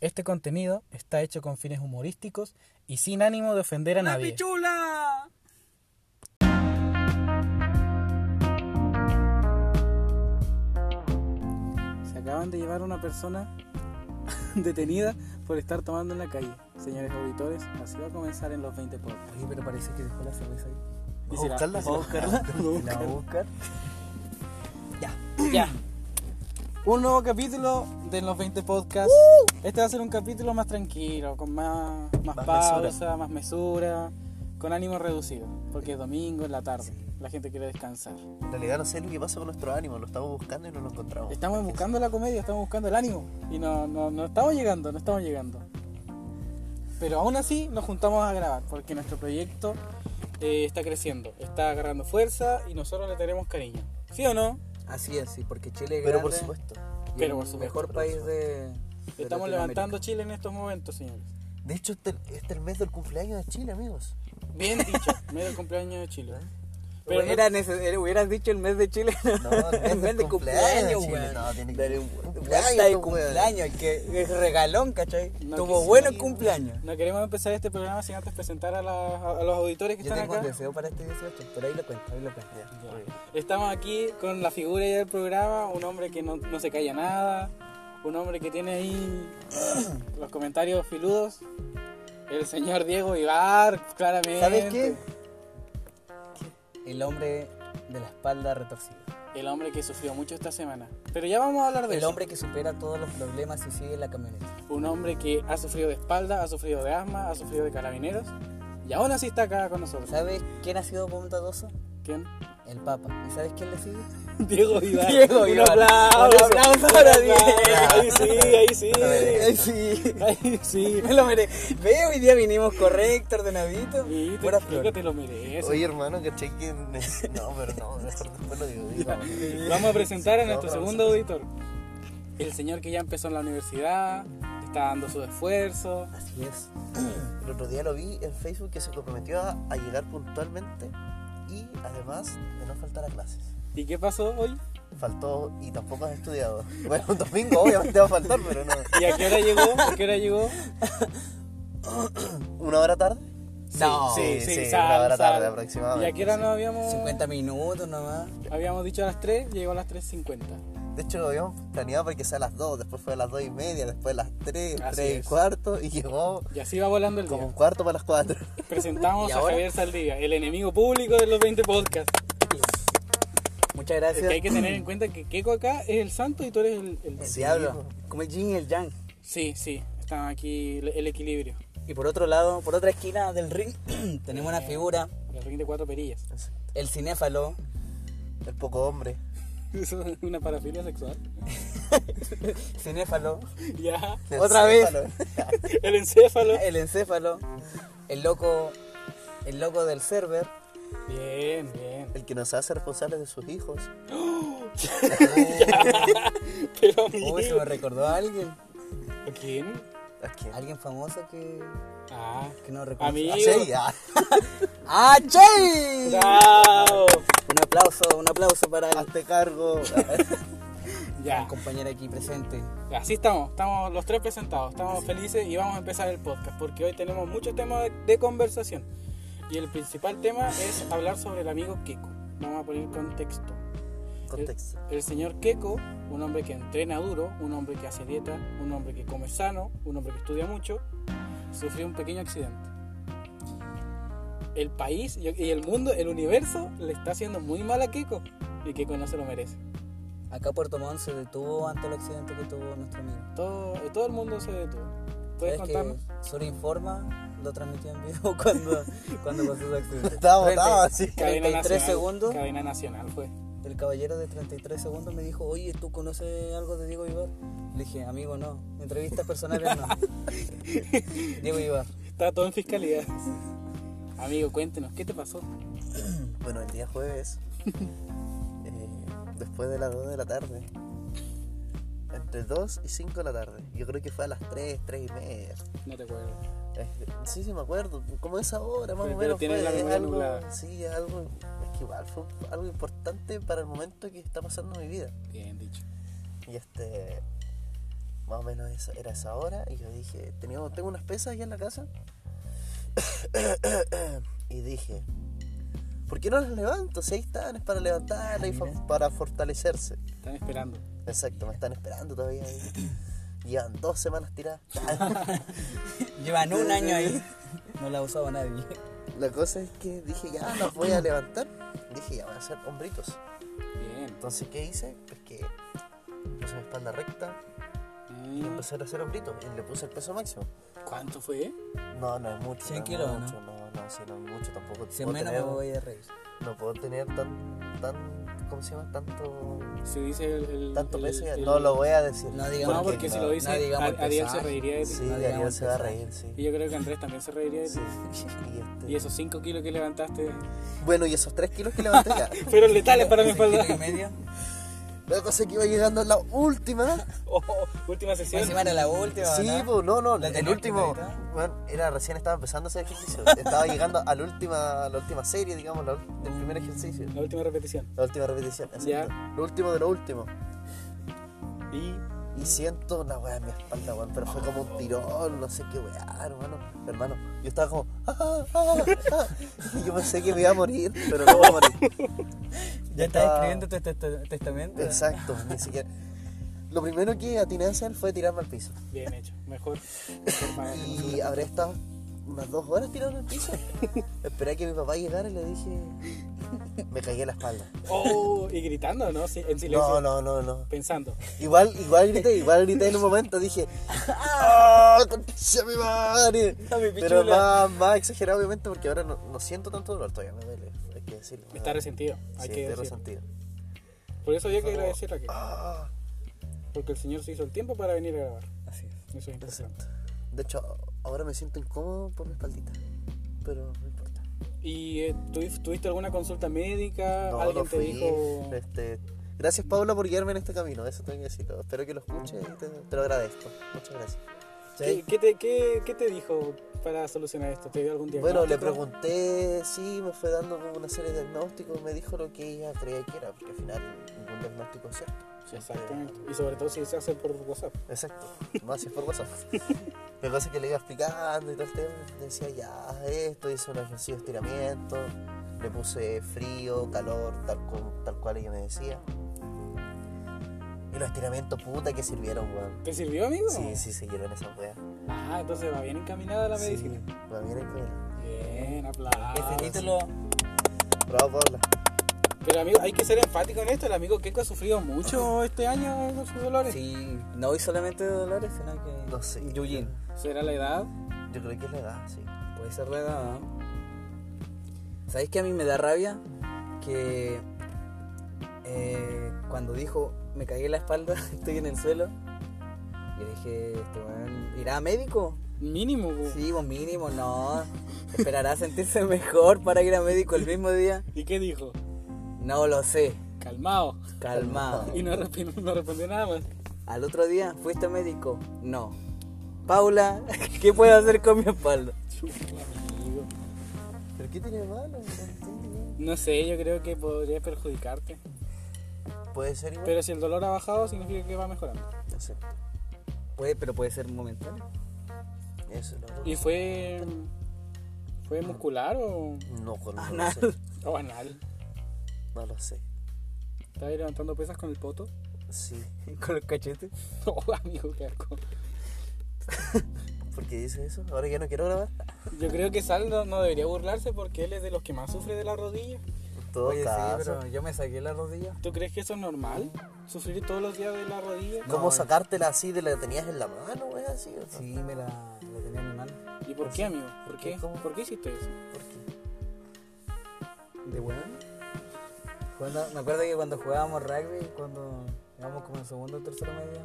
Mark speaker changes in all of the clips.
Speaker 1: Este contenido está hecho con fines humorísticos y sin ánimo de ofender a
Speaker 2: ¡La
Speaker 1: nadie.
Speaker 2: pichula!
Speaker 1: Se acaban de llevar a una persona detenida por estar tomando en la calle. Señores auditores, así va a comenzar en los 20 podcasts.
Speaker 3: Oye, pero parece que dejó la cerveza ahí.
Speaker 1: ¿Y
Speaker 3: ¿Vamos
Speaker 1: si
Speaker 3: a
Speaker 1: la-
Speaker 3: buscarla?
Speaker 1: y si la-
Speaker 3: ¿Vamos a buscarla? ¿La vamos a buscar?
Speaker 1: Ya. Un nuevo capítulo de los 20 podcasts. Este va a ser un capítulo más tranquilo, con más, más,
Speaker 3: Más
Speaker 1: pausa,
Speaker 3: mesura.
Speaker 1: más mesura, con ánimo reducido, porque es domingo en la tarde. La gente quiere descansar.
Speaker 3: En realidad no sé lo que pasa con nuestro ánimo, lo estamos buscando y no lo encontramos.
Speaker 1: Estamos buscando la comedia, estamos buscando el ánimo. Y no, no, no estamos llegando, no estamos llegando. Pero aún así nos juntamos a grabar, porque nuestro proyecto eh, está creciendo, está agarrando fuerza y nosotros le tenemos cariño. ¿Sí o no?
Speaker 4: Así es, sí, porque Chile es
Speaker 3: Pero por
Speaker 4: grande
Speaker 3: supuesto.
Speaker 4: y
Speaker 1: Pero
Speaker 4: el
Speaker 1: por supuesto,
Speaker 4: mejor
Speaker 1: pero
Speaker 4: país
Speaker 1: por
Speaker 4: de, de
Speaker 1: Estamos
Speaker 4: Latinoamérica.
Speaker 1: levantando Chile en estos momentos, señores.
Speaker 3: De hecho, este, este es el mes del cumpleaños de Chile, amigos.
Speaker 1: Bien dicho, medio del cumpleaños de Chile. Pero no-
Speaker 4: Era neces- era- hubieras dicho el mes de Chile.
Speaker 3: No, el mes,
Speaker 4: el mes de cumpleaños,
Speaker 3: Chile.
Speaker 4: weón.
Speaker 3: No, tiene que
Speaker 4: Dale
Speaker 3: ser
Speaker 4: un-
Speaker 3: un
Speaker 4: Plata de
Speaker 3: cumpleaños, pues,
Speaker 4: cumpleaños, el que es regalón, ¿cachai?
Speaker 1: No
Speaker 4: Tuvo
Speaker 1: quisimos.
Speaker 4: buenos cumpleaños.
Speaker 1: no queremos empezar este programa sin antes presentar a, las- a los auditores que
Speaker 4: Yo
Speaker 1: están
Speaker 4: tengo un
Speaker 1: acá.
Speaker 4: deseo para este 18, pero ahí lo cuento, ahí lo cuento.
Speaker 1: Estamos aquí con la figura ya del programa, un hombre que no, no se calla nada, un hombre que tiene ahí los comentarios filudos, el señor Diego Ibar, claramente.
Speaker 4: ¿Sabes qué? El hombre de la espalda retorcida.
Speaker 1: El hombre que sufrió mucho esta semana. Pero ya vamos a hablar de
Speaker 4: El
Speaker 1: eso.
Speaker 4: hombre que supera todos los problemas y sigue en la camioneta.
Speaker 1: Un hombre que ha sufrido de espalda, ha sufrido de asma, ha sufrido de carabineros, y aún así está acá con nosotros.
Speaker 4: ¿Sabes quién ha sido bondadoso?
Speaker 1: ¿Quién?
Speaker 4: El Papa. ¿Y sabes quién le sigue?
Speaker 1: Diego Vidal.
Speaker 4: Diego
Speaker 1: un
Speaker 4: Vidal.
Speaker 1: aplauso.
Speaker 4: Un aplauso para
Speaker 1: Un aplauso. Ahí sí, ahí
Speaker 4: Ay,
Speaker 1: sí.
Speaker 4: sí.
Speaker 1: Ahí sí.
Speaker 4: Me lo merezco. Ve, hoy día vinimos correcto, ordenadito.
Speaker 1: Sí, te-
Speaker 4: Pura
Speaker 1: creo que
Speaker 4: flor.
Speaker 1: te lo mereces.
Speaker 3: Oye, hermano, que chequen. No, pero no, mejor después lo digo. digo, weón.
Speaker 1: Vamos a presentar a
Speaker 3: No,
Speaker 1: nuestro
Speaker 3: vamos a
Speaker 1: segundo auditor. El señor que ya empezó en la universidad, está dando su esfuerzo.
Speaker 4: Así es.
Speaker 3: El otro día lo vi en Facebook que se comprometió a, a llegar puntualmente y además de no faltar a clases.
Speaker 1: ¿Y qué pasó hoy?
Speaker 3: Faltó y tampoco has estudiado. Bueno, un domingo obviamente va a faltar, pero no.
Speaker 1: ¿Y a qué hora llegó? ¿A qué hora llegó?
Speaker 3: ¿Una hora tarde?
Speaker 4: No,
Speaker 3: sí, sí,
Speaker 1: sal,
Speaker 3: una hora
Speaker 1: sal.
Speaker 3: tarde
Speaker 1: ¿Y
Speaker 3: aproximadamente.
Speaker 1: a qué hora nos habíamos,
Speaker 4: 50 minutos nomás.
Speaker 1: habíamos dicho a las 3? Llegó a las 3.50.
Speaker 3: De hecho, lo habíamos planeado para que sea a las 2, después fue a las 2 y media, después a las 3,
Speaker 1: Así
Speaker 3: 3
Speaker 1: es.
Speaker 3: y cuarto, y llegó
Speaker 1: Y así va volando el
Speaker 3: como un
Speaker 1: día.
Speaker 3: cuarto para las 4.
Speaker 1: Presentamos
Speaker 4: ¿Y
Speaker 1: a
Speaker 4: ahora?
Speaker 1: Javier Saldivia, el enemigo público de los 20 podcasts.
Speaker 4: Muchas
Speaker 1: Es
Speaker 4: gracias.
Speaker 1: que hay que tener en cuenta que Keiko acá es el santo y tú eres el... el-
Speaker 4: El diablo. Como el yin y el yang.
Speaker 1: Sí, sí, está aquí el, el equilibrio.
Speaker 4: Y por otro lado, por otra esquina del ring, tenemos una figura,
Speaker 1: El ring de cuatro perillas.
Speaker 4: el cinéfalo.
Speaker 3: El poco hombre.
Speaker 1: Eso es una parafilia sexual.
Speaker 4: Cinéfalo.
Speaker 1: Ya.
Speaker 3: El
Speaker 4: Otra vez.
Speaker 3: céfalo.
Speaker 1: El encéfalo.
Speaker 4: El encéfalo. El loco. El loco del server.
Speaker 1: Bien, bien.
Speaker 3: El que nos hace responsables de sus hijos.
Speaker 1: Pero
Speaker 4: Uy, se me recordó a alguien.
Speaker 1: ¿A quién?
Speaker 3: ¿A quién?
Speaker 4: Alguien famoso que.
Speaker 1: Ah.
Speaker 4: que no recuerdo.
Speaker 1: A mí.
Speaker 3: ¿A Shelly? Ah,
Speaker 4: ¡Ah, Che! Ah,
Speaker 1: Bravo.
Speaker 4: Un aplauso, un aplauso para el
Speaker 3: hazte cargo.
Speaker 1: Ya.
Speaker 4: compañero aquí presente.
Speaker 1: Así estamos. Estamos los tres presentados. Estamos felices y vamos a empezar el podcast porque hoy tenemos muchos temas de, de conversación. Y el principal tema es hablar sobre el amigo Keiko. Vamos a poner contexto.
Speaker 3: Contexto.
Speaker 1: Eh, El señor Keiko, un hombre que entrena duro, un hombre que hace dieta, un hombre que come sano, un hombre que estudia mucho, sufrió un pequeño accidente. El país y y el mundo, el universo, le está haciendo muy mal a Keiko y Keiko no se lo merece.
Speaker 4: Acá Puerto Montt se detuvo ante el accidente que tuvo nuestro amigo.
Speaker 1: Todo, todo el mundo se detuvo. ¿Puedes
Speaker 4: ¿Sabes
Speaker 1: contarnos?
Speaker 4: que Sur Informa lo transmitió en vivo cuando, cuando pasó su accidente?
Speaker 3: Estaba
Speaker 4: Treinta-
Speaker 3: botado así.
Speaker 4: 33
Speaker 1: nacional,
Speaker 4: segundos.
Speaker 1: Cadena nacional fue.
Speaker 4: El caballero de 33 segundos me dijo, oye, ¿tú conoces algo de Diego Ibar? Le dije, amigo, no. Entrevistas personales, no. Diego Ibar.
Speaker 1: Está todo en fiscalidad. Amigo, cuéntenos, ¿qué te pasó?
Speaker 3: Bueno, el día jueves, eh, después de las 2 de la tarde, entre 2 y 5 de la tarde, yo creo que fue a las 3, 3 y media.
Speaker 1: No te acuerdo.
Speaker 3: Eh, Sí, sí, me acuerdo, como esa hora, más
Speaker 1: Pero-
Speaker 3: o
Speaker 1: pero
Speaker 3: menos.
Speaker 1: tiene
Speaker 3: fue
Speaker 1: la memoria
Speaker 3: algo,
Speaker 1: nublada.
Speaker 3: Sí, algo, es que igual fue algo importante para el momento que está pasando en mi vida.
Speaker 1: Bien dicho.
Speaker 3: Y este. Más o menos eso, era esa hora y yo dije, tenía, tengo unas pesas allá en la casa. y dije, ¿por qué no las levanto? Si ahí están, es para levantarlas
Speaker 1: Ah,
Speaker 3: y fa- para fortalecerse.
Speaker 1: Están esperando.
Speaker 3: Exacto, me están esperando todavía. ahí. Llevan dos semanas tiradas.
Speaker 4: Llevan un año ahí. No la ha usado nadie.
Speaker 3: La cosa es que dije, ya las voy a levantar. Dije, ya van a ser hombritos.
Speaker 1: Bien.
Speaker 3: Entonces, ¿qué hice? Pues que puse mi espalda recta y
Speaker 1: Mm,
Speaker 3: empecé a hacer hombritos. Y le puse el peso máximo.
Speaker 1: ¿Cuánto fue?
Speaker 3: No, no es mucho.
Speaker 4: ¿Cien
Speaker 3: no es
Speaker 4: kilos,
Speaker 3: mucho, no? No, sí, no es mucho tampoco.
Speaker 4: Si
Speaker 3: puedo
Speaker 4: menos me
Speaker 3: tener-
Speaker 1: pues,
Speaker 4: voy a reír.
Speaker 3: No puedo tener tan, tan, ¿cómo se llama? Tanto,
Speaker 1: Se dice el. el-
Speaker 3: tanto
Speaker 1: el-
Speaker 3: peso. ya-
Speaker 1: el-
Speaker 3: no lo voy a decir.
Speaker 4: No digamos
Speaker 1: No,
Speaker 4: Porque
Speaker 1: porque si
Speaker 4: no-
Speaker 1: lo dice,
Speaker 4: no digamos
Speaker 1: Ar- Ariel se
Speaker 4: pesaje.
Speaker 1: reiría de ti.
Speaker 3: Sí,
Speaker 4: no
Speaker 3: Ariel
Speaker 4: digamos
Speaker 3: se va a
Speaker 4: pesar.
Speaker 3: reír, sí.
Speaker 1: Y yo creo que Andrés también se reiría de ti.
Speaker 3: Sí. Y este-
Speaker 1: Y esos 5 kilos que levantaste
Speaker 3: Bueno, y esos 3 kilos que levanté ya.
Speaker 1: fueron letales para mi
Speaker 4: Kilo y
Speaker 1: espalda.
Speaker 4: medio.
Speaker 3: La cosa es que iba llegando a la última.
Speaker 1: Oh, oh, última sesión.
Speaker 4: Encima era la última.
Speaker 3: Sí,
Speaker 4: ¿no?
Speaker 3: pues no, no,
Speaker 4: ¿La
Speaker 3: el
Speaker 4: tenías
Speaker 3: último.
Speaker 4: premeditada?
Speaker 3: Bueno, era recién estaba empezando ese ejercicio. estaba llegando a la última, a la última serie, digamos, la ul- del primer ejercicio.
Speaker 1: La última repetición.
Speaker 3: La última repetición, exacto.
Speaker 1: Ya.
Speaker 3: Lo último de lo último.
Speaker 1: Y
Speaker 3: Y siento una weá en mi espalda, weón, pero fue como un tirón, no sé qué weá, hermano. Hermano, yo estaba como. "Ah, ah, ah". Y yo pensé que me iba a morir, pero no voy a morir.
Speaker 4: Ya estás
Speaker 3: estaba-
Speaker 4: escribiendo tu test- testamento.
Speaker 3: Exacto, ni siquiera. Lo primero que atiné a hacer fue tirarme al piso.
Speaker 1: bien hecho. Mejor. mejor para que no se-
Speaker 3: Y habré estado unas dos horas tirado en el piso. Esperé a que mi papá llegara y le dije. Me caí en la espalda.
Speaker 1: Oh, y gritando, ¿no? Sí, en silencio.
Speaker 3: No, no, no, no.
Speaker 1: Pensando.
Speaker 3: Igual, igual grité, igual grité en un momento. Dije. ¡Ah! ¡Concha mi madre!
Speaker 4: A mi
Speaker 3: Pero
Speaker 4: pichula.
Speaker 3: más, más exagerado, obviamente, porque ahora no, no siento tanto dolor todavía. Me duele, hay que decirlo. me
Speaker 1: Está
Speaker 3: duele.
Speaker 1: resentido. Hay
Speaker 3: Ah, Sí,
Speaker 1: que
Speaker 3: estoy
Speaker 1: decir.
Speaker 3: resentido.
Speaker 1: Por eso había que agradecer a que.
Speaker 3: Ah,
Speaker 1: Porque el señor se hizo el tiempo para venir a grabar.
Speaker 4: Así es.
Speaker 1: Eso es importante.
Speaker 3: exacto. De hecho, ahora me siento incómodo por mi espaldita. Pero no importa.
Speaker 1: ¿Y eh, tuvi- tuviste alguna consulta médica?
Speaker 3: No,
Speaker 1: ¿Alguien
Speaker 3: no
Speaker 1: te
Speaker 3: fui,
Speaker 1: dijo.?
Speaker 3: este, gracias, Paula, por guiarme en este camino. Eso tengo que decirlo. Espero que lo escuches y te, te lo agradezco. Muchas gracias.
Speaker 1: ¿Qué, qué te, qué- qué te dijo para solucionar esto? ¿Te dio algún diagnóstico?
Speaker 3: Bueno, le pregunté, sí, me fue dando como una serie de diagnósticos. Me dijo lo que ella creía que era, porque al final ningún diagnóstico es cierto. Siempre-
Speaker 1: Exactamente. Y sobre todo si se hace por WhatsApp.
Speaker 3: Exacto. Más si es por WhatsApp. La cosa es que le iba explicando y todo el tema. le Decía, ya, haz esto, hice un ejercicio de estiramiento. Le puse frío, calor, tal, cu- tal cual ella me decía. Y los estiramientos, puta, que sirvieron, weón.
Speaker 1: ¿Te sirvió, amigo?
Speaker 3: Sí, sí, se llevan esa wea.
Speaker 1: Ah, entonces va bien encaminada la
Speaker 3: Sí,
Speaker 1: medicina.
Speaker 3: va bien encaminado.
Speaker 1: Bien,
Speaker 4: Este
Speaker 1: aplausos.
Speaker 4: título.
Speaker 3: Bravo, Paula.
Speaker 1: Pero amigo, hay que ser enfático en esto. El amigo Keiko ha sufrido mucho este año con sus dolores.
Speaker 4: Sí, no hoy solamente de Dolores, sino que.
Speaker 3: No sé.
Speaker 4: Yujin.
Speaker 1: ¿Será la edad?
Speaker 3: Yo creo que es la edad, sí.
Speaker 4: Puede ser la edad, ¿no? ¿Sabéis que a mí me da rabia? Que eh, cuando dijo me caí en la espalda, estoy en el suelo, yo dije, este weón, ¿irá a médico?
Speaker 1: Mínimo, po.
Speaker 4: Sí, vos mínimo, no. Esperará a sentirse mejor para ir a médico el mismo día.
Speaker 1: ¿Y qué dijo?
Speaker 4: No lo sé,
Speaker 1: Calmado.
Speaker 4: calmado.
Speaker 1: Y no resp- no respondió nada más.
Speaker 4: Al otro día, ¿fuiste a médico? No. Paula, ¿qué puedo hacer con mi espalda?
Speaker 1: Chuta, amigo.
Speaker 3: ¿Pero qué tiene de malo?
Speaker 1: No sé, yo creo que podría perjudicarte.
Speaker 3: Puede ser igual.
Speaker 1: Pero si el dolor ha bajado, significa que va mejorando.
Speaker 3: No sé.
Speaker 4: Puede, pero puede ser momentáneo.
Speaker 3: Eso no.
Speaker 1: ¿Y fue. fue muscular o.?
Speaker 3: No, con- no, lo
Speaker 4: Anal.
Speaker 3: sé.
Speaker 1: o anal?
Speaker 3: No lo sé.
Speaker 1: ¿Estás levantando pesas con el poto?
Speaker 3: Sí.
Speaker 4: Con los cachetes.
Speaker 1: No, amigo, qué asco.
Speaker 3: ¿Por qué dice eso? Ahora ya no quiero grabar.
Speaker 1: Yo creo que Saldo no debería burlarse porque él es de los que más sufre de la rodilla.
Speaker 3: En todo
Speaker 4: Oye, sí,
Speaker 3: caso.
Speaker 4: pero yo me saqué la rodilla.
Speaker 1: ¿Tú crees que eso es normal? ¿Sufrir todos los días de la rodilla?
Speaker 3: ¿Cómo
Speaker 4: No,
Speaker 3: sacártela así de la que tenías en la mano, wey? Así, o sea?
Speaker 4: Sí, me la, la tenía en mi mano.
Speaker 1: ¿Y por qué, amigo? ¿Por qué?
Speaker 3: ¿Cómo?
Speaker 1: ¿Por qué hiciste eso?
Speaker 3: ¿Por qué?
Speaker 4: ¿De weón? Cuando- me acuerdo que cuando jugábamos rugby, cuando íbamos como en segundo o tercero medio,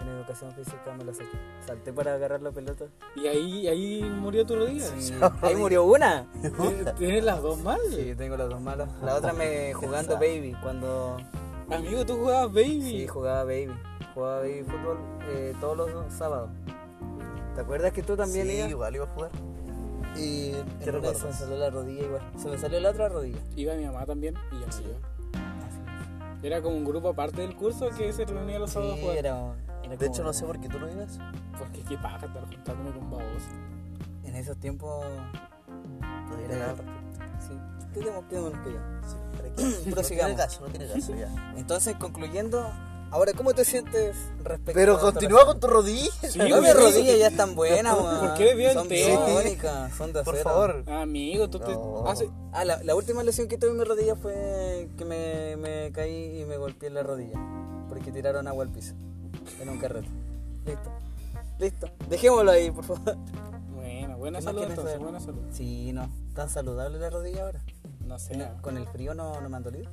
Speaker 4: en educación física me la saqué. Salté para agarrar la pelota.
Speaker 1: ¿Y ahí, ahí murió tu rodilla?
Speaker 4: Sí, Ahí murió una.
Speaker 1: ¿Tienes- ¿Tienes las dos mal?
Speaker 4: Sí, tengo las dos malas. La otra me jugando baby, cuando
Speaker 1: Amigo, tú jugabas baby.
Speaker 4: sí jugaba baby. Jugaba baby fútbol eh, todos los sábados. ¿Te acuerdas que tú también
Speaker 3: Sí,
Speaker 4: ibas?
Speaker 3: igual iba a jugar.
Speaker 4: Y
Speaker 3: ¿Qué
Speaker 4: en una
Speaker 3: recuerdas?
Speaker 4: se me salió la rodilla igual. Se me salió la otra rodilla.
Speaker 1: Iba mi mamá también y yo no iba. Era como un grupo aparte del curso que se reunía los sábados a
Speaker 4: Sí,
Speaker 1: jugar.
Speaker 4: era,
Speaker 1: Era
Speaker 3: De hecho,
Speaker 1: como-
Speaker 3: no sé por qué tú lo digas.
Speaker 1: Porque qué paja Pues estar juntándome con babos.
Speaker 4: En esos tiempos,
Speaker 3: No diré nada al respecto.
Speaker 4: sí, quedémonos, quedémonos que ya.
Speaker 3: Sí, para que- no tiene
Speaker 4: Prosigamos.
Speaker 3: caso, no tiene caso ya.
Speaker 4: Entonces, concluyendo, ahora, ¿cómo te sientes respecto a
Speaker 3: Pero
Speaker 4: esta
Speaker 3: continúa
Speaker 4: relación?
Speaker 3: con tu rodilla.
Speaker 1: Sí,
Speaker 4: No, mis
Speaker 1: güey.
Speaker 4: rodillas ya están buenas,
Speaker 1: ¿Por
Speaker 4: weón.
Speaker 1: qué desvió el
Speaker 4: Son
Speaker 1: tema?
Speaker 4: biónicas, son de
Speaker 3: Por
Speaker 4: acero.
Speaker 3: favor.
Speaker 1: Amigo, tú
Speaker 3: No.
Speaker 1: te haces.
Speaker 4: Ah, la, la última lesión que tuve en mi rodilla fue que me, me caí y me golpeé en la rodilla. Porque tiraron agua al piso. En un carrete. Listo. Listo. Dejémoslo ahí, por favor.
Speaker 1: Bueno, buena
Speaker 4: ¿Qué más
Speaker 1: salud
Speaker 4: quieres
Speaker 1: entonces,
Speaker 4: saber?
Speaker 1: buena salud.
Speaker 4: Sí, no. ¿Tan saludable la rodilla ahora?
Speaker 1: No sé.
Speaker 4: No, ¿Con el frío no, no me han dolido?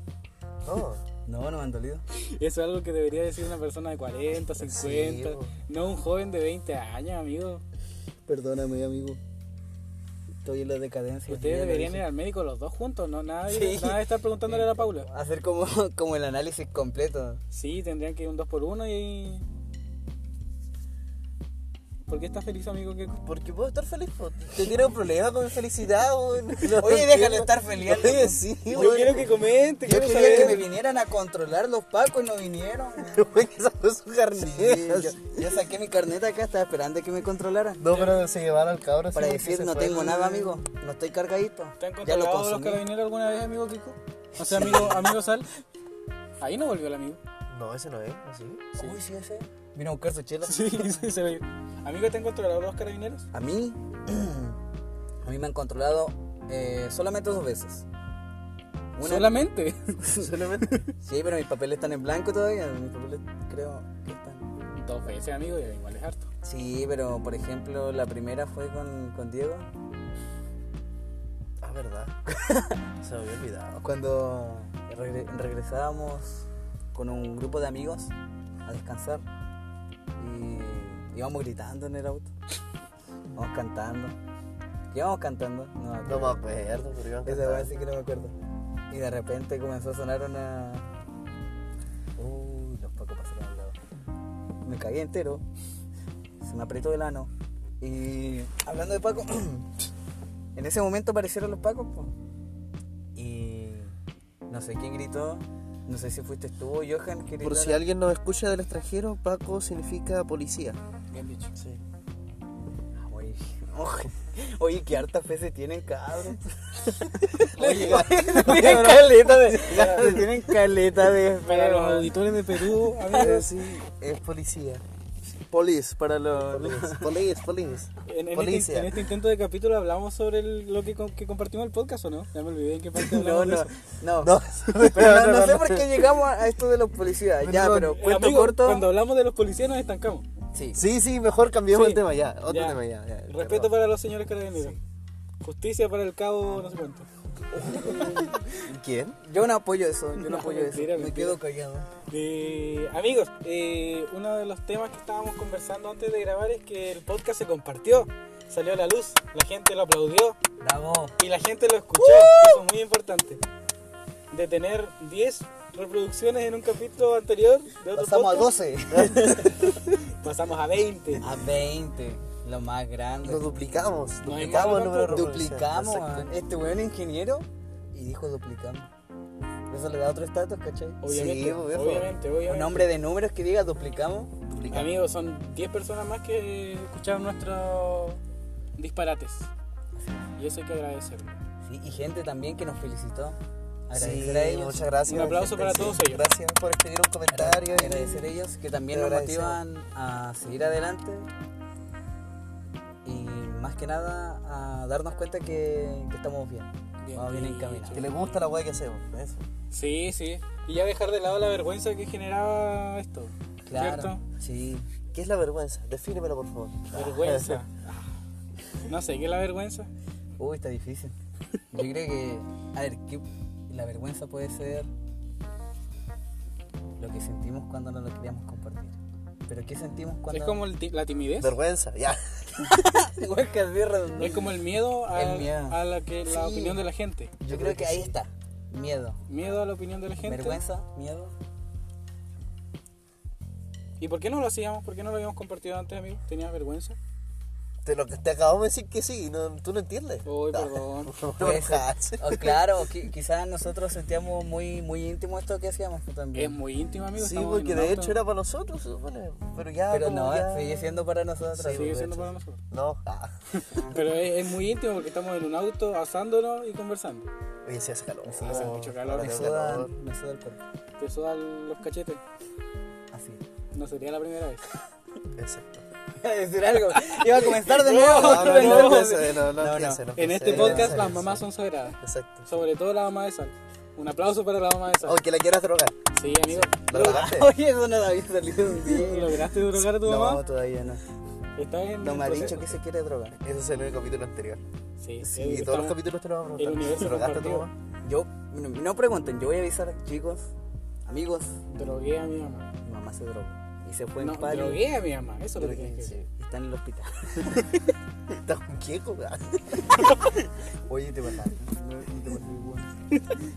Speaker 3: No.
Speaker 4: No, no me han dolido.
Speaker 1: Eso es algo que debería decir una persona de 40, 50,
Speaker 3: bo.
Speaker 1: no un joven de 20 años, amigo.
Speaker 4: Perdóname, amigo. Estoy en la decadencia.
Speaker 1: Ustedes
Speaker 4: ya lo
Speaker 1: deberían ir
Speaker 4: dije.
Speaker 1: al médico los dos juntos, no nada, de-
Speaker 4: Sí.
Speaker 1: nada de estar preguntándole a la Paula.
Speaker 4: Hacer como, como el análisis completo.
Speaker 1: Sí, tendrían que ir un 2 por 1 y. ¿Por qué estás feliz, amigo? ¿Qué-
Speaker 3: Porque puedo estar feliz. po. Te tiene un problema con mi felicidad. weón. No
Speaker 4: Oye,
Speaker 3: entiendo.
Speaker 4: déjalo estar feliz.
Speaker 3: Oye, sí,
Speaker 1: Yo
Speaker 3: weón.
Speaker 1: quiero que comente,
Speaker 4: Yo
Speaker 1: quiero
Speaker 4: quería que
Speaker 1: saber.
Speaker 4: me vinieran a controlar los pacos y no vinieron. weón.
Speaker 3: Weón, que sacó su
Speaker 4: Sí,
Speaker 3: carnet.
Speaker 4: yo, yo saqué mi carnet acá, estaba esperando que me controlaran.
Speaker 3: No, pero se llevaron al cabro.
Speaker 4: Para
Speaker 3: sí,
Speaker 4: decir,
Speaker 3: que se
Speaker 4: no
Speaker 3: fue.
Speaker 4: tengo nada, amigo. No estoy cargadito.
Speaker 1: ¿Te han
Speaker 4: Ya lo
Speaker 1: controlado los
Speaker 4: consumí.
Speaker 1: carabineros alguna vez, amigo Kiko? O sea, amigo, amigo Sal. Ahí no volvió el amigo.
Speaker 3: No, ese no es. ¿Así?
Speaker 1: Sí.
Speaker 3: Uy, sí, ese.
Speaker 4: Vino a buscar su chela.
Speaker 1: Sí, sí, se ve. Amigo, ¿te han controlado los carabineros?
Speaker 4: A mí, a mí me han controlado eh, solamente dos veces. Una-
Speaker 1: Solamente.
Speaker 3: Solamente.
Speaker 4: Sí, pero mis papeles están en blanco todavía. Mis papeles creo que están.
Speaker 1: Dos veces, amigo, y igual es harto.
Speaker 4: Sí, pero por ejemplo, la primera fue con, con Diego.
Speaker 3: Ah, verdad. Se me había olvidado.
Speaker 4: Cuando regre- regresábamos con un grupo de amigos a descansar y íbamos gritando en el auto, íbamos cantando. ¿Qué íbamos cantando? No, me
Speaker 3: No
Speaker 4: acuerdo.
Speaker 3: me acuerdo, pero iban
Speaker 4: Esa weá
Speaker 3: cantando.
Speaker 4: sí que no me acuerdo. Y de repente comenzó a sonar una. Uy, los pocos pasaron al lado. Me caí entero. Se me apretó el ano. Y hablando de Paco, en ese momento aparecieron los Pacos. po. Y no sé quién gritó. No sé si fuiste tú o Johan. que
Speaker 3: Por si
Speaker 4: gritaron.
Speaker 3: alguien nos escucha del extranjero, Paco significa policía.
Speaker 1: Bien dicho.
Speaker 3: Sí.
Speaker 4: Oye, oye, oye, qué hartas fe se tienen, cabrón.
Speaker 1: Oye,
Speaker 4: tienen caleta de. se tienen caleta de.
Speaker 1: Para los auditores de Perú, amigos.
Speaker 3: sí, es policía. Police, para los. Police, police.
Speaker 1: En, en este,
Speaker 3: Policía.
Speaker 1: en este intento de capítulo hablamos sobre el- lo que, con- que compartimos el podcast, ¿o no? Ya me olvidé en qué parte
Speaker 4: No,
Speaker 1: hablamos de
Speaker 4: no,
Speaker 1: eso.
Speaker 4: no.
Speaker 3: No,
Speaker 4: Pero no,
Speaker 3: no,
Speaker 4: no sé
Speaker 3: no,
Speaker 4: por
Speaker 3: no.
Speaker 4: qué llegamos a esto de los policías. Ya,
Speaker 3: Perdón,
Speaker 4: pero
Speaker 1: Eh,
Speaker 4: cuento
Speaker 1: amigo,
Speaker 4: corto.
Speaker 1: Cuando hablamos de los policías nos estancamos.
Speaker 4: Sí.
Speaker 3: Sí, sí, mejor cambiemos
Speaker 1: Sí.
Speaker 3: el tema ya. Otro
Speaker 1: Ya.
Speaker 3: tema ya. ya,
Speaker 1: Respeto para los señores carabineros. Justicia para el cabo, no sé cuánto.
Speaker 3: perdón. ¿Quién?
Speaker 4: Yo no apoyo eso, yo no,
Speaker 1: No,
Speaker 4: apoyo
Speaker 1: mentira,
Speaker 4: eso. Me
Speaker 1: mentira.
Speaker 4: quedo callado.
Speaker 1: Eh, amigos, eh, uno de los temas que estábamos conversando antes de grabar es que el podcast se compartió, salió a la luz, la gente lo aplaudió
Speaker 4: Bravo.
Speaker 1: y la gente lo escuchó. Eso es muy importante. De tener 10 reproducciones en un capítulo anterior, de otro
Speaker 4: Pasamos a Ah,
Speaker 1: podcast,
Speaker 4: 12.
Speaker 1: pasamos a 20.
Speaker 4: A 20. Lo más grande.
Speaker 3: Lo duplicamos.
Speaker 1: No hay
Speaker 3: Duplicamos el
Speaker 1: más,
Speaker 3: número de reproducciones.
Speaker 4: duplicamos.
Speaker 3: Exacto.
Speaker 4: man. Este weón es ingeniero y dijo duplicamos. Eso le da otro estatus, ¿cachai?
Speaker 1: Obviamente,
Speaker 3: Sí, viejo.
Speaker 1: obviamente, obviamente.
Speaker 4: Un hombre de números que diga duplicamos.
Speaker 3: Duplicamos.
Speaker 1: Amigos, son 10 personas más que escucharon nuestros disparates. Y eso hay que agradecerlo.
Speaker 4: Sí, y gente también que nos felicitó.
Speaker 3: Sí,
Speaker 4: Agradecer a ellos.
Speaker 3: muchas gracias.
Speaker 1: Un aplauso para
Speaker 3: Sí,
Speaker 1: todos ellos.
Speaker 3: Gracias por escribir un comentario. y-
Speaker 4: agradecer a ellos que también
Speaker 3: Te
Speaker 4: nos
Speaker 3: agradecemos.
Speaker 4: motivan a seguir adelante y más que nada a darnos cuenta que, que estamos bien,
Speaker 1: Bien
Speaker 4: vamos bien
Speaker 1: dicho.
Speaker 4: encaminados.
Speaker 3: Que les gusta la weá que hacemos. Eso.
Speaker 1: Sí, sí. Y ya dejar de lado la vergüenza que generaba esto.
Speaker 4: Claro, sí.
Speaker 3: ¿Qué es la vergüenza? Defínemelo, por favor.
Speaker 1: ¿Cierto? Vergüenza. No sé, ¿qué es la vergüenza?
Speaker 4: Uy, está difícil. Yo creo que, a ver, ¿qué- la vergüenza puede ser lo que sentimos cuando no lo queríamos compartir. Pero ¿qué sentimos cuando...
Speaker 1: Es como el ti- la timidez.
Speaker 3: Vergüenza, ya.
Speaker 4: Igual que así redondo.
Speaker 1: Es como el miedo a,
Speaker 4: El miedo.
Speaker 1: a la, que, la
Speaker 4: Sí.
Speaker 1: opinión de la gente.
Speaker 4: Yo creo que ahí está. Miedo.
Speaker 1: Miedo a la opinión de la gente.
Speaker 4: Vergüenza, miedo.
Speaker 1: ¿Y por qué no lo hacíamos? ¿Por qué no lo habíamos compartido antes, amigo? ¿Tenías vergüenza?
Speaker 3: Te, lo, te acabamos de decir que sí, no, tú no entiendes.
Speaker 1: Uy,
Speaker 3: No.
Speaker 1: perdón.
Speaker 3: No
Speaker 4: Puede ser.
Speaker 3: jodas.
Speaker 4: O claro, qui- quizás nosotros sentíamos muy, muy íntimo esto que hacíamos pues,
Speaker 1: Es
Speaker 4: también.
Speaker 1: muy íntimo, amigo.
Speaker 3: Sí,
Speaker 1: estamos pues, en un
Speaker 3: porque de
Speaker 1: auto.
Speaker 3: hecho era para nosotros, se supone. Pero ya.
Speaker 4: Pero
Speaker 3: como
Speaker 4: no,
Speaker 3: ya-
Speaker 4: sigue siendo para nosotros.
Speaker 3: Sí,
Speaker 1: Sigue
Speaker 3: de
Speaker 1: siendo
Speaker 3: hecho.
Speaker 1: para nosotros.
Speaker 3: No, ah.
Speaker 1: Pero es, es muy íntimo porque estamos en un auto asándonos y conversando.
Speaker 3: Oye, sí hace calor.
Speaker 1: Sí, hace mucho calor.
Speaker 3: Ahora
Speaker 4: me,
Speaker 3: tengo
Speaker 4: suda,
Speaker 3: calor.
Speaker 4: me suda el cuerpo.
Speaker 1: Te sudan los cachetes.
Speaker 4: Así.
Speaker 1: No sería la primera vez.
Speaker 3: Exacto.
Speaker 4: Iba a decir algo. Iba a comenzar de nuevo.
Speaker 3: No, no,
Speaker 4: pero
Speaker 3: no,
Speaker 4: no.
Speaker 3: empiece, no, no
Speaker 4: No, no.
Speaker 3: empiece, no
Speaker 1: En
Speaker 3: empiece.
Speaker 1: este podcast
Speaker 3: Sí,
Speaker 1: las
Speaker 3: sí.
Speaker 1: mamás son sagradas.
Speaker 3: Exacto.
Speaker 1: Sobre todo la mamá de Sal. Un aplauso para la mamá de Sal.
Speaker 3: Aunque la quieras drogar.
Speaker 1: Sí, amigo.
Speaker 3: ¿La
Speaker 1: Lo-
Speaker 3: drogaste?
Speaker 4: Oye, eso no había salido un día.
Speaker 1: ¿Lograste drogar a tu
Speaker 4: No,
Speaker 1: mamá?
Speaker 4: todavía no.
Speaker 1: Está en
Speaker 4: No me ha
Speaker 1: proceso.
Speaker 4: dicho que se quiere drogar.
Speaker 3: Ese es el capítulo anterior.
Speaker 1: Sí,
Speaker 3: Sí,
Speaker 1: eh,
Speaker 3: y todos los
Speaker 1: estamos-
Speaker 3: capítulos te lo vamos a
Speaker 1: el
Speaker 3: preguntar.
Speaker 1: universo
Speaker 3: ¿Drogaste a tu
Speaker 1: compartido.
Speaker 3: mamá?
Speaker 4: Yo, no, no pregunten, yo voy a avisar, chicos, amigos.
Speaker 1: Drogué a mi mamá.
Speaker 4: Mi mamá se drogó y se fue
Speaker 1: No,
Speaker 4: en paro. Y
Speaker 1: drogué a mi mamá. Eso es lo que tienes que decir.
Speaker 3: Sí.
Speaker 4: está en el hospital.
Speaker 3: ¿Estás con quieco, weón? Oye, te mataste.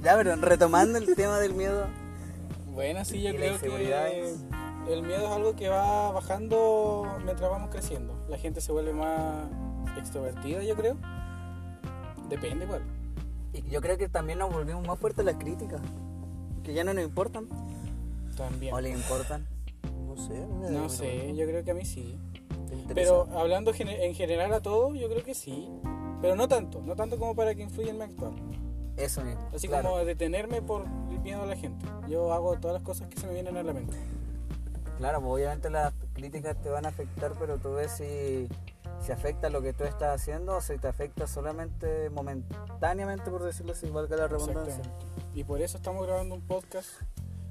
Speaker 4: ya, pero retomando el tema del miedo.
Speaker 1: Bueno, sí, yo
Speaker 4: Y la
Speaker 1: creo
Speaker 4: inseguridad
Speaker 1: que
Speaker 4: es-
Speaker 1: el miedo es algo que va bajando mientras vamos creciendo. La gente se vuelve más extrovertida, yo creo. Depende, igual.
Speaker 4: y Yo creo que también nos volvimos más fuertes las críticas. Que ya no nos importan.
Speaker 1: También.
Speaker 4: O les importan.
Speaker 3: No sé. me-
Speaker 1: No sé, yo creo que a mí sí.
Speaker 3: ¿Te interesa?
Speaker 1: Pero hablando gene- en general a todo, yo creo que sí. Pero no tanto, no tanto como para que influya en mi actuar.
Speaker 4: Eso mismo.
Speaker 1: Así
Speaker 4: claro.
Speaker 1: como detenerme por el miedo a la gente. Yo hago todas las cosas que se me vienen a la mente.
Speaker 4: Claro, pues obviamente las críticas te van a afectar, pero tú ves si, si afecta lo que tú estás haciendo o si te afecta solamente momentáneamente, por decirlo así, valga la redundancia.
Speaker 1: Exactamente. Y por eso estamos grabando un podcast.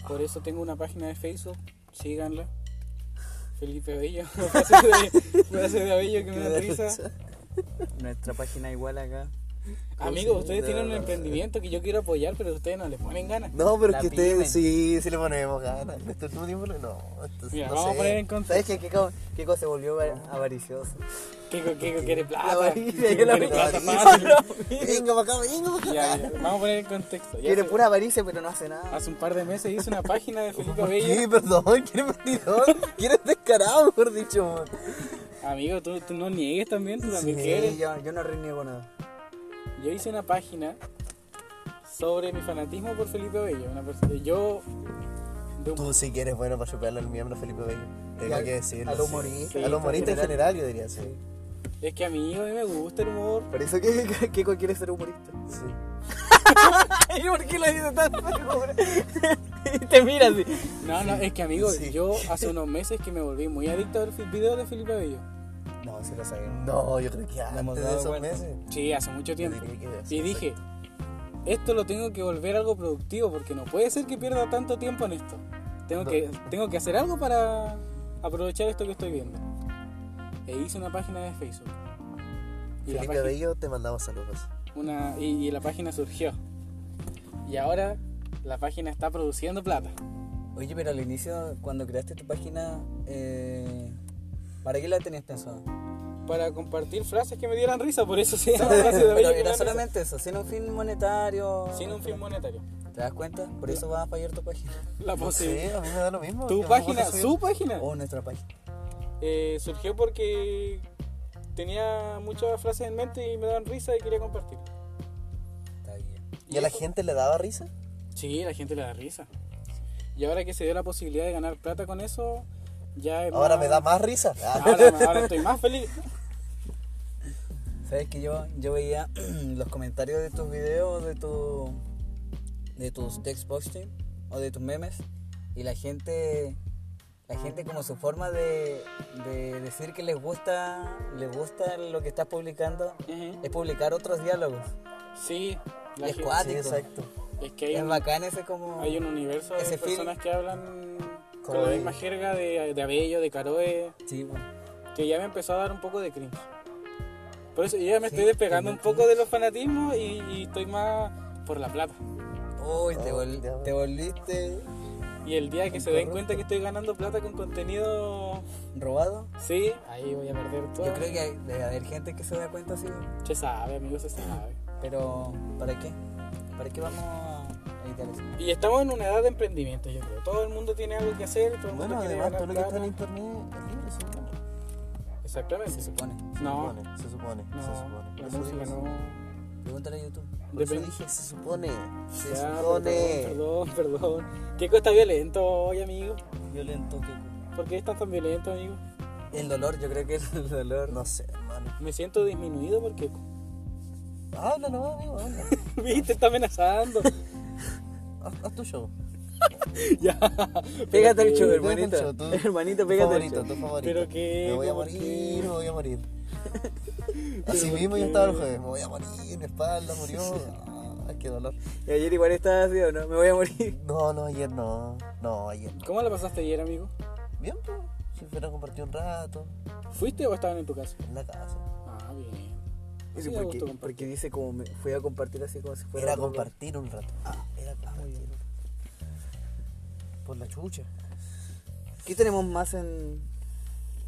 Speaker 1: Por eso tengo una página de Facebook. Síganla. Felipe Bello. Frase de, frase de Bello que me da risa.
Speaker 4: Nuestra página igual acá.
Speaker 1: Amigos, ustedes tienen un emprendimiento que yo quiero apoyar, pero ustedes no le ponen ganas.
Speaker 3: No, pero
Speaker 4: La
Speaker 3: es que ustedes
Speaker 4: pyme.
Speaker 3: sí, sí le ponemos ganas. En Este último tiempo no. Entonces,
Speaker 1: Mira,
Speaker 3: no
Speaker 1: vamos
Speaker 3: sé.
Speaker 1: a poner en contexto.
Speaker 4: ¿Sabes qué? Kiko, Kiko se volvió avar- avaricioso.
Speaker 1: Kiko, Kiko quiere
Speaker 4: La
Speaker 1: plata. Kiko
Speaker 4: avaricia, yo la
Speaker 1: quiere
Speaker 4: vi.
Speaker 1: plata fácil.
Speaker 4: Yo lo vi.
Speaker 3: Venga para acá, venga para acá.
Speaker 1: Ya, ya, Vamos a poner en contexto. Ya
Speaker 4: Quiere
Speaker 1: hace-
Speaker 4: pura avaricia, pero no hace nada.
Speaker 1: Hace un par de meses hice una página de Felipe
Speaker 3: ¿Qué?
Speaker 1: Bello.
Speaker 3: Perdón, ¿quién es mentidor? ¿Quién es descarado, mejor dicho? weón?
Speaker 1: Amigo, tú, tú no niegues también, tú también
Speaker 4: Sí,
Speaker 1: quieres.
Speaker 4: yo, yo no reniego nada.
Speaker 1: Yo hice una página sobre mi fanatismo por Felipe Bello. Una persona, yo, de un-
Speaker 3: Tú sí que eres bueno para chuparle el miembro a Felipe Bello. Tengo
Speaker 4: al-
Speaker 3: que decirlo.
Speaker 4: al
Speaker 3: sí.
Speaker 4: humorista.
Speaker 3: al humorista en
Speaker 4: en
Speaker 3: general, yo diría, sí.
Speaker 1: es que amigo, a mí me gusta el humor.
Speaker 4: Por eso que que Kiko quiere ser humorista.
Speaker 3: sí.
Speaker 4: ¿Y por qué lo dice tan Y te mira así.
Speaker 1: No, no, es que amigo,
Speaker 3: sí.
Speaker 1: yo hace unos meses que me volví muy adicto a ver fi- videos de Felipe Bello.
Speaker 4: No, sí lo sabemos.
Speaker 3: No, yo creo que
Speaker 4: hemos
Speaker 3: antes de
Speaker 4: dado
Speaker 3: esos
Speaker 4: cuenta.
Speaker 3: meses.
Speaker 1: Sí, hace mucho tiempo.
Speaker 3: Yo diría que sí,
Speaker 1: Y dije, esto lo tengo que volver algo productivo porque no puede ser que pierda tanto tiempo en esto. Tengo,
Speaker 3: No.
Speaker 1: que, tengo que hacer algo para aprovechar esto que estoy viendo. E hice una página de Facebook. Y la
Speaker 3: Felipe
Speaker 1: página-
Speaker 3: Bello, te mandamos saludos.
Speaker 1: una, y, y la página surgió. Y ahora la página está produciendo plata.
Speaker 4: Oye, pero al inicio, cuando creaste tu página, eh, ¿para qué la tenías pensada?
Speaker 1: Para compartir frases que me dieran risa, por eso se llama frase de
Speaker 4: Pero
Speaker 1: Bello que me
Speaker 4: era
Speaker 1: dan
Speaker 4: solamente eso, sin un fin monetario.
Speaker 1: risa. Sin un fin monetario.
Speaker 4: ¿Te das cuenta? Por eso vas a fallar tu página.
Speaker 1: La
Speaker 3: No
Speaker 1: posibilidad.
Speaker 3: sé, a mí me da lo mismo.
Speaker 1: Oh, Tu
Speaker 3: yo
Speaker 1: página,
Speaker 3: tampoco soy-
Speaker 1: su página.
Speaker 4: O nuestra página.
Speaker 1: Eh, surgió porque tenía muchas frases en mente y me daban risa y quería compartir.
Speaker 4: Está bien.
Speaker 3: ¿Y a la
Speaker 1: eso-
Speaker 3: gente le daba risa?
Speaker 1: Sí, la gente le da risa. Y ahora que se dio la posibilidad de ganar plata con eso, ya es
Speaker 3: Ahora
Speaker 1: más-
Speaker 3: me da más risa. Ah,
Speaker 1: Ahora, me- ahora estoy más feliz.
Speaker 4: Sabes que yo, yo veía los comentarios de tus videos, de tu de tus text posting o de tus memes y la gente la gente como su forma de, de decir que les gusta les gusta lo que estás publicando
Speaker 1: Ujú.
Speaker 4: es publicar otros diálogos.
Speaker 1: Sí, la
Speaker 4: Es
Speaker 1: gente-
Speaker 4: cuático.
Speaker 3: sí, exacto.
Speaker 1: es que hay
Speaker 4: Es
Speaker 1: un-
Speaker 4: bacán ese como
Speaker 1: Hay un universo de
Speaker 4: Ese film.
Speaker 1: personas que hablan con
Speaker 3: Como
Speaker 1: la
Speaker 3: de-
Speaker 1: misma jerga de, de Abello, de Caroe,
Speaker 4: Sí, bueno.
Speaker 1: que ya me empezó a dar un poco de cringe. Por eso yo ya me
Speaker 4: Sí,
Speaker 1: estoy despegando
Speaker 4: tiene
Speaker 1: un poco de los fanatismos y, y estoy más por la plata.
Speaker 4: Uy, te,
Speaker 3: Oh,
Speaker 4: vol-
Speaker 3: ya.
Speaker 4: te volviste
Speaker 1: Y el día que se den cuenta que estoy ganando plata con contenido,
Speaker 4: robado.
Speaker 1: sí, ahí voy a perder todo.
Speaker 4: Yo creo que hay- debe haber gente que se da cuenta así.
Speaker 1: Se sabe, amigos, se sabe.
Speaker 4: Pero ¿para qué? ¿Para qué vamos a editar eso?
Speaker 1: Y estamos en una edad de emprendimiento, yo creo. Todo el mundo tiene algo que hacer, todo el mundo
Speaker 3: Bueno,
Speaker 1: quiere
Speaker 3: además,
Speaker 1: ganar
Speaker 3: todo lo que está
Speaker 1: plata.
Speaker 3: en internet es libre, sí.
Speaker 1: Es Exactamente.
Speaker 4: se supone.
Speaker 3: Se
Speaker 1: No.
Speaker 3: supone, se supone,
Speaker 1: No,
Speaker 3: se supone.
Speaker 1: la
Speaker 3: Eso
Speaker 1: música
Speaker 3: digo,
Speaker 1: no.
Speaker 4: Pregúntale a YouTube.
Speaker 3: Por eso
Speaker 1: Depende.
Speaker 3: dije, se supone. Se
Speaker 1: Ya,
Speaker 3: supone.
Speaker 1: Perdón, perdón, perdón. ¿Qué cosa violento hoy, amigo?
Speaker 4: Violento, Keiko.
Speaker 1: ¿Por qué estás tan violento, amigo?
Speaker 4: El dolor, yo creo que es el dolor.
Speaker 3: No sé, hermano.
Speaker 1: Me siento disminuido porque.
Speaker 3: Habla nomás, amigo, habla.
Speaker 1: Viste, está amenazando.
Speaker 3: haz, haz tu show.
Speaker 1: ya.
Speaker 4: Pégate el show,
Speaker 1: Pero
Speaker 3: Pégate el
Speaker 4: hermanito.
Speaker 3: show, tú.
Speaker 4: Hermanito,
Speaker 3: Tu
Speaker 4: pégate el
Speaker 3: favorito,
Speaker 4: show.
Speaker 3: tu favorito.
Speaker 1: Pero qué,
Speaker 3: Me voy a
Speaker 1: ¿cómo
Speaker 3: morir,
Speaker 1: qué?
Speaker 3: me voy a morir. Así
Speaker 1: ¿por
Speaker 3: mismo
Speaker 1: qué?
Speaker 3: yo estaba el jueves. Me voy a morir, mi espalda murió. Ay, qué dolor.
Speaker 4: Y ayer igual estaba así, ¿o no? Me voy a morir.
Speaker 3: No, no, ayer no. No, ayer no.
Speaker 1: ¿Cómo la pasaste ayer, amigo?
Speaker 3: Bien, pues. Si fuera a compartir un rato
Speaker 1: ¿Fuiste o estaban en tu casa?
Speaker 3: en la casa.
Speaker 1: Ah, bien.
Speaker 4: Eso
Speaker 1: Sí, da
Speaker 4: porque,
Speaker 1: gusto compartir.
Speaker 4: porque dice como me fui a compartir así como si fuera
Speaker 3: Era
Speaker 4: otro lugar.
Speaker 3: compartir un rato. Era compartir un rato. Por la chucha.
Speaker 4: ¿Qué tenemos más en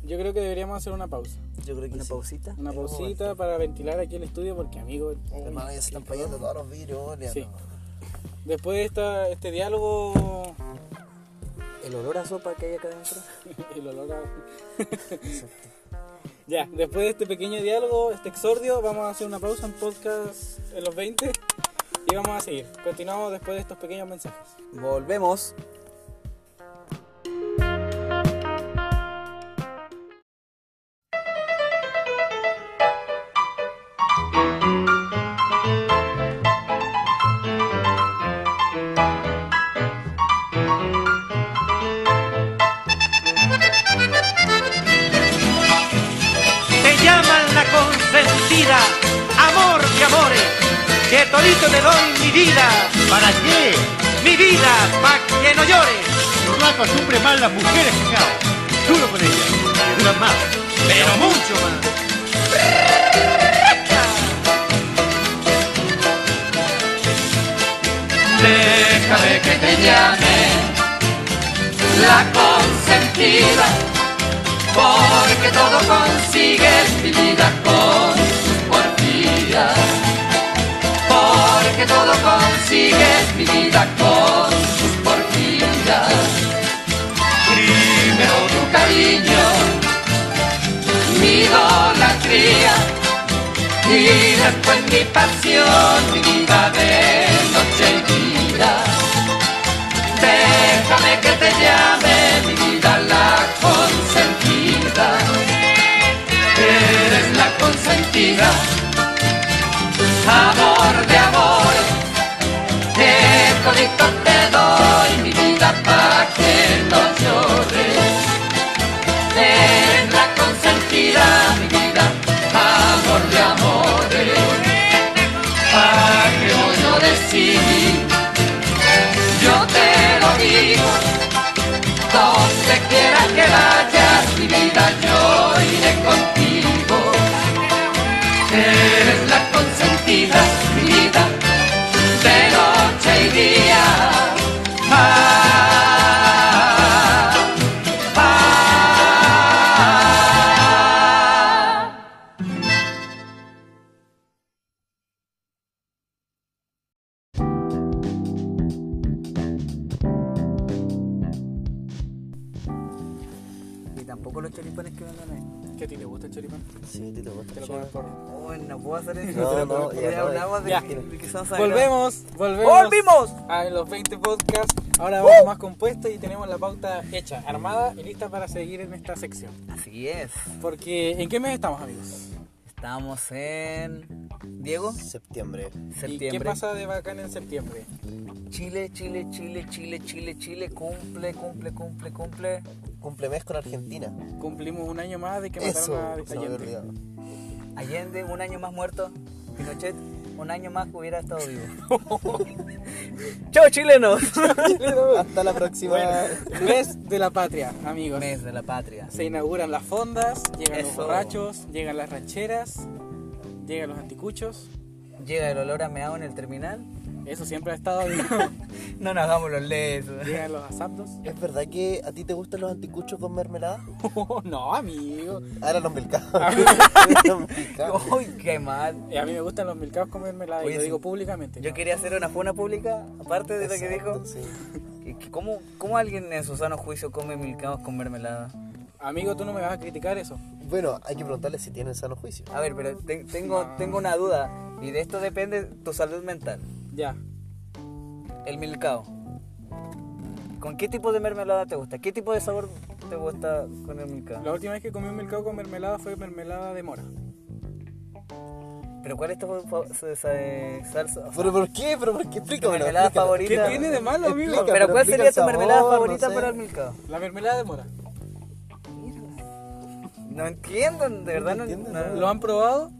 Speaker 1: Yo creo que deberíamos hacer una pausa.
Speaker 3: Yo creo que
Speaker 4: una
Speaker 3: sí.
Speaker 4: pausita?
Speaker 1: Una
Speaker 3: En un
Speaker 1: pausita para ventilar aquí el estudio porque, amigo. el-
Speaker 3: Hermano, ya se están fallando todos los vidrios. oh,
Speaker 1: Sí.
Speaker 3: hermano.
Speaker 1: Después de esta, este diálogo,
Speaker 4: El olor a sopa que hay acá adentro.
Speaker 1: el olor a... ya, después de este pequeño diálogo, este exordio, vamos a hacer una pausa en podcast en los 20 y vamos a seguir. Continuamos después de estos pequeños mensajes.
Speaker 4: Volvemos.
Speaker 2: Te llaman la consentida, amor de amores, que todito te doy mi vida,
Speaker 5: ¿Para qué?
Speaker 2: mi vida, pa' que no llores.
Speaker 5: Los racos sufren más las mujeres que caos. Duro con ellas, que duran más.
Speaker 2: pero mucho más. Déjame que te llame la consentida, porque todo consigues mi vida con sus porfías. Porque todo consigues mi vida con sus porfías. Primero tu cariño mi idolatría y después mi pasión, mi vida de noche y día. Déjame que te llame mi vida la consentida. Eres la consentida, amor de amor. Que todito te doy mi vida para que no llores. Eres la consentida, mi vida, amor de amores. ¿Para que no llores sí? Yo te lo digo. Donde quiera que vayas, mi vida, yo iré contigo. Eres la consentida, mi vida, de noche y día. Ah,
Speaker 4: Y tampoco los choripanes que venden ahí.
Speaker 1: ¿Qué a ti te gusta el choripán?
Speaker 3: Sí, te lo voy a
Speaker 1: Te
Speaker 3: estar
Speaker 1: lo comes por...
Speaker 4: Oh, no puedo hacer eso.
Speaker 3: No,
Speaker 4: pero
Speaker 3: no,
Speaker 4: como que
Speaker 3: ya
Speaker 4: ya
Speaker 3: no,
Speaker 4: hablamos de,
Speaker 1: ya.
Speaker 4: que, de que somos
Speaker 1: Volvemos, volvemos.
Speaker 4: ¡Volvimos!
Speaker 1: A los 20 podcasts. Ahora vamos más compuestos y tenemos la pauta hecha, armada y lista para seguir en esta sección.
Speaker 4: Así es.
Speaker 1: Porque, ¿en qué mes estamos, amigos?
Speaker 4: Estamos en. Diego,
Speaker 3: Septiembre.
Speaker 4: septiembre.
Speaker 1: ¿Y qué pasa de bacán en septiembre?
Speaker 4: Chile, Chile, Chile, Chile, Chile, Chile, cumple, cumple, cumple, cumple.
Speaker 3: Cumple mes con Argentina.
Speaker 1: Cumplimos un año más de que
Speaker 3: Eso.
Speaker 1: mataron a
Speaker 3: Se me había
Speaker 1: Allende.
Speaker 3: olvidado.
Speaker 4: Allende, un año más muerto. Pinochet, un año más hubiera estado vivo. ¡Chao, chilenos!
Speaker 3: Hasta la próxima.
Speaker 1: Mes de la patria, amigos.
Speaker 4: Mes de la patria.
Speaker 1: Se inauguran las fondas, llegan los
Speaker 4: Eso.
Speaker 1: borrachos, llegan las rancheras, llegan los anticuchos.
Speaker 4: Llega el olor a meado en el terminal.
Speaker 1: Eso siempre ha estado ahí.
Speaker 4: No nos hagamos los lesos.
Speaker 1: llegan los asaptos.
Speaker 3: ¿Es verdad que a ti te gustan los anticuchos con mermelada?
Speaker 1: no, amigo.
Speaker 3: Ahora los milcaos.
Speaker 4: Ah.
Speaker 3: Los milcaos.
Speaker 4: ¡Uy, qué mal!
Speaker 1: Eh, A mí me gustan los milcaos con mermelada y
Speaker 4: Oye,
Speaker 1: lo
Speaker 4: sí.
Speaker 1: digo públicamente.
Speaker 4: Yo
Speaker 1: ¿no?
Speaker 4: quería hacer una funa pública, aparte de lo que dijo.
Speaker 3: Exacto, sí.
Speaker 4: que- que ¿Cómo, cómo alguien en su sano juicio come milcaos con mermelada?
Speaker 1: Amigo, tú no me vas a criticar eso.
Speaker 3: Bueno, hay que preguntarle si tienen sano juicio.
Speaker 4: A ver, pero te- tengo,
Speaker 1: No.
Speaker 4: tengo una duda. Y de esto depende tu salud mental.
Speaker 1: Ya.
Speaker 4: El milcao. ¿Con qué tipo de mermelada te gusta? ¿Qué tipo de sabor te gusta con el milcao?
Speaker 1: La última vez que comí un milcao con mermelada fue mermelada de mora.
Speaker 4: ¿Pero cuál es tu fa- sa- sa- salsa?
Speaker 3: ¿Pero por qué? ¿Pero por qué? Explícame.
Speaker 4: mermelada favorita.
Speaker 1: ¿Qué tiene de malo, amigo?
Speaker 3: Explica,
Speaker 4: ¿Pero cuál
Speaker 3: explica
Speaker 4: sería
Speaker 3: el
Speaker 4: tu mermelada
Speaker 3: sabor, no
Speaker 4: favorita
Speaker 3: sé.
Speaker 4: para el milcao?
Speaker 1: La mermelada de mora.
Speaker 4: No entiendo, de verdad no
Speaker 3: entiendo,
Speaker 4: no-
Speaker 1: ¿Lo han probado?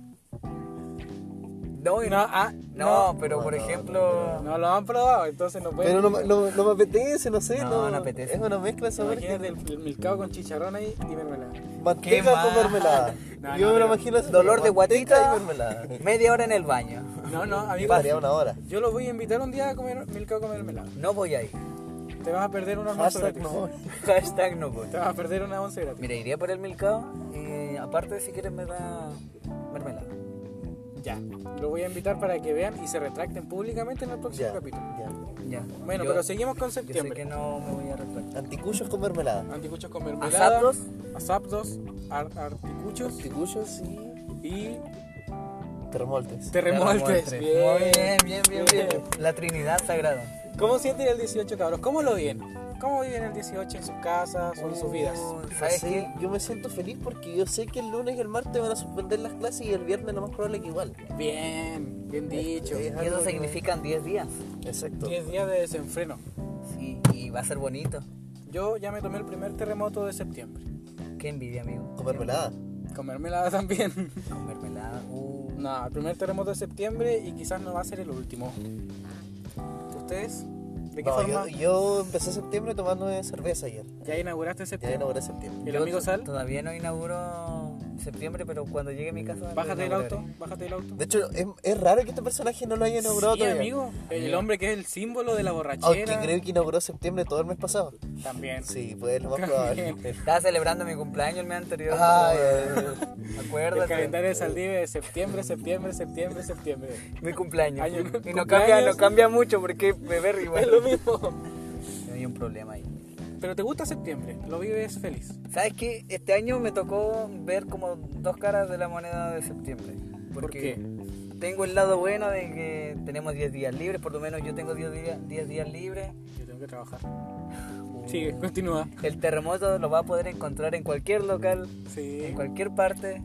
Speaker 4: No,
Speaker 1: No, ah,
Speaker 4: no, pero por ejemplo...
Speaker 1: No lo han probado, entonces no pueden.
Speaker 3: Pero no, me- no- no me apetece, no sé.
Speaker 4: No,
Speaker 3: No,
Speaker 4: no apetece.
Speaker 3: Es una mezcla de sabores. que-
Speaker 1: Imagínate el, el milcao con chicharrón ahí y mermelada.
Speaker 4: Qué
Speaker 3: Manteca
Speaker 4: mal.
Speaker 3: con mermelada.
Speaker 1: No,
Speaker 3: Yo
Speaker 1: no,
Speaker 3: me
Speaker 1: pero-
Speaker 3: lo imagino así.
Speaker 4: Dolor de
Speaker 3: manteca
Speaker 4: guatita.
Speaker 3: y mermelada.
Speaker 4: Media hora en el baño.
Speaker 1: No, no,
Speaker 3: Yo
Speaker 1: amigo.
Speaker 3: daría una hora.
Speaker 1: Yo los voy a invitar un día a comer milcao con mermelada.
Speaker 4: No voy ahí.
Speaker 1: Te vas a perder una once
Speaker 3: Hashtag
Speaker 1: gratis.
Speaker 3: no.
Speaker 4: Hashtag no voy.
Speaker 1: Te vas a perder una once gratis.
Speaker 4: Mira, iría por el milcao y aparte si quieres me da mermelada.
Speaker 1: Ya. Lo voy a invitar para que vean y se retracten públicamente en el próximo
Speaker 3: Ya,
Speaker 1: capítulo.
Speaker 3: ya.
Speaker 4: Ya.
Speaker 1: Bueno,
Speaker 4: Yo-
Speaker 1: pero seguimos con
Speaker 4: Yo sé
Speaker 1: septiembre.
Speaker 4: que no me voy a retractar.
Speaker 3: Anticuchos con mermelada.
Speaker 1: Anticuchos con mermelada.
Speaker 4: Azapdos.
Speaker 1: Azapdos. ar- articuchos.
Speaker 3: Anticuchos, sí.
Speaker 1: Y
Speaker 3: Termoltes.
Speaker 1: terremotes.
Speaker 4: Terremotes. Muy
Speaker 1: Bien.
Speaker 4: bien, bien, bien, bien. La Trinidad Sagrada.
Speaker 1: ¿Cómo sienten el 18, cabros? ¿Cómo lo viven? ¿Cómo viven el 18 en sus casas o en sus vidas?
Speaker 4: Uh,
Speaker 3: No
Speaker 4: ¿Sabes
Speaker 3: sé,
Speaker 4: qué?
Speaker 3: yo me siento feliz porque yo sé que el lunes y el martes van a suspender las clases y el viernes lo más probable que igual.
Speaker 1: Bien, bien dicho.
Speaker 3: Es
Speaker 4: Y
Speaker 3: algo
Speaker 4: eso
Speaker 3: que-
Speaker 4: significan 10 días.
Speaker 3: Exacto.
Speaker 1: 10 días de desenfreno.
Speaker 4: Sí, y va a ser bonito.
Speaker 1: Yo ya me tomé el primer terremoto de septiembre.
Speaker 4: Qué envidia, amigo.
Speaker 3: Con mermelada.
Speaker 1: Comérmela también.
Speaker 4: Con mermelada. Uh,
Speaker 1: No, el primer terremoto de septiembre y quizás no va a ser el último. ¿Ustedes? ¿De qué
Speaker 3: No, yo,
Speaker 1: forma?
Speaker 3: yo empecé septiembre tomando cerveza ayer.
Speaker 1: Ya inauguraste
Speaker 3: Ya
Speaker 1: septiembre.
Speaker 3: inauguré septiembre.
Speaker 1: ¿El
Speaker 4: yo
Speaker 1: amigo
Speaker 4: to-
Speaker 1: Sal?
Speaker 4: Todavía no inauguro septiembre, pero cuando llegue a mi casa. lo
Speaker 1: Bájate del auto,
Speaker 4: inauguraré.
Speaker 1: bájate del auto.
Speaker 3: De hecho, es, es raro que este personaje no lo haya inaugurado
Speaker 1: Sí,
Speaker 3: todavía.
Speaker 1: amigo. El hombre que es el símbolo de la
Speaker 3: Aunque
Speaker 1: borrachera.
Speaker 3: creo que inauguró septiembre todo el mes pasado.
Speaker 1: También.
Speaker 3: Sí, pues lo más probable.
Speaker 4: Estaba celebrando mi cumpleaños el mes anterior.
Speaker 3: Ay,
Speaker 4: Acuérdate.
Speaker 1: El calendario de Saldivia es septiembre, septiembre, septiembre, septiembre.
Speaker 4: Mi cumpleaños.
Speaker 1: Año-
Speaker 4: y no
Speaker 1: cumpleaños.
Speaker 4: cambia, no cambia mucho porque beber
Speaker 1: Es
Speaker 4: igual.
Speaker 1: lo mismo.
Speaker 4: Hay un problema ahí.
Speaker 1: Pero te gusta septiembre, lo vives feliz.
Speaker 4: ¿Sabes qué? Este año me tocó ver como dos caras de la moneda de septiembre.
Speaker 1: ¿Por
Speaker 4: Porque tengo el lado bueno de que tenemos 10 días libres, por lo menos yo tengo 10 días, 10 días libres.
Speaker 1: Yo tengo que trabajar.
Speaker 4: Uh.
Speaker 1: Sigue, continúa.
Speaker 4: El terremoto lo va a poder encontrar en cualquier local,
Speaker 1: Sí.
Speaker 4: en cualquier parte.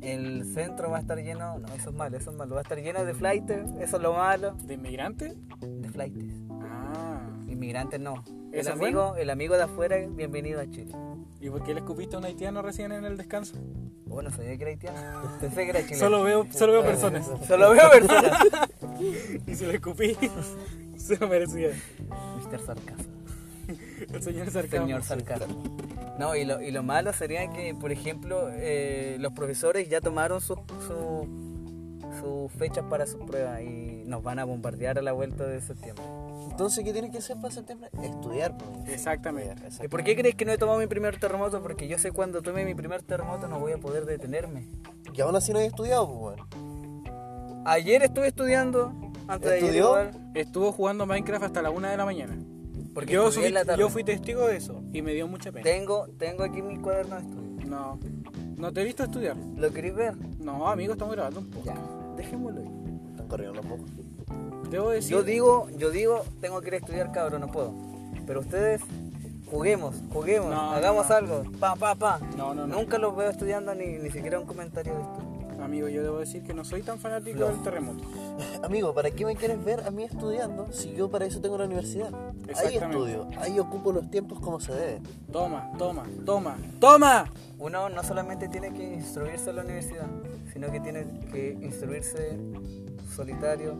Speaker 4: El centro va a estar lleno, no, eso es malo, eso es malo, va a estar lleno de flighters, eso es lo malo,
Speaker 1: ¿De inmigrante?
Speaker 4: de flighters.
Speaker 1: Ah.
Speaker 4: Inmigrantes no. El
Speaker 1: ¿Eso fue?
Speaker 4: amigo, el amigo de afuera, bienvenido a Chile.
Speaker 1: ¿Y por qué le escupiste a un haitiano recién en el descanso?
Speaker 4: Bueno, Oh, sabía que era haitiano. Pensé que era chileno.
Speaker 1: Solo veo, solo veo personas.
Speaker 4: Solo veo personas.
Speaker 1: Y si le escupí, se lo merecía.
Speaker 4: Mr. Sarcasmo.
Speaker 1: El señor Sarcasmo.
Speaker 4: Señor Sarcasmo. No, y lo, y lo malo sería que, por ejemplo, eh, los profesores ya tomaron sus su, sus fechas para sus pruebas y nos van a bombardear a la vuelta de septiembre.
Speaker 3: Entonces, ¿qué tienes que hacer para septiembre? Estudiar. pues.
Speaker 1: Exactamente.
Speaker 4: ¿Y por qué crees que no he tomado mi primer terremoto? Porque yo sé cuando tome mi primer terremoto no voy a poder detenerme.
Speaker 3: Y aún así no he estudiado, pues, bueno.
Speaker 4: Ayer estuve estudiando, antes de ayer
Speaker 3: ¿Estudió?
Speaker 4: igual,
Speaker 1: Estuvo jugando Minecraft hasta la una de la mañana.
Speaker 4: porque
Speaker 1: Yo,
Speaker 4: estudié
Speaker 1: fui-
Speaker 4: en la tarde.
Speaker 1: yo fui testigo de eso y me dio mucha pena.
Speaker 4: Tengo, tengo aquí mi cuaderno de estudio.
Speaker 1: No, no te he visto estudiar.
Speaker 4: ¿Lo queréis ver?
Speaker 1: No, amigo, estamos grabando un poco.
Speaker 4: Ya, dejémoslo ahí.
Speaker 3: Están corriendo los mocos.
Speaker 1: Debo decir.
Speaker 4: Yo digo, yo digo, tengo que ir a estudiar, cabrón, no puedo. Pero ustedes, juguemos, juguemos,
Speaker 1: No,
Speaker 4: hagamos
Speaker 1: no.
Speaker 4: algo. Pa, pa, pa.
Speaker 1: No, no, no.
Speaker 4: Nunca los veo estudiando ni, ni siquiera un comentario de esto.
Speaker 1: Amigo, yo debo decir que no soy tan fanático
Speaker 4: No.
Speaker 1: del terremoto.
Speaker 3: Amigo, ¿para qué me quieres ver a mí estudiando si yo para eso tengo la universidad? Ahí
Speaker 1: Exactamente.
Speaker 3: estudio, ahí ocupo los tiempos como se debe.
Speaker 1: Toma, toma, toma, toma.
Speaker 4: Uno no solamente tiene que instruirse en la universidad, sino que tiene que instruirse solitario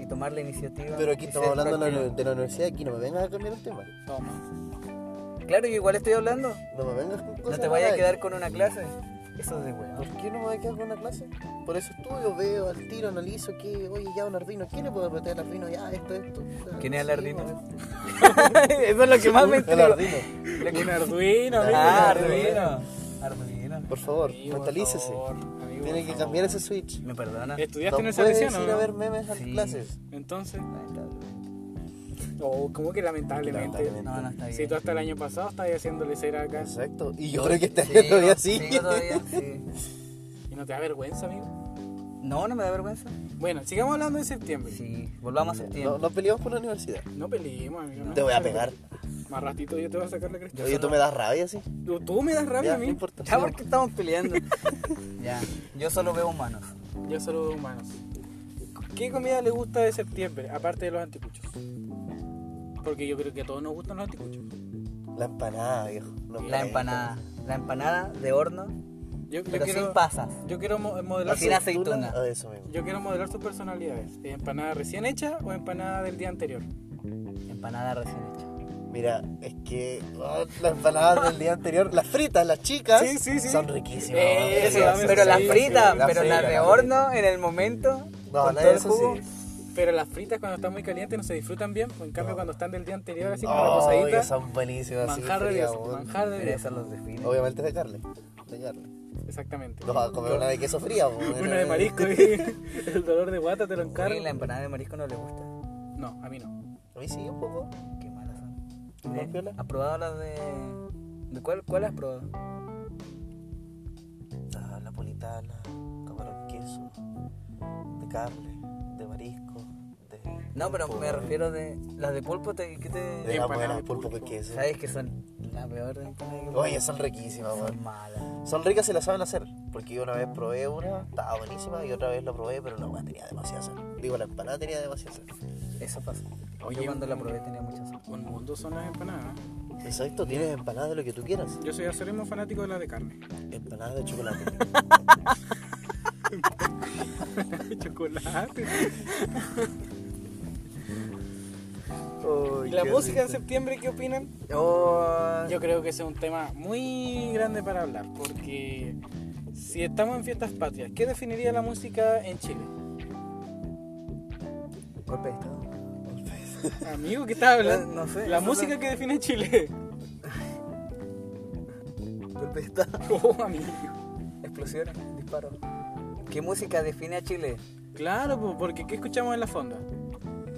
Speaker 4: y tomar la iniciativa.
Speaker 3: Pero aquí
Speaker 4: y
Speaker 3: estamos
Speaker 4: ser
Speaker 3: hablando de la,
Speaker 4: proactivo.
Speaker 3: de la universidad, aquí no me vengas a cambiar el tema.
Speaker 1: Toma.
Speaker 4: Claro, yo igual estoy hablando.
Speaker 3: No me vengas con cosas.
Speaker 4: No te vayas a
Speaker 3: raras.
Speaker 4: quedar con una clase. Eso es de huevo.
Speaker 3: ¿Por qué no me voy a quedar con una clase? Por eso estudio, veo, al tiro, analizo que, oye, ya un ardino, ¿quién le puedo meter al ardino? Ya, esto, esto.
Speaker 4: ¿Quién es el
Speaker 3: Sí,
Speaker 4: Ardino?
Speaker 3: bueno.
Speaker 4: Eso es lo que más me
Speaker 3: El
Speaker 4: intriga.
Speaker 3: ardino.
Speaker 4: Lo que-
Speaker 1: Un arduino, amigo.
Speaker 4: Ah,
Speaker 1: un
Speaker 4: Arduino. Arduino.
Speaker 3: Por favor,
Speaker 1: Amigo, por
Speaker 3: mentalícese.
Speaker 1: favor, amigo,
Speaker 3: Tiene
Speaker 1: por
Speaker 3: que
Speaker 1: favor.
Speaker 3: cambiar ese switch.
Speaker 4: ¿Me perdona?
Speaker 1: ¿Estudiaste en
Speaker 3: no
Speaker 1: el
Speaker 3: puedes
Speaker 1: Salesiano?
Speaker 3: ir a
Speaker 1: no?
Speaker 3: ver memes a
Speaker 4: Sí.
Speaker 3: clases.
Speaker 1: Entonces, O como oh, que lamentablemente.
Speaker 3: Lamentablemente.
Speaker 4: No, no está bien.
Speaker 1: Si tú hasta el año pasado estabas haciéndole cera acá
Speaker 3: Exacto. Y yo creo que está
Speaker 4: Sigo-
Speaker 3: todavía así.
Speaker 4: sigo todavía, sí.
Speaker 1: y no te da vergüenza, amigo.
Speaker 4: No, no me da vergüenza.
Speaker 1: Bueno, sigamos hablando de septiembre.
Speaker 4: Sí, volvamos a
Speaker 3: No,
Speaker 4: septiembre.
Speaker 3: nos peleamos por la universidad.
Speaker 1: No peleemos, amigo. no.
Speaker 3: Te voy a pegar.
Speaker 1: Más ratito yo te voy a sacar la cresta.
Speaker 3: Oye, tú me das rabia, sí.
Speaker 1: Tú, tú me das rabia
Speaker 3: Ya,
Speaker 1: a
Speaker 3: no
Speaker 1: mí.
Speaker 3: importa.
Speaker 4: Ya, porque estamos peleando? ya, yo solo veo humanos.
Speaker 1: Yo solo veo humanos. ¿Qué comida le gusta de septiembre? Aparte de los anticuchos. Porque yo creo que a todos nos gustan los anticuchos.
Speaker 3: La empanada, viejo. No
Speaker 4: La
Speaker 3: me-
Speaker 4: empanada. La empanada de horno,
Speaker 1: Yo, yo
Speaker 4: pero
Speaker 1: quiero,
Speaker 4: sin pasas.
Speaker 1: yo quiero mo- eh, modelar
Speaker 4: Así
Speaker 1: su-
Speaker 4: la-
Speaker 3: aceituna.
Speaker 4: aceituna.
Speaker 3: Ah, eso mismo.
Speaker 1: yo quiero modelar sus personalidades. ¿Empanada recién hecha o empanada del día anterior?
Speaker 4: Empanada recién hecha.
Speaker 3: Mira, es que ah, las empanadas del día anterior, las fritas, las chicas,
Speaker 1: Sí, sí, sí.
Speaker 3: son riquísimas.
Speaker 1: Eh,
Speaker 3: weón.
Speaker 1: Eso,
Speaker 3: Ricas.
Speaker 1: sí,
Speaker 4: pero la
Speaker 1: sí,
Speaker 4: frita,
Speaker 1: sí,
Speaker 3: la
Speaker 4: pero la
Speaker 3: frita,
Speaker 4: de
Speaker 3: la
Speaker 4: horno en el momento.
Speaker 3: No,
Speaker 4: con
Speaker 3: la-
Speaker 4: todo el
Speaker 3: eso
Speaker 4: jugo.
Speaker 3: sí.
Speaker 1: Pero las fritas cuando están muy calientes no se disfrutan bien. En cambio,
Speaker 3: No.
Speaker 1: cuando están del día anterior, así como
Speaker 3: Oh,
Speaker 1: reposaditas,
Speaker 3: son buenísimas. así,
Speaker 1: manjar de
Speaker 3: frías,
Speaker 1: Dios.
Speaker 3: weón.
Speaker 1: Manjar de
Speaker 4: Pero
Speaker 1: Dios.
Speaker 4: eso los define.
Speaker 3: Obviamente de carne. De carne.
Speaker 1: Exactamente.
Speaker 3: No, a comer una de queso fría. weón. Eh,
Speaker 1: Una de marisco y el dolor de guata te lo encargo.
Speaker 4: Oye, la empanada de marisco no le gusta.
Speaker 1: No, a mí no.
Speaker 3: A mí sí, un poco.
Speaker 4: Qué malas son.
Speaker 3: ¿No, Piola?
Speaker 4: ¿Has probado las de.? ¿De cuál, cuál has probado?
Speaker 3: La napolitana, camarón queso, de carne, de marisco, de.
Speaker 4: No, pero
Speaker 3: pulpo,
Speaker 4: me refiero de. Las de pulpo, te, ¿qué te.?
Speaker 3: De la
Speaker 1: empanada
Speaker 3: buena,
Speaker 1: de
Speaker 3: pulpo con
Speaker 1: pulpo.
Speaker 3: queso.
Speaker 4: ¿Sabes que son la peor de empanada que
Speaker 3: Oye, son riquísimas, weón.
Speaker 4: Son malas.
Speaker 3: Son ricas y las saben hacer. Porque yo una vez probé una, estaba buenísima, y otra vez la probé, pero la weá tenía demasiada sal. Digo, la empanada tenía demasiada sal.
Speaker 4: Eso pasa.
Speaker 1: Oye,
Speaker 4: Yo cuando la probé tenía mucha sal.
Speaker 1: Un mundo son las empanadas.
Speaker 3: Exacto, tienes empanadas de lo que tú quieras.
Speaker 1: Yo soy acérrimo fanático de las de carne.
Speaker 3: Empanadas de chocolate.
Speaker 1: Chocolate. ¿Y la música en septiembre qué opinan?
Speaker 4: Oh,
Speaker 1: Yo creo que ese es un tema muy grande para hablar, porque si estamos en fiestas patrias, ¿qué definiría la música en Chile?
Speaker 4: golpe de estado.
Speaker 1: Amigo, ¿qué estás hablando?
Speaker 4: No sé,
Speaker 1: La
Speaker 4: no
Speaker 1: música
Speaker 4: sé.
Speaker 1: que define Chile.
Speaker 4: Golpe de estado.
Speaker 1: Oh, amigo.
Speaker 4: Explosiones, disparos. ¿Qué música define a Chile?
Speaker 1: Claro, po, porque ¿qué escuchamos en la fonda?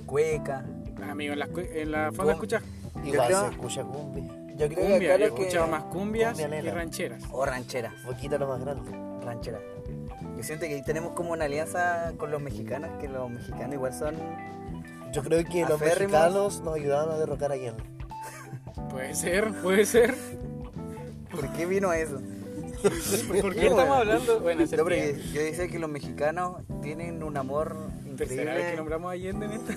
Speaker 4: Cueca.
Speaker 1: Amigo, en la, escu- en la fonda
Speaker 4: Cum-
Speaker 1: escuchas
Speaker 3: Igual
Speaker 4: Yo
Speaker 3: se
Speaker 4: creo-
Speaker 3: escucha cumbia.
Speaker 4: Yo
Speaker 1: cumbia,
Speaker 4: creo que
Speaker 1: yo he
Speaker 4: acá lo que...
Speaker 1: escuchado más cumbias
Speaker 3: Cumbia
Speaker 1: y
Speaker 3: nena.
Speaker 1: rancheras.
Speaker 4: O ranchera.
Speaker 3: Boquita lo más grande.
Speaker 4: Ranchera. Yo siento que ahí tenemos como una alianza con los mexicanos, que los mexicanos igual son...
Speaker 3: Yo creo que los
Speaker 4: Aférrimos.
Speaker 3: mexicanos nos ayudaron a derrocar a Allende.
Speaker 1: Puede ser, puede ser.
Speaker 4: ¿Por qué vino eso?
Speaker 1: ¿Por qué estamos hablando? Bueno,
Speaker 4: No, pero
Speaker 1: septiembre.
Speaker 4: yo decía que los mexicanos tienen un amor
Speaker 1: Tercera vez que
Speaker 4: increíble.
Speaker 1: nombramos a Allende en esta.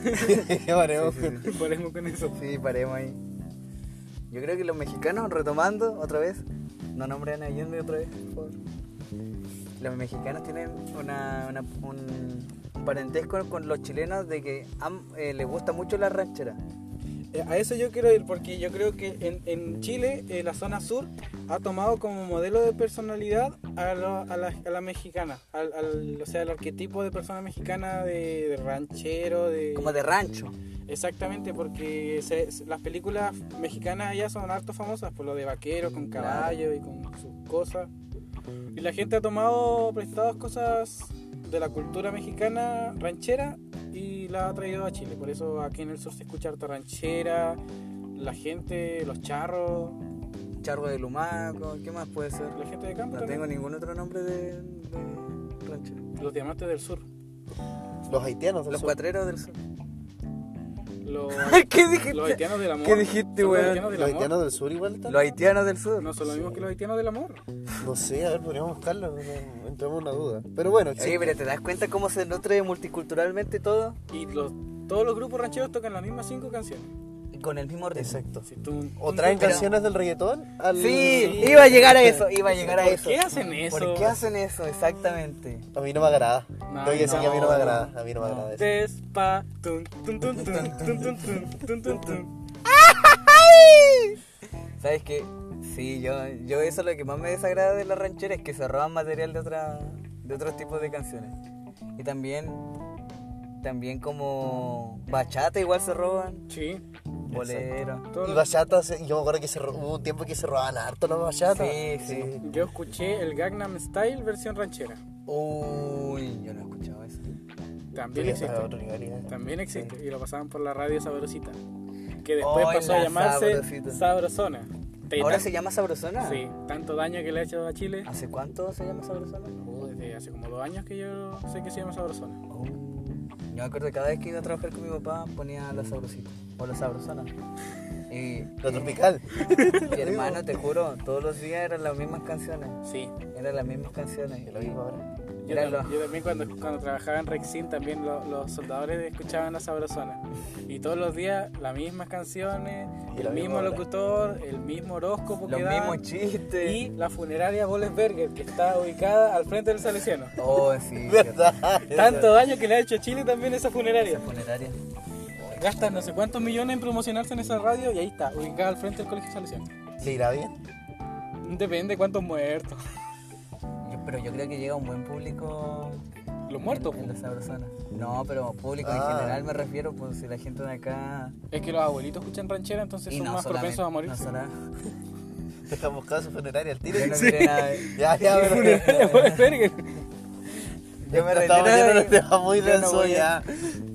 Speaker 3: Vale,
Speaker 4: Sí, sí, sí.
Speaker 1: Paremos con eso.
Speaker 4: Sí, paremos ahí. Yo creo que los mexicanos, retomando otra vez, no nombren a Allende otra vez, por favor. Los mexicanos tienen una, una- un, un parentesco con los chilenos de que am- eh, les gusta mucho la ranchera.
Speaker 1: Eh, A eso yo quiero ir porque yo creo que en, en Chile eh, la zona sur ha tomado como modelo de personalidad a, lo- a la, a la mexicana, al, al- o sea, el arquetipo de persona mexicana de, de ranchero, de...
Speaker 4: Como de rancho.
Speaker 1: Exactamente, porque se- se- las películas mexicanas allá son harto famosas por lo de vaqueros con caballo y con sus cosas. Y la gente ha tomado prestadas cosas de la cultura mexicana ranchera y la ha traído a Chile. Por eso aquí en el sur se escucha harta ranchera, la gente, los charros,
Speaker 4: Charro de Lumaco, ¿qué más puede ser?
Speaker 1: la gente de campo,
Speaker 4: No
Speaker 1: también,
Speaker 4: tengo ningún otro nombre de, de ranchero.
Speaker 1: los diamantes del sur.
Speaker 3: Los haitianos del
Speaker 4: Los
Speaker 3: sur.
Speaker 4: cuatreros del sur.
Speaker 1: Los,
Speaker 4: ¿Qué dijiste?
Speaker 1: los haitianos del amor.
Speaker 4: ¿Qué dijiste,
Speaker 1: Son los
Speaker 4: weón?
Speaker 1: haitianos del
Speaker 3: Los
Speaker 1: amor.
Speaker 3: haitianos del sur igual están.
Speaker 4: Los haitianos del sur.
Speaker 1: No son los mismos que los haitianos del amor.
Speaker 3: No sé, a ver, podríamos buscarlo. no- no- Entramos en una duda. Pero bueno,
Speaker 4: Sí,
Speaker 3: existe.
Speaker 4: pero ¿te das cuenta cómo se nutre multiculturalmente todo?
Speaker 1: Y los, todos los grupos rancheros tocan las mismas cinco canciones.
Speaker 4: Con el mismo orden.
Speaker 3: Exacto.
Speaker 1: Si tú-
Speaker 3: O
Speaker 1: tú-
Speaker 3: traen
Speaker 1: pero-
Speaker 3: canciones del reggaetón al.
Speaker 4: Sí, iba a llegar a eso, iba a llegar a
Speaker 1: ¿Por
Speaker 4: eso.
Speaker 1: qué hacen eso?
Speaker 4: ¿Por qué hacen eso? Exactamente.
Speaker 3: A mí no me agrada.
Speaker 1: No,
Speaker 3: Tengo que decir que a mí no
Speaker 4: no,
Speaker 3: me agrada. A mí no me agrada eso.
Speaker 1: Despa, tun, tun, tun, tun, tun, tun, tun, tun, tun, tun.
Speaker 4: ¿Sabes qué? Sí, yo, yo eso lo que más me desagrada de la ranchera es que se roban material de otra de otros tipos de canciones. Y también también como bachata igual se roban,
Speaker 1: Sí,
Speaker 4: bolero.
Speaker 1: todo
Speaker 3: Y
Speaker 1: lo-
Speaker 3: bachata, se- yo me acuerdo que se ro- hubo un tiempo que se robaban harto las bachatas.
Speaker 4: Sí, sí.
Speaker 1: yo escuché el Gangnam Style versión ranchera.
Speaker 4: Uy, yo no he escuchado eso.
Speaker 1: También
Speaker 3: Bien, a
Speaker 1: existe.
Speaker 3: otro nivel, ya.
Speaker 1: También existe. Y lo pasaban por la radio sabrosita. que después
Speaker 4: Oh,
Speaker 1: pasó a
Speaker 4: la
Speaker 1: llamarse
Speaker 4: sabrosita.
Speaker 1: Sabrosona. Te-
Speaker 4: ¿Ahora
Speaker 1: tan-
Speaker 4: se llama Sabrosona?
Speaker 1: Sí, tanto daño que le ha hecho a Chile.
Speaker 4: ¿Hace cuánto se llama Sabrosona?
Speaker 1: Uh, desde hace como dos años que yo sé que se llama Sabrosona.
Speaker 4: Oh. Yo me acuerdo que cada vez que iba a trabajar con mi papá ponía la sabrosita o la sabrosona. Y
Speaker 3: Lo tropical.
Speaker 4: mi hermano, te juro, todos los días eran las mismas canciones.
Speaker 1: Sí.
Speaker 4: Eran las mismas canciones.
Speaker 3: Es lo mismo ahora.
Speaker 1: Yo,
Speaker 4: Eran
Speaker 1: tam-
Speaker 4: los-
Speaker 1: yo también cuando, cuando trabajaba en Rexin también lo- los soldadores escuchaban la sabrosona. Y todos los días las mismas canciones,
Speaker 3: Y
Speaker 1: el
Speaker 3: la misma
Speaker 1: mismo
Speaker 3: hora.
Speaker 1: locutor, el mismo horóscopo
Speaker 4: los
Speaker 1: que daban,
Speaker 4: mismos chistes.
Speaker 1: y la funeraria Bollesberger que está ubicada al frente del Salesiano.
Speaker 4: Oh, sí.
Speaker 3: ¿Verdad?
Speaker 1: Tanto daño que le ha hecho a Chile también esa funeraria.
Speaker 4: Esa funeraria.
Speaker 1: Gastan no sé cuántos millones en promocionarse en esa radio y ahí está, ubicada al frente del Colegio Salesiano.
Speaker 3: ¿Le irá bien?
Speaker 1: Depende cuántos muertos.
Speaker 4: Yo- pero yo creo que llega un buen público.
Speaker 1: Los muertos.
Speaker 4: En, en la sabrosona. No, pero público
Speaker 3: Ah.
Speaker 4: en general me refiero, pues si la gente de acá.
Speaker 1: Es que los abuelitos escuchan ranchera, entonces son más propensos a morir.
Speaker 4: No sola-
Speaker 3: Dejamos buscado su funeraria al tiro.
Speaker 4: yo no miré nada de-
Speaker 3: Ya, ya, pero.
Speaker 4: Yo me
Speaker 3: Estamos
Speaker 4: retiro
Speaker 3: yendo en
Speaker 4: de-
Speaker 3: un tema muy
Speaker 4: yo no
Speaker 3: denso
Speaker 4: voy
Speaker 3: ya.
Speaker 4: a-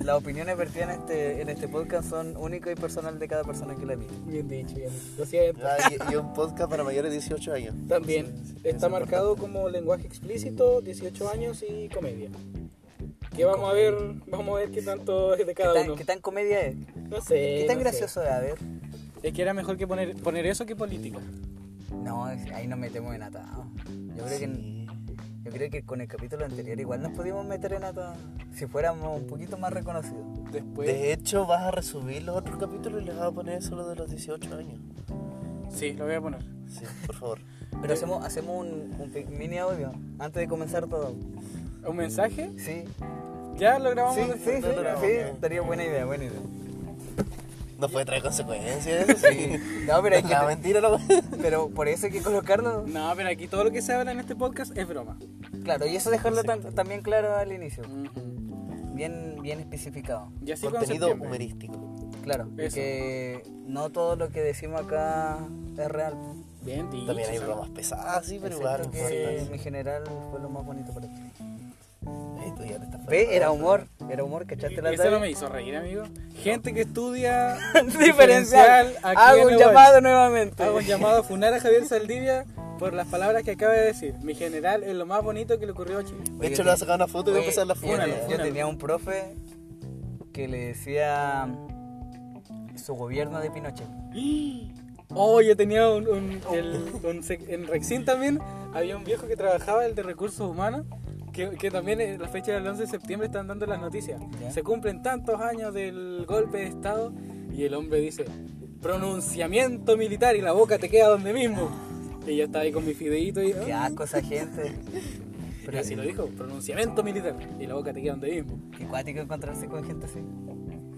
Speaker 4: Las opiniones vertidas en este, en este podcast son únicas y personal de cada persona que la emite.
Speaker 1: Bien dicho, bien dicho. Lo siento.
Speaker 3: Ah, y, y un podcast para mayores de 18 años.
Speaker 1: También
Speaker 3: Sí, sí,
Speaker 1: está
Speaker 3: es
Speaker 1: marcado como lenguaje explícito, 18 años y comedia. Que vamos a ver, vamos a ver qué tanto es de
Speaker 4: ¿Qué
Speaker 1: cada
Speaker 4: tan,
Speaker 1: uno.
Speaker 4: qué tan comedia es?
Speaker 1: No sé.
Speaker 4: ¿Qué tan
Speaker 1: no sé.
Speaker 4: gracioso es? A ver.
Speaker 1: Es que era mejor que poner, poner eso que política.
Speaker 4: No, es- ahí nos metemos en atado. Yo creo,
Speaker 3: Sí.
Speaker 4: que, yo creo que con el capítulo anterior igual nos podíamos meter en atado si fuéramos un poquito más reconocidos.
Speaker 1: Después.
Speaker 3: De hecho, vas a resumir los otros capítulos y les vas a poner solo de los 18 años.
Speaker 1: Sí, lo voy a poner.
Speaker 3: Sí, por favor.
Speaker 1: Eh.
Speaker 4: Pero hacemos, hacemos un, un pe- mini audio antes de comenzar todo.
Speaker 1: ¿Un mensaje?
Speaker 4: Sí,
Speaker 1: Ya lo grabamos
Speaker 4: sí, sí, sí,
Speaker 1: después.
Speaker 4: sí,
Speaker 3: no, no,
Speaker 4: sí,
Speaker 3: no.
Speaker 4: estaría buena idea, buena idea.
Speaker 3: No puede traer consecuencias eso, sí.
Speaker 4: No, pero hay
Speaker 3: La
Speaker 4: que,
Speaker 3: mentira, no
Speaker 4: pero por eso hay que colocarlo.
Speaker 1: No, pero aquí todo lo que se habla en este podcast es broma.
Speaker 4: Claro, y eso dejarlo tan- también claro al inicio, bien, bien especificado.
Speaker 1: Y así con
Speaker 3: Contenido
Speaker 1: septiembre.
Speaker 3: humorístico.
Speaker 4: Claro,
Speaker 1: Eso.
Speaker 4: que no todo lo que decimos acá es real.
Speaker 1: Bien dicho.
Speaker 3: También hay
Speaker 1: ¿sabes?
Speaker 3: bromas pesadas, Ah, sí, pero igual.
Speaker 4: Excepto
Speaker 3: no
Speaker 4: que
Speaker 3: importa.
Speaker 4: en general fue lo más bonito para ti.
Speaker 3: Ahí tú ya te estás
Speaker 4: Ve, era humor, era humor, ¿cachaste la
Speaker 1: Eso E- no me
Speaker 4: tarde?
Speaker 1: hizo reír, amigo. Gente que estudia
Speaker 4: Diferencial,
Speaker 1: aquí
Speaker 4: hago
Speaker 1: en
Speaker 4: un
Speaker 1: la
Speaker 4: llamado nuevamente.
Speaker 1: Hago un llamado a funar a Javier Saldivia por las palabras que acaba de decir. Mi general es lo más bonito que le ocurrió a Chile.
Speaker 3: De hecho, le va a sacar una foto y va a
Speaker 4: Oye,
Speaker 3: empezar la
Speaker 4: yo
Speaker 3: funa.
Speaker 1: Fúnalo,
Speaker 4: te- Yo
Speaker 1: fúnalo.
Speaker 4: tenía un profe que le decía su gobierno de Pinochet.
Speaker 1: Oh, yo tenía un, un- el- un sec- en Rexin también había un viejo que trabajaba, el de recursos humanos, que, que también en la fecha del 11 de septiembre están dando las noticias.
Speaker 4: Ya.
Speaker 1: Se cumplen tantos años del golpe de Estado y el hombre dice, pronunciamiento militar y la boca te queda donde mismo. Y yo estaba ahí con mi fideíto y...
Speaker 4: Qué asco esa gente.
Speaker 1: Pero así lo dijo, pronunciamiento militar y la boca te queda donde mismo.
Speaker 4: Qué cuático encontrarse con gente así.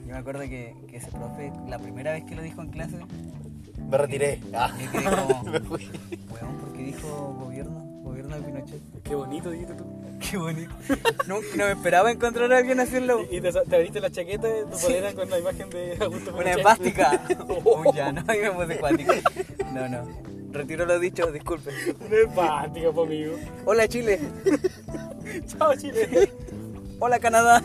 Speaker 4: Yo me acuerdo que, que ese profe, la primera vez que lo dijo en clase,
Speaker 3: Me retiré. Ah,
Speaker 4: yo quedé como,
Speaker 3: me fui.
Speaker 4: weón, ¿por qué dijo gobierno? Gobierno de Pinochet.
Speaker 1: Qué bonito, dijiste tú.
Speaker 4: Qué bonito. No, no me esperaba encontrar a alguien hacerlo.
Speaker 1: Y te, te abriste la chaqueta de tu polera con la imagen de Augusto
Speaker 4: Una
Speaker 1: Pinochet.
Speaker 4: espástica. Un llano. Y me puse cuático. No, no. Retiro lo dicho, disculpen.
Speaker 1: Una espástica, po, amigo. Oh,
Speaker 4: Hola Chile.
Speaker 1: Chao, Chile.
Speaker 4: Hola Canadá.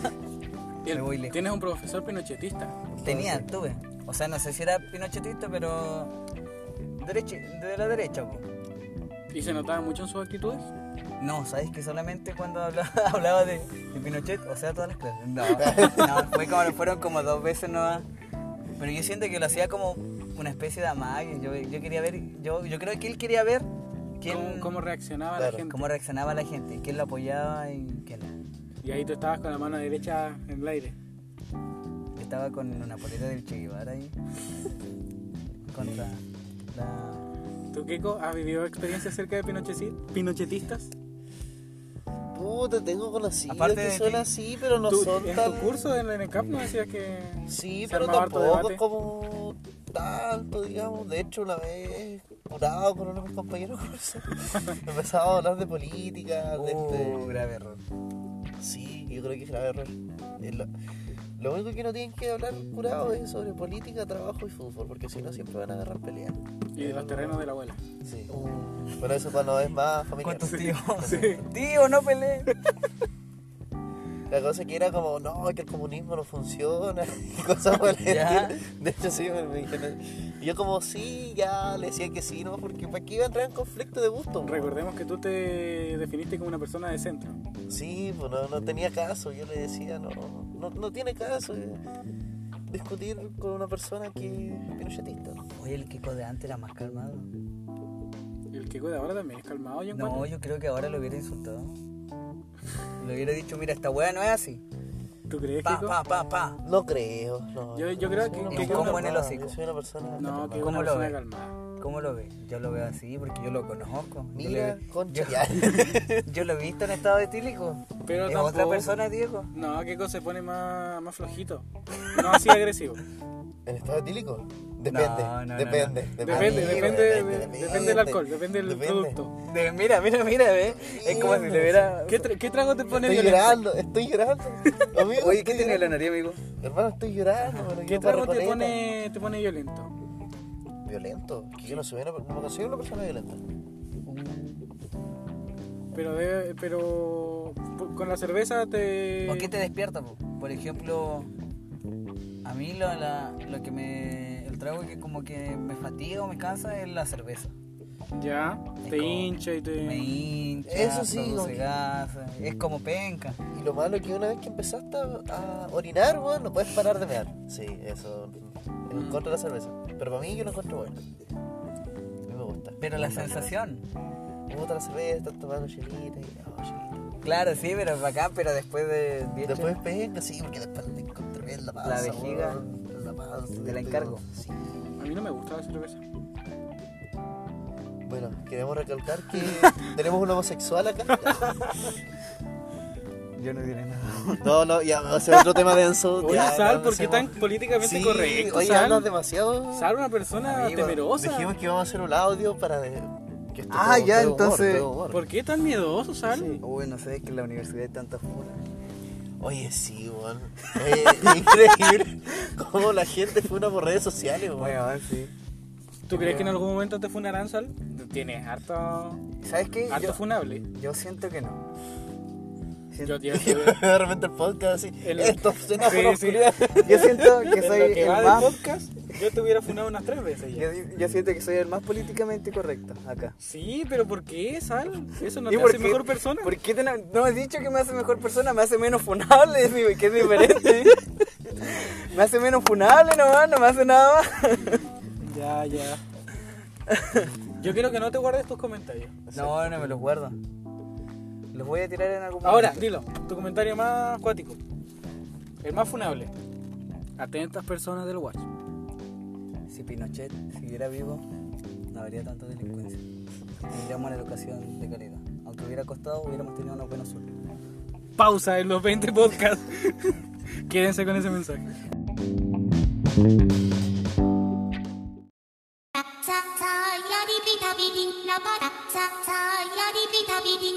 Speaker 1: Y el-
Speaker 4: Me voy lejos.
Speaker 1: Tienes un profesor pinochetista.
Speaker 4: Tenía, tuve. O sea, no sé si era pinochetista, pero. Derecha, de la derecha, po.
Speaker 1: Y se notaba mucho en sus actitudes.
Speaker 4: No, sabes que solamente cuando hablaba, hablaba de, de Pinochet, o sea, todas las clases. No, no, fue como, fueron como dos veces nomás. Pero yo siento que lo hacía como una especie de amague. Yo, yo quería ver, yo, yo creo que él quería ver quién,
Speaker 1: Cómo, cómo reaccionaba
Speaker 3: Claro,
Speaker 1: la gente.
Speaker 4: cómo reaccionaba la gente, quién lo apoyaba y quién no.
Speaker 1: Y ahí tú estabas con la mano derecha en el aire.
Speaker 4: Yo estaba con una polera del Che Guevara ahí. Contra la.
Speaker 1: ¿Tú, Kiko, has vivido experiencias acerca de Pinochet- pinochetistas?
Speaker 3: Puta, tengo conocidos
Speaker 4: Aparte
Speaker 3: que
Speaker 4: de
Speaker 3: son
Speaker 4: que-
Speaker 3: así, pero no
Speaker 1: Tú,
Speaker 3: son
Speaker 1: en
Speaker 3: tan...
Speaker 1: tu curso en, en el CAP
Speaker 4: Mm.
Speaker 1: no decías que...
Speaker 3: Sí,
Speaker 1: se
Speaker 3: pero
Speaker 1: armaba harto
Speaker 3: tampoco
Speaker 1: debate?
Speaker 3: es como tanto, digamos. De hecho, una vez curado con uno de mis compañeros de curso, empezaba a hablar de política, de
Speaker 4: Uh,
Speaker 3: este...
Speaker 4: grave error.
Speaker 3: Sí, yo creo que es grave error. Es lo... lo único que no tienen que hablar curado es sobre política, trabajo y fútbol, porque si no siempre van a agarrar peleas.
Speaker 1: Y de los terrenos de la abuela.
Speaker 3: Sí. Pero eso cuando es más familiar.
Speaker 4: ¿Cuántos tíos? Tío, no peleé.
Speaker 3: La cosa que era como, no, es que el comunismo no funciona, y cosas por el
Speaker 4: Ya.
Speaker 3: estilo. De hecho, sí, me, me dijeron. Y yo, como, sí, ya, le decía que sí, no, porque para qué iba a entrar en conflicto de gusto. po.
Speaker 1: Recordemos que tú te definiste como una persona de centro.
Speaker 3: Sí, pues no, no tenía caso, yo le decía, no, no, no tiene caso eh, discutir con una persona que es pinochetista.
Speaker 4: Oye, el Kiko de antes era más calmado.
Speaker 1: El Kiko de ahora también es calmado, yo encuentro.
Speaker 4: No, yo creo que ahora lo hubiera insultado. Lo hubiera dicho, mira, esta weá no es así.
Speaker 1: ¿Tú crees,
Speaker 4: Pa,
Speaker 1: Kiko?
Speaker 4: pa, pa, pa.
Speaker 3: No creo, no.
Speaker 1: Yo- yo creo
Speaker 3: soy
Speaker 1: que-
Speaker 3: una
Speaker 1: que-
Speaker 3: persona
Speaker 1: ¿Cómo
Speaker 4: en el
Speaker 3: calmada,
Speaker 4: hocico?
Speaker 3: Yo soy una persona.
Speaker 1: No,
Speaker 3: calmada.
Speaker 1: que es
Speaker 4: ¿Cómo
Speaker 1: una
Speaker 4: lo
Speaker 1: persona
Speaker 4: ve?
Speaker 1: calmada.
Speaker 4: ¿Cómo lo ve? Yo lo veo así porque yo lo conozco. Yo
Speaker 3: Mira,
Speaker 4: le-
Speaker 3: concha,
Speaker 4: yo-
Speaker 3: ya.
Speaker 4: Yo lo he visto en estado etílico.
Speaker 1: Pero
Speaker 4: es
Speaker 1: tampoco.
Speaker 4: otra persona, Diego.
Speaker 1: No, Kiko se pone más, más flojito. No así agresivo.
Speaker 3: ¿En estado etílico? Depende,
Speaker 4: No, no, no,
Speaker 3: depende,
Speaker 4: no.
Speaker 1: Depende,
Speaker 4: Amigo,
Speaker 1: depende, de- depende del alcohol, depende del producto.
Speaker 4: De- mira, mira, mira, ve. Es como si le hubiera.
Speaker 1: ¿Qué, tra- qué trago te pone
Speaker 3: Estoy
Speaker 1: violento?
Speaker 3: llorando, estoy llorando. Amigo,
Speaker 4: Oye, ¿qué
Speaker 3: estoy
Speaker 4: tiene la
Speaker 3: llorando.
Speaker 4: nariz, amigo?
Speaker 3: Hermano, estoy llorando. pero
Speaker 1: ¿Qué
Speaker 3: yo
Speaker 1: trago
Speaker 3: para
Speaker 1: te
Speaker 3: coleta.
Speaker 1: pone, te pone violento?
Speaker 3: Violento. Que yo no soy una, no considero una persona violenta.
Speaker 1: Pero, debe- pero por- con la cerveza te...
Speaker 4: ¿O qué te despierta? po? Por ejemplo, a mí lo, la- lo que me. El trago que como que me fatiga o me cansa es la cerveza.
Speaker 1: Ya,
Speaker 4: Es
Speaker 1: te
Speaker 4: como-
Speaker 1: hincha y te...
Speaker 4: Me hincha,
Speaker 3: Eso sí,
Speaker 4: todo
Speaker 3: como
Speaker 4: se
Speaker 3: que-
Speaker 4: gasa, es como penca.
Speaker 3: Y lo malo es que una vez que empezaste a, a orinar, weón, no puedes parar de mear. Sí, eso. Es
Speaker 4: Mm.
Speaker 3: en contra de la cerveza. Pero para mí yo lo encuentro bueno. A mí me gusta.
Speaker 4: Pero la sensación,
Speaker 3: Me gusta la cerveza, estás tomando chelita y. Oh, chelita.
Speaker 4: claro, sí, pero es bacán, pero después de 10
Speaker 3: Después venga, sí, porque después le encuentro bien la panza.
Speaker 4: vejiga,
Speaker 3: weón, La panza.
Speaker 4: te la
Speaker 3: digo,
Speaker 4: encargo.
Speaker 3: Sí.
Speaker 1: A mí no me gusta la cerveza.
Speaker 3: Bueno, queremos recalcar que tenemos un homosexual acá.
Speaker 4: yo no diré nada.
Speaker 3: No, no, ya, o sea, otro tema denso.
Speaker 1: Oye,
Speaker 3: ya,
Speaker 1: Sal,
Speaker 3: no
Speaker 1: ¿por qué
Speaker 3: hacemos-
Speaker 1: tan políticamente
Speaker 3: Sí,
Speaker 1: correcto?
Speaker 3: Oye,
Speaker 1: Sal?
Speaker 3: hablas demasiado.
Speaker 1: Sal, una persona
Speaker 3: Amigo,
Speaker 1: temerosa.
Speaker 3: Dijimos que íbamos a hacer un audio para de- que esto
Speaker 4: Ah,
Speaker 3: todo-
Speaker 4: ya,
Speaker 3: todo humor,
Speaker 4: entonces-
Speaker 3: todo humor.
Speaker 1: ¿Por qué tan miedoso, Sal?
Speaker 4: Uy, no sé, es que en la universidad hay tantas puras.
Speaker 3: Oye, sí, weón. Eh, es increíble cómo la gente funa por redes sociales, weón.
Speaker 4: Bueno, sí.
Speaker 1: ¿Tú crees que en algún momento te funarán, Sal? Tienes harto,
Speaker 4: ¿Sabes qué?
Speaker 1: harto
Speaker 4: Yo,
Speaker 1: funable.
Speaker 4: yo siento que no. Siento-
Speaker 1: Yo,
Speaker 4: yo,
Speaker 1: tío, yo-
Speaker 3: de repente el podcast así.
Speaker 1: El-
Speaker 3: Estos xenófobos
Speaker 1: Sí, sí.
Speaker 3: culiados.
Speaker 4: siento que
Speaker 1: en
Speaker 4: soy
Speaker 1: lo que
Speaker 4: el
Speaker 1: va
Speaker 4: más.
Speaker 1: del podcast, yo te hubiera funado unas tres veces ya.
Speaker 4: Yo, yo siento que soy el más políticamente correcto acá.
Speaker 1: Sí, pero ¿por qué, Sal? ¿Eso no
Speaker 4: ¿Y
Speaker 1: te
Speaker 4: por
Speaker 1: hace
Speaker 4: qué-
Speaker 1: mejor persona?
Speaker 4: ¿Por qué te no, no has dicho que me hace mejor persona? Me hace menos funable, es mi- que es diferente. me hace menos funable nomás, no me hace nada más.
Speaker 1: Ya, ya. Yo quiero que no te guardes tus comentarios.
Speaker 4: No, no me los guardo. Los voy a tirar en algún momento.
Speaker 1: Ahora, dilo, tu comentario más acuático. El más funable. Atentas personas del Watch.
Speaker 4: Si Pinochet siguiera vivo, no habría tanta delincuencia. Tendríamos la educación de calidad. Aunque hubiera costado, hubiéramos tenido unos buenos sueldos.
Speaker 1: Pausa en los 20 podcasts. Quédense con ese mensaje.
Speaker 6: sa sa ya di bi da bi din la ba da sa sa ya di bi da bi din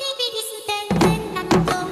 Speaker 6: di bi di su ten ten la dum.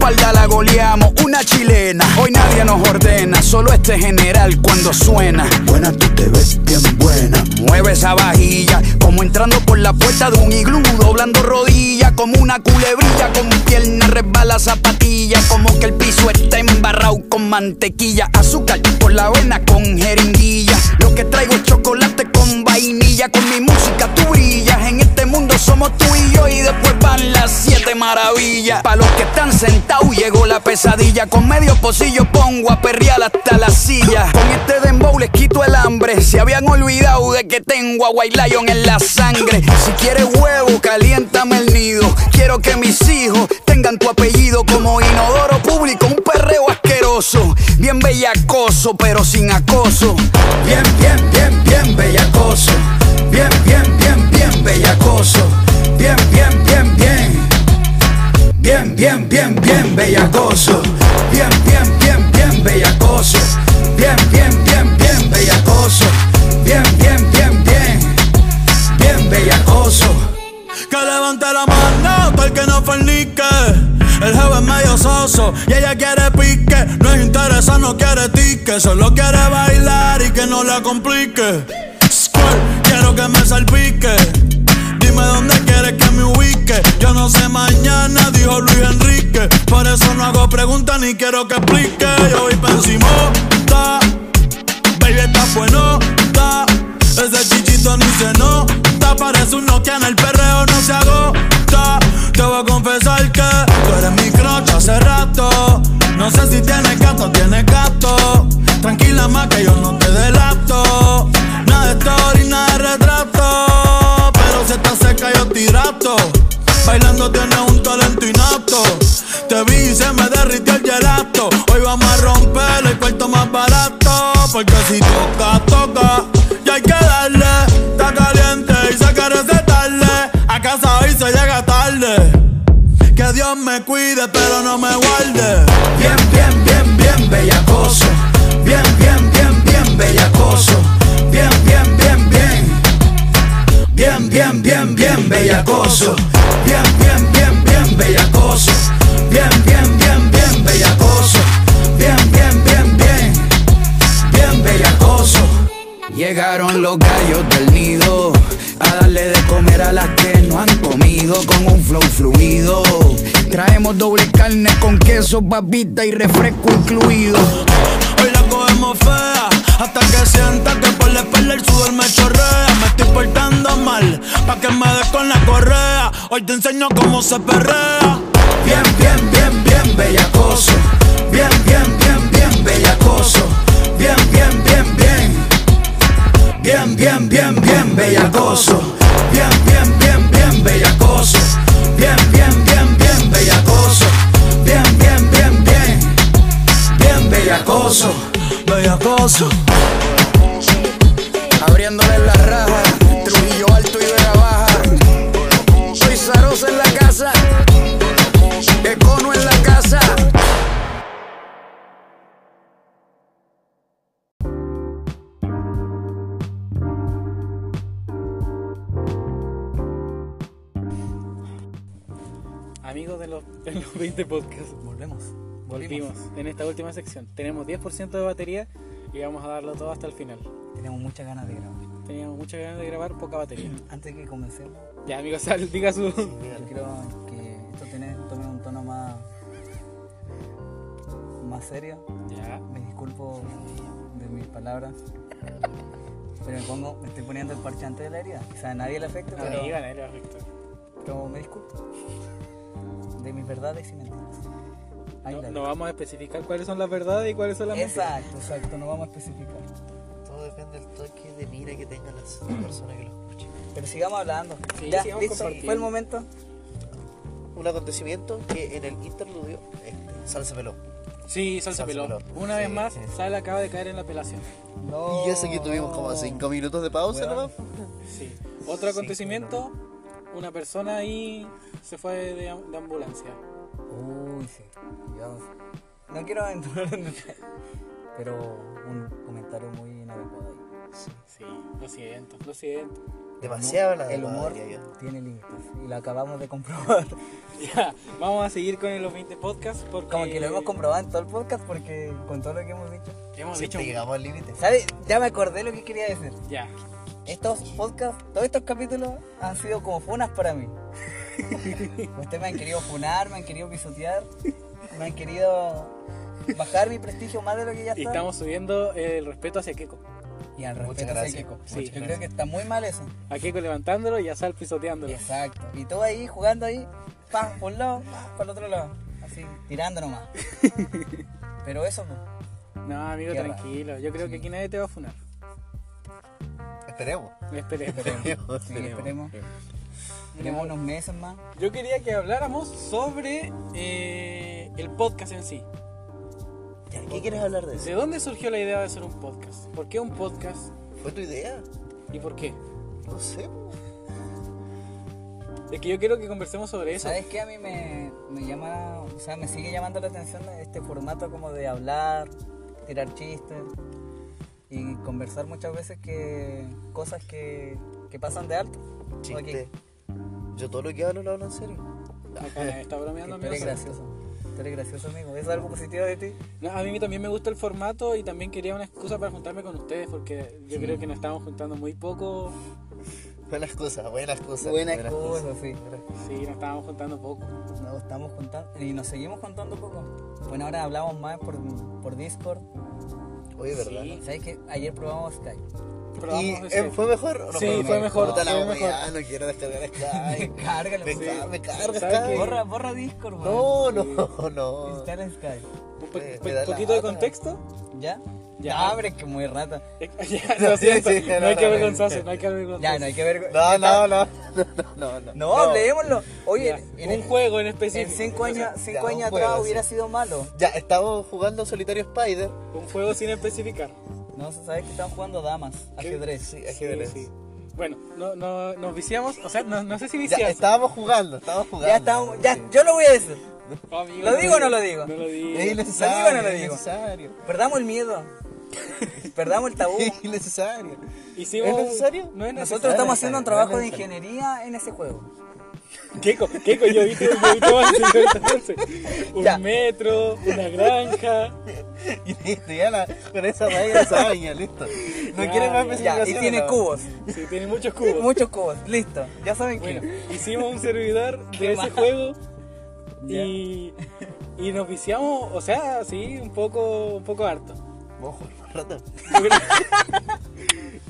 Speaker 7: espalda la goleamos, una chilena. Hoy nadie nos ordena, solo este general cuando suena. Buena, tú te ves bien buena. Mueve esa vajilla, como entrando por la puerta de un iglú, doblando rodillas, como una culebrilla, con pierna resbala zapatilla, como que el piso está embarrado con mantequilla, azúcar por la avena con jeringuilla. Lo que traigo es chocolate con vainilla, con mi música tú brillas. En este mundo somos tú y yo, y después van las siete maravillas. Para los que están sentados, llegó la pesadilla. Con medio pocillo pongo a perrear hasta la silla. Con este dembow les quito el hambre. Se habían olvidado de que tengo a White Lion en la sangre. Si quieres huevo, caliéntame el nido. Quiero que mis hijos tengan tu apellido como inodoro público. Un perreo asqueroso, bien bellacoso, pero sin acoso. Bien, bien, bien, bien bellacoso. Bien, bien, bien, bien bellacoso. Bien, bien, bien, bien. bellacoso. Bien, bien, bien, bien bellacoso. Bien, bien, bien, bien bellacoso. Bien, bien, bien, bien. Bien bellacoso.
Speaker 8: Que levante la mano para el que no fornique. El jefe es medio soso y ella quiere pique. No es interesa, no quiere tique. Solo quiere bailar y que no la complique. Squirt, quiero que me salpique. Dime dónde quieres que me ubique. Yo no sé mañana, dijo Luis Enrique. Por eso no hago preguntas ni quiero que explique. Yo voy pa' encima, Baby, está buenota. Ese chichito ni se nota. Parece un Nokia en el perreo, no se agota. Te voy a confesar que tú eres mi crocha hace rato. No sé si tienes gato o tienes gato. Tranquila, más que yo no te delato. Nada de story, nada de retrato. Pero si estás seca, yo tirato. Bailando tienes un talento inapto. Te vi y se me derritió el gelato. Hoy vamos a romper el cuarto más barato. Porque si toca, toca. Y hay que darle. Está caliente y se quiere sentarle. A casa hoy se llega tarde. Que Dios me cuide, pero no me guarde.
Speaker 7: Bien, bien, bien, bien bellacoso. Bien, bien, bien, bien bellacoso. Bien, bien, bien, bien. Bien, bien, bien, bien bellacoso. Bien, bien, bien, bien bellacoso. Bien, bien, bien, bien bellacoso. Bien, bien, bien, bien. Bien bellacoso. Llegaron los gallos del nido a darle de comer a las que no han comido con un flow fluido. Traemos doble carne con queso, papita y refresco incluido.
Speaker 8: Hoy la cogemos fea Hasta que sienta que por la espalda el sudor me chorrea Me estoy portando mal Pa' que me des con la correa Hoy te enseño cómo se perrea
Speaker 7: Bien, bien, bien, bien bellacoso. Bien, bien, bien, bien bellacoso. Bien, bien, bien, bien. Bien, bien, bien, bien bellacoso. Bien, bien, bien, bien bellacoso. Bien, bien, bien, bien bellacoso. Bien, bien, bien, bien. Bien bellacoso.
Speaker 8: Bellacoso
Speaker 7: Abriéndole la raja. Trujillo alto y vera baja. Soy Zarosa en la casa. Econo en la casa.
Speaker 1: Amigos de los, de los 20 podcasts, volvemos. Volvimos. En esta última sección tenemos 10% de batería y vamos a darlo todo hasta el final.
Speaker 4: Tenemos muchas ganas de grabar.
Speaker 1: Teníamos muchas ganas de grabar, poca batería.
Speaker 4: Antes que comencemos,
Speaker 1: Ya, amigos, sal, diga su.
Speaker 4: yo creo que esto tiene, tome un tono más, más serio.
Speaker 1: Ya.
Speaker 4: Me disculpo de mis palabras. Pero me pongo, me estoy poniendo el parche antes de la herida. O sea, a nadie le afecta,
Speaker 1: No le
Speaker 4: pero,
Speaker 1: digan, eh, le afectó.
Speaker 4: pero me disculpo. De mis verdades y mentiras. Ahí
Speaker 1: No,
Speaker 4: la
Speaker 1: no
Speaker 4: dejo.
Speaker 1: vamos a especificar cuáles son las verdades y cuáles son las mentiras.
Speaker 4: Exacto, exacto, no vamos a especificar.
Speaker 3: Todo depende del toque de mira que tenga la persona que lo escuche.
Speaker 4: Pero sigamos hablando.
Speaker 1: Sí,
Speaker 4: ya,
Speaker 1: sigamos
Speaker 4: listo,
Speaker 1: compartiendo.
Speaker 4: fue el momento.
Speaker 3: Un acontecimiento que en el interludio, este, Sal se peló.
Speaker 1: Sí, salsa
Speaker 3: Salsa
Speaker 1: peló.
Speaker 3: peló.
Speaker 1: Una
Speaker 3: Sí,
Speaker 1: vez más,
Speaker 3: sí.
Speaker 1: Sal acaba de caer en la apelación.
Speaker 4: No.
Speaker 3: Y eso que tuvimos como 5 minutos de pausa,
Speaker 4: Weón.
Speaker 3: ¿no?
Speaker 1: Sí. Otro acontecimiento, una persona ahí se fue de, de ambulancia.
Speaker 4: Uy, sí. Yo no quiero aventurar en detalle, pero un comentario muy inadecuado ahí.
Speaker 1: Sí, lo siento, lo siento.
Speaker 3: Demasiado la
Speaker 4: El humor
Speaker 3: diría yo.
Speaker 4: tiene límites y lo acabamos de comprobar.
Speaker 1: Ya, vamos a seguir con el los 20 podcasts porque
Speaker 4: Como que lo hemos comprobado en todo el podcast porque con todo lo que hemos dicho.
Speaker 1: hemos dicho
Speaker 3: Siempre llegamos al límite.
Speaker 4: ¿Sabes? Ya me acordé lo que quería decir.
Speaker 1: ya.
Speaker 4: Estos podcasts, todos estos capítulos han sido como funas para mí. Ustedes me han querido funar, me han querido pisotear, me han querido bajar mi prestigio más de lo que ya
Speaker 1: Y
Speaker 4: está.
Speaker 1: estamos subiendo el respeto hacia Keiko.
Speaker 4: Y al
Speaker 3: Muchas
Speaker 4: respeto
Speaker 3: gracias.
Speaker 4: psíquico.
Speaker 1: Sí,
Speaker 4: yo creo
Speaker 1: gracias.
Speaker 4: que está muy mal eso.
Speaker 1: A Keiko levantándolo y a Sal pisoteándolo.
Speaker 4: Exacto. Y tú ahí jugando ahí, pam, por un lado, pam, por el otro lado. Así, tirando nomás. Pero eso, pues,
Speaker 1: No, amigo,
Speaker 4: Qué raro.
Speaker 1: tranquilo. Yo creo que aquí nadie te va a funar.
Speaker 3: Esperemos.
Speaker 1: Esperemos.
Speaker 3: Esperemos.
Speaker 4: sí, esperemos. Esperemos unos meses más.
Speaker 1: Yo quería que habláramos sobre eh, el podcast en sí.
Speaker 3: Ya, ¿Qué quieres hablar
Speaker 1: ¿De
Speaker 3: de eso?
Speaker 1: dónde surgió la idea de hacer un podcast? ¿Por qué un podcast
Speaker 3: ¿Fue tu idea?
Speaker 1: y por qué?
Speaker 3: No sé. po.
Speaker 1: Es que yo quiero que conversemos sobre eso.
Speaker 4: ¿Sabes qué? A mí me, me llama, o sea, me sigue llamando la atención este formato como de hablar, tirar chistes y conversar muchas veces que cosas que, que pasan de alto.
Speaker 3: Chiste.
Speaker 4: Ok,
Speaker 3: Yo todo lo que hablo lo hablo en serio.
Speaker 1: Acá está bromeando,
Speaker 4: que tú
Speaker 1: amigo.
Speaker 4: eres gracioso. Tú eres gracioso, amigo. ¿Es algo positivo de ti?
Speaker 1: No, a mí también me gusta el formato y también quería una excusa para juntarme con ustedes porque yo creo que nos estamos juntando muy poco.
Speaker 3: Buenas cosas, buenas cosas.
Speaker 4: Buena cosa, sí.
Speaker 1: Sí, nos estábamos juntando poco.
Speaker 4: Nos estamos juntando y nos seguimos contando poco. Bueno, ahora hablamos más por, por Discord.
Speaker 3: Oye, ¿verdad?
Speaker 1: Sí.
Speaker 4: ¿Sabes qué? Ayer probamos Skype.
Speaker 3: ¿Y
Speaker 1: Probamos
Speaker 3: eh,
Speaker 1: ese.
Speaker 3: fue mejor o no
Speaker 1: Sí,
Speaker 3: mejor?
Speaker 1: fue mejor,
Speaker 3: Puta la
Speaker 1: fue
Speaker 3: wea, No quiero descargar Skype.
Speaker 4: Cárgalo,
Speaker 3: me,
Speaker 4: sí.
Speaker 3: ca- me carga
Speaker 1: ¿Sabes
Speaker 3: Skype.
Speaker 1: qué?
Speaker 4: Borra, borra Discord, weón.
Speaker 3: No, no, no.
Speaker 4: Instala Skype.
Speaker 1: Un po-
Speaker 4: Este,
Speaker 3: me-
Speaker 1: po-
Speaker 3: me da la
Speaker 1: Pues, poquito de
Speaker 3: lata.
Speaker 1: contexto.
Speaker 4: ¿Ya?
Speaker 1: Ya.
Speaker 4: Ya, abre que muy rata.
Speaker 1: Ya, lo siento,
Speaker 3: Sí, sí,
Speaker 1: no,
Speaker 3: no,
Speaker 1: hay que
Speaker 3: no,
Speaker 1: avergonzarse, no hay que avergonzarse.
Speaker 4: Ya, no hay que ver.
Speaker 3: No, no, no. No, no, no.
Speaker 4: No, hablemoslo. Oye,
Speaker 1: Ya,
Speaker 4: en
Speaker 1: un
Speaker 4: el-
Speaker 1: juego en
Speaker 4: En
Speaker 1: específico.
Speaker 4: cinco años, cinco
Speaker 3: un
Speaker 4: años
Speaker 3: juego,
Speaker 4: atrás
Speaker 3: sí.
Speaker 4: hubiera sido malo.
Speaker 3: Ya, estamos jugando Solitario Spider.
Speaker 1: Un juego sin especificar.
Speaker 4: No se sabe que están jugando damas, ajedrez.
Speaker 3: Sí,
Speaker 1: Sí,
Speaker 3: ajedrez.
Speaker 1: sí. Bueno, no, no, nos viciamos, o sea, no, no sé si
Speaker 3: Ya,
Speaker 1: viciamos.
Speaker 3: estábamos jugando, estábamos jugando.
Speaker 4: Ya estamos, ya, yo lo voy a decir.
Speaker 1: No, Oh, amigo,
Speaker 4: ¿Lo digo o no lo digo?
Speaker 1: No lo digo.
Speaker 3: Es
Speaker 4: ¿Lo digo o no
Speaker 3: innecesario,
Speaker 4: lo
Speaker 3: es
Speaker 4: digo?
Speaker 3: innecesario.
Speaker 4: Perdamos el miedo. Perdamos el tabú.
Speaker 3: Es innecesario.
Speaker 1: Hicimos
Speaker 3: ¿Es
Speaker 1: un-
Speaker 3: necesario?
Speaker 1: No es necesario.
Speaker 4: Nosotros estamos haciendo un trabajo de
Speaker 3: Dale, dale.
Speaker 4: ingeniería en ese juego.
Speaker 1: Keiko, Keiko, yo vi que yo vi que vas a hacer entonces. Un
Speaker 4: Ya.
Speaker 1: metro, una granja.
Speaker 3: Y listo, ya la, con esa regla esa baña, listo. No
Speaker 1: Ya,
Speaker 3: quiere más
Speaker 1: ya,
Speaker 4: Ya,
Speaker 3: especificaciones.
Speaker 4: y tiene
Speaker 3: no.
Speaker 4: cubos.
Speaker 1: Sí, tiene muchos cubos.
Speaker 4: Muchos cubos. Listo. Ya saben que.
Speaker 1: Bueno, hicimos un servidor de
Speaker 4: Qué
Speaker 1: ese
Speaker 4: mal.
Speaker 1: juego y, y nos viciamos, o sea, sí, un poco, un poco harto.
Speaker 3: Vamos a jugar más rato.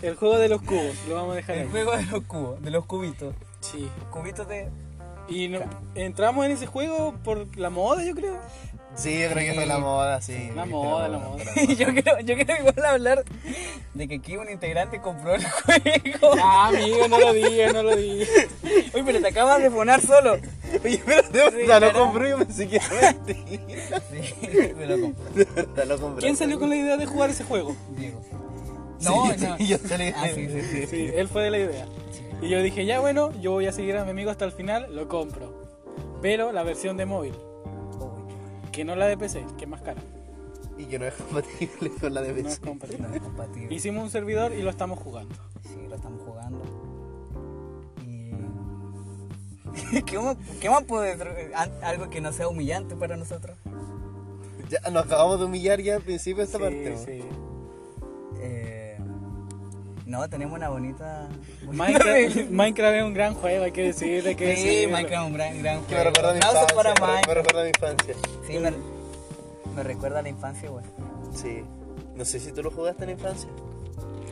Speaker 1: El juego de los cubos, lo vamos a dejar
Speaker 4: El
Speaker 1: ahí.
Speaker 4: juego de los cubos, de los cubitos.
Speaker 1: Sí.
Speaker 4: Cubitos de.
Speaker 1: Y no- entramos en ese juego por la moda, yo creo.
Speaker 3: Sí, yo creo que fue la moda, sí.
Speaker 1: La
Speaker 3: Fue
Speaker 1: moda, la moda.
Speaker 3: fue
Speaker 4: yo quiero, yo quiero igual hablar de que aquí un integrante compró el juego.
Speaker 1: Ah, amigo, no lo digas, no lo digas.
Speaker 4: Oye, pero te acabas de fonar solo. Oye, pero
Speaker 3: O sea, lo compré y pensé que era mentira.
Speaker 4: Sí, se lo compró.
Speaker 3: De verdad, lo compré.
Speaker 1: ¿Quién salió con la idea de jugar ese juego?
Speaker 4: Diego.
Speaker 3: Sí, sí, yo salí.
Speaker 4: Ah, sí, sí, sí.
Speaker 1: Sí, él fue de la idea. Y yo dije, ya bueno, yo voy a seguir a mi amigo hasta el final, lo compro. Pero la versión de móvil, que no la de PC, que es más cara.
Speaker 3: Y que no es compatible con la de
Speaker 1: No es
Speaker 3: PC.
Speaker 4: No
Speaker 1: compatible.
Speaker 4: es compatible.
Speaker 1: Hicimos un servidor y lo estamos jugando.
Speaker 4: Sí, lo estamos jugando. Y. ¿Qué, más- ¿Qué más puede ser? An- Algo que no sea humillante para nosotros.
Speaker 3: Ya, nos acabamos de humillar ya al principio de esta parte.
Speaker 1: Sí,
Speaker 3: ¿no?
Speaker 1: sí.
Speaker 4: Eh, no, tenemos una bonita.
Speaker 1: Minecraft, Minecraft es un gran juego, hay que decir, hay que
Speaker 4: Sí,
Speaker 1: decirlo.
Speaker 4: Minecraft es un gran, gran
Speaker 3: Que me
Speaker 4: juego.
Speaker 3: recuerda a mi
Speaker 4: Aplausos
Speaker 3: infancia.
Speaker 4: para
Speaker 3: me- Me
Speaker 4: Minecraft.
Speaker 3: recuerda a mi infancia.
Speaker 4: Sí, me, me recuerda a la infancia, güey.
Speaker 3: Sí. No sé si tú lo jugaste en la infancia.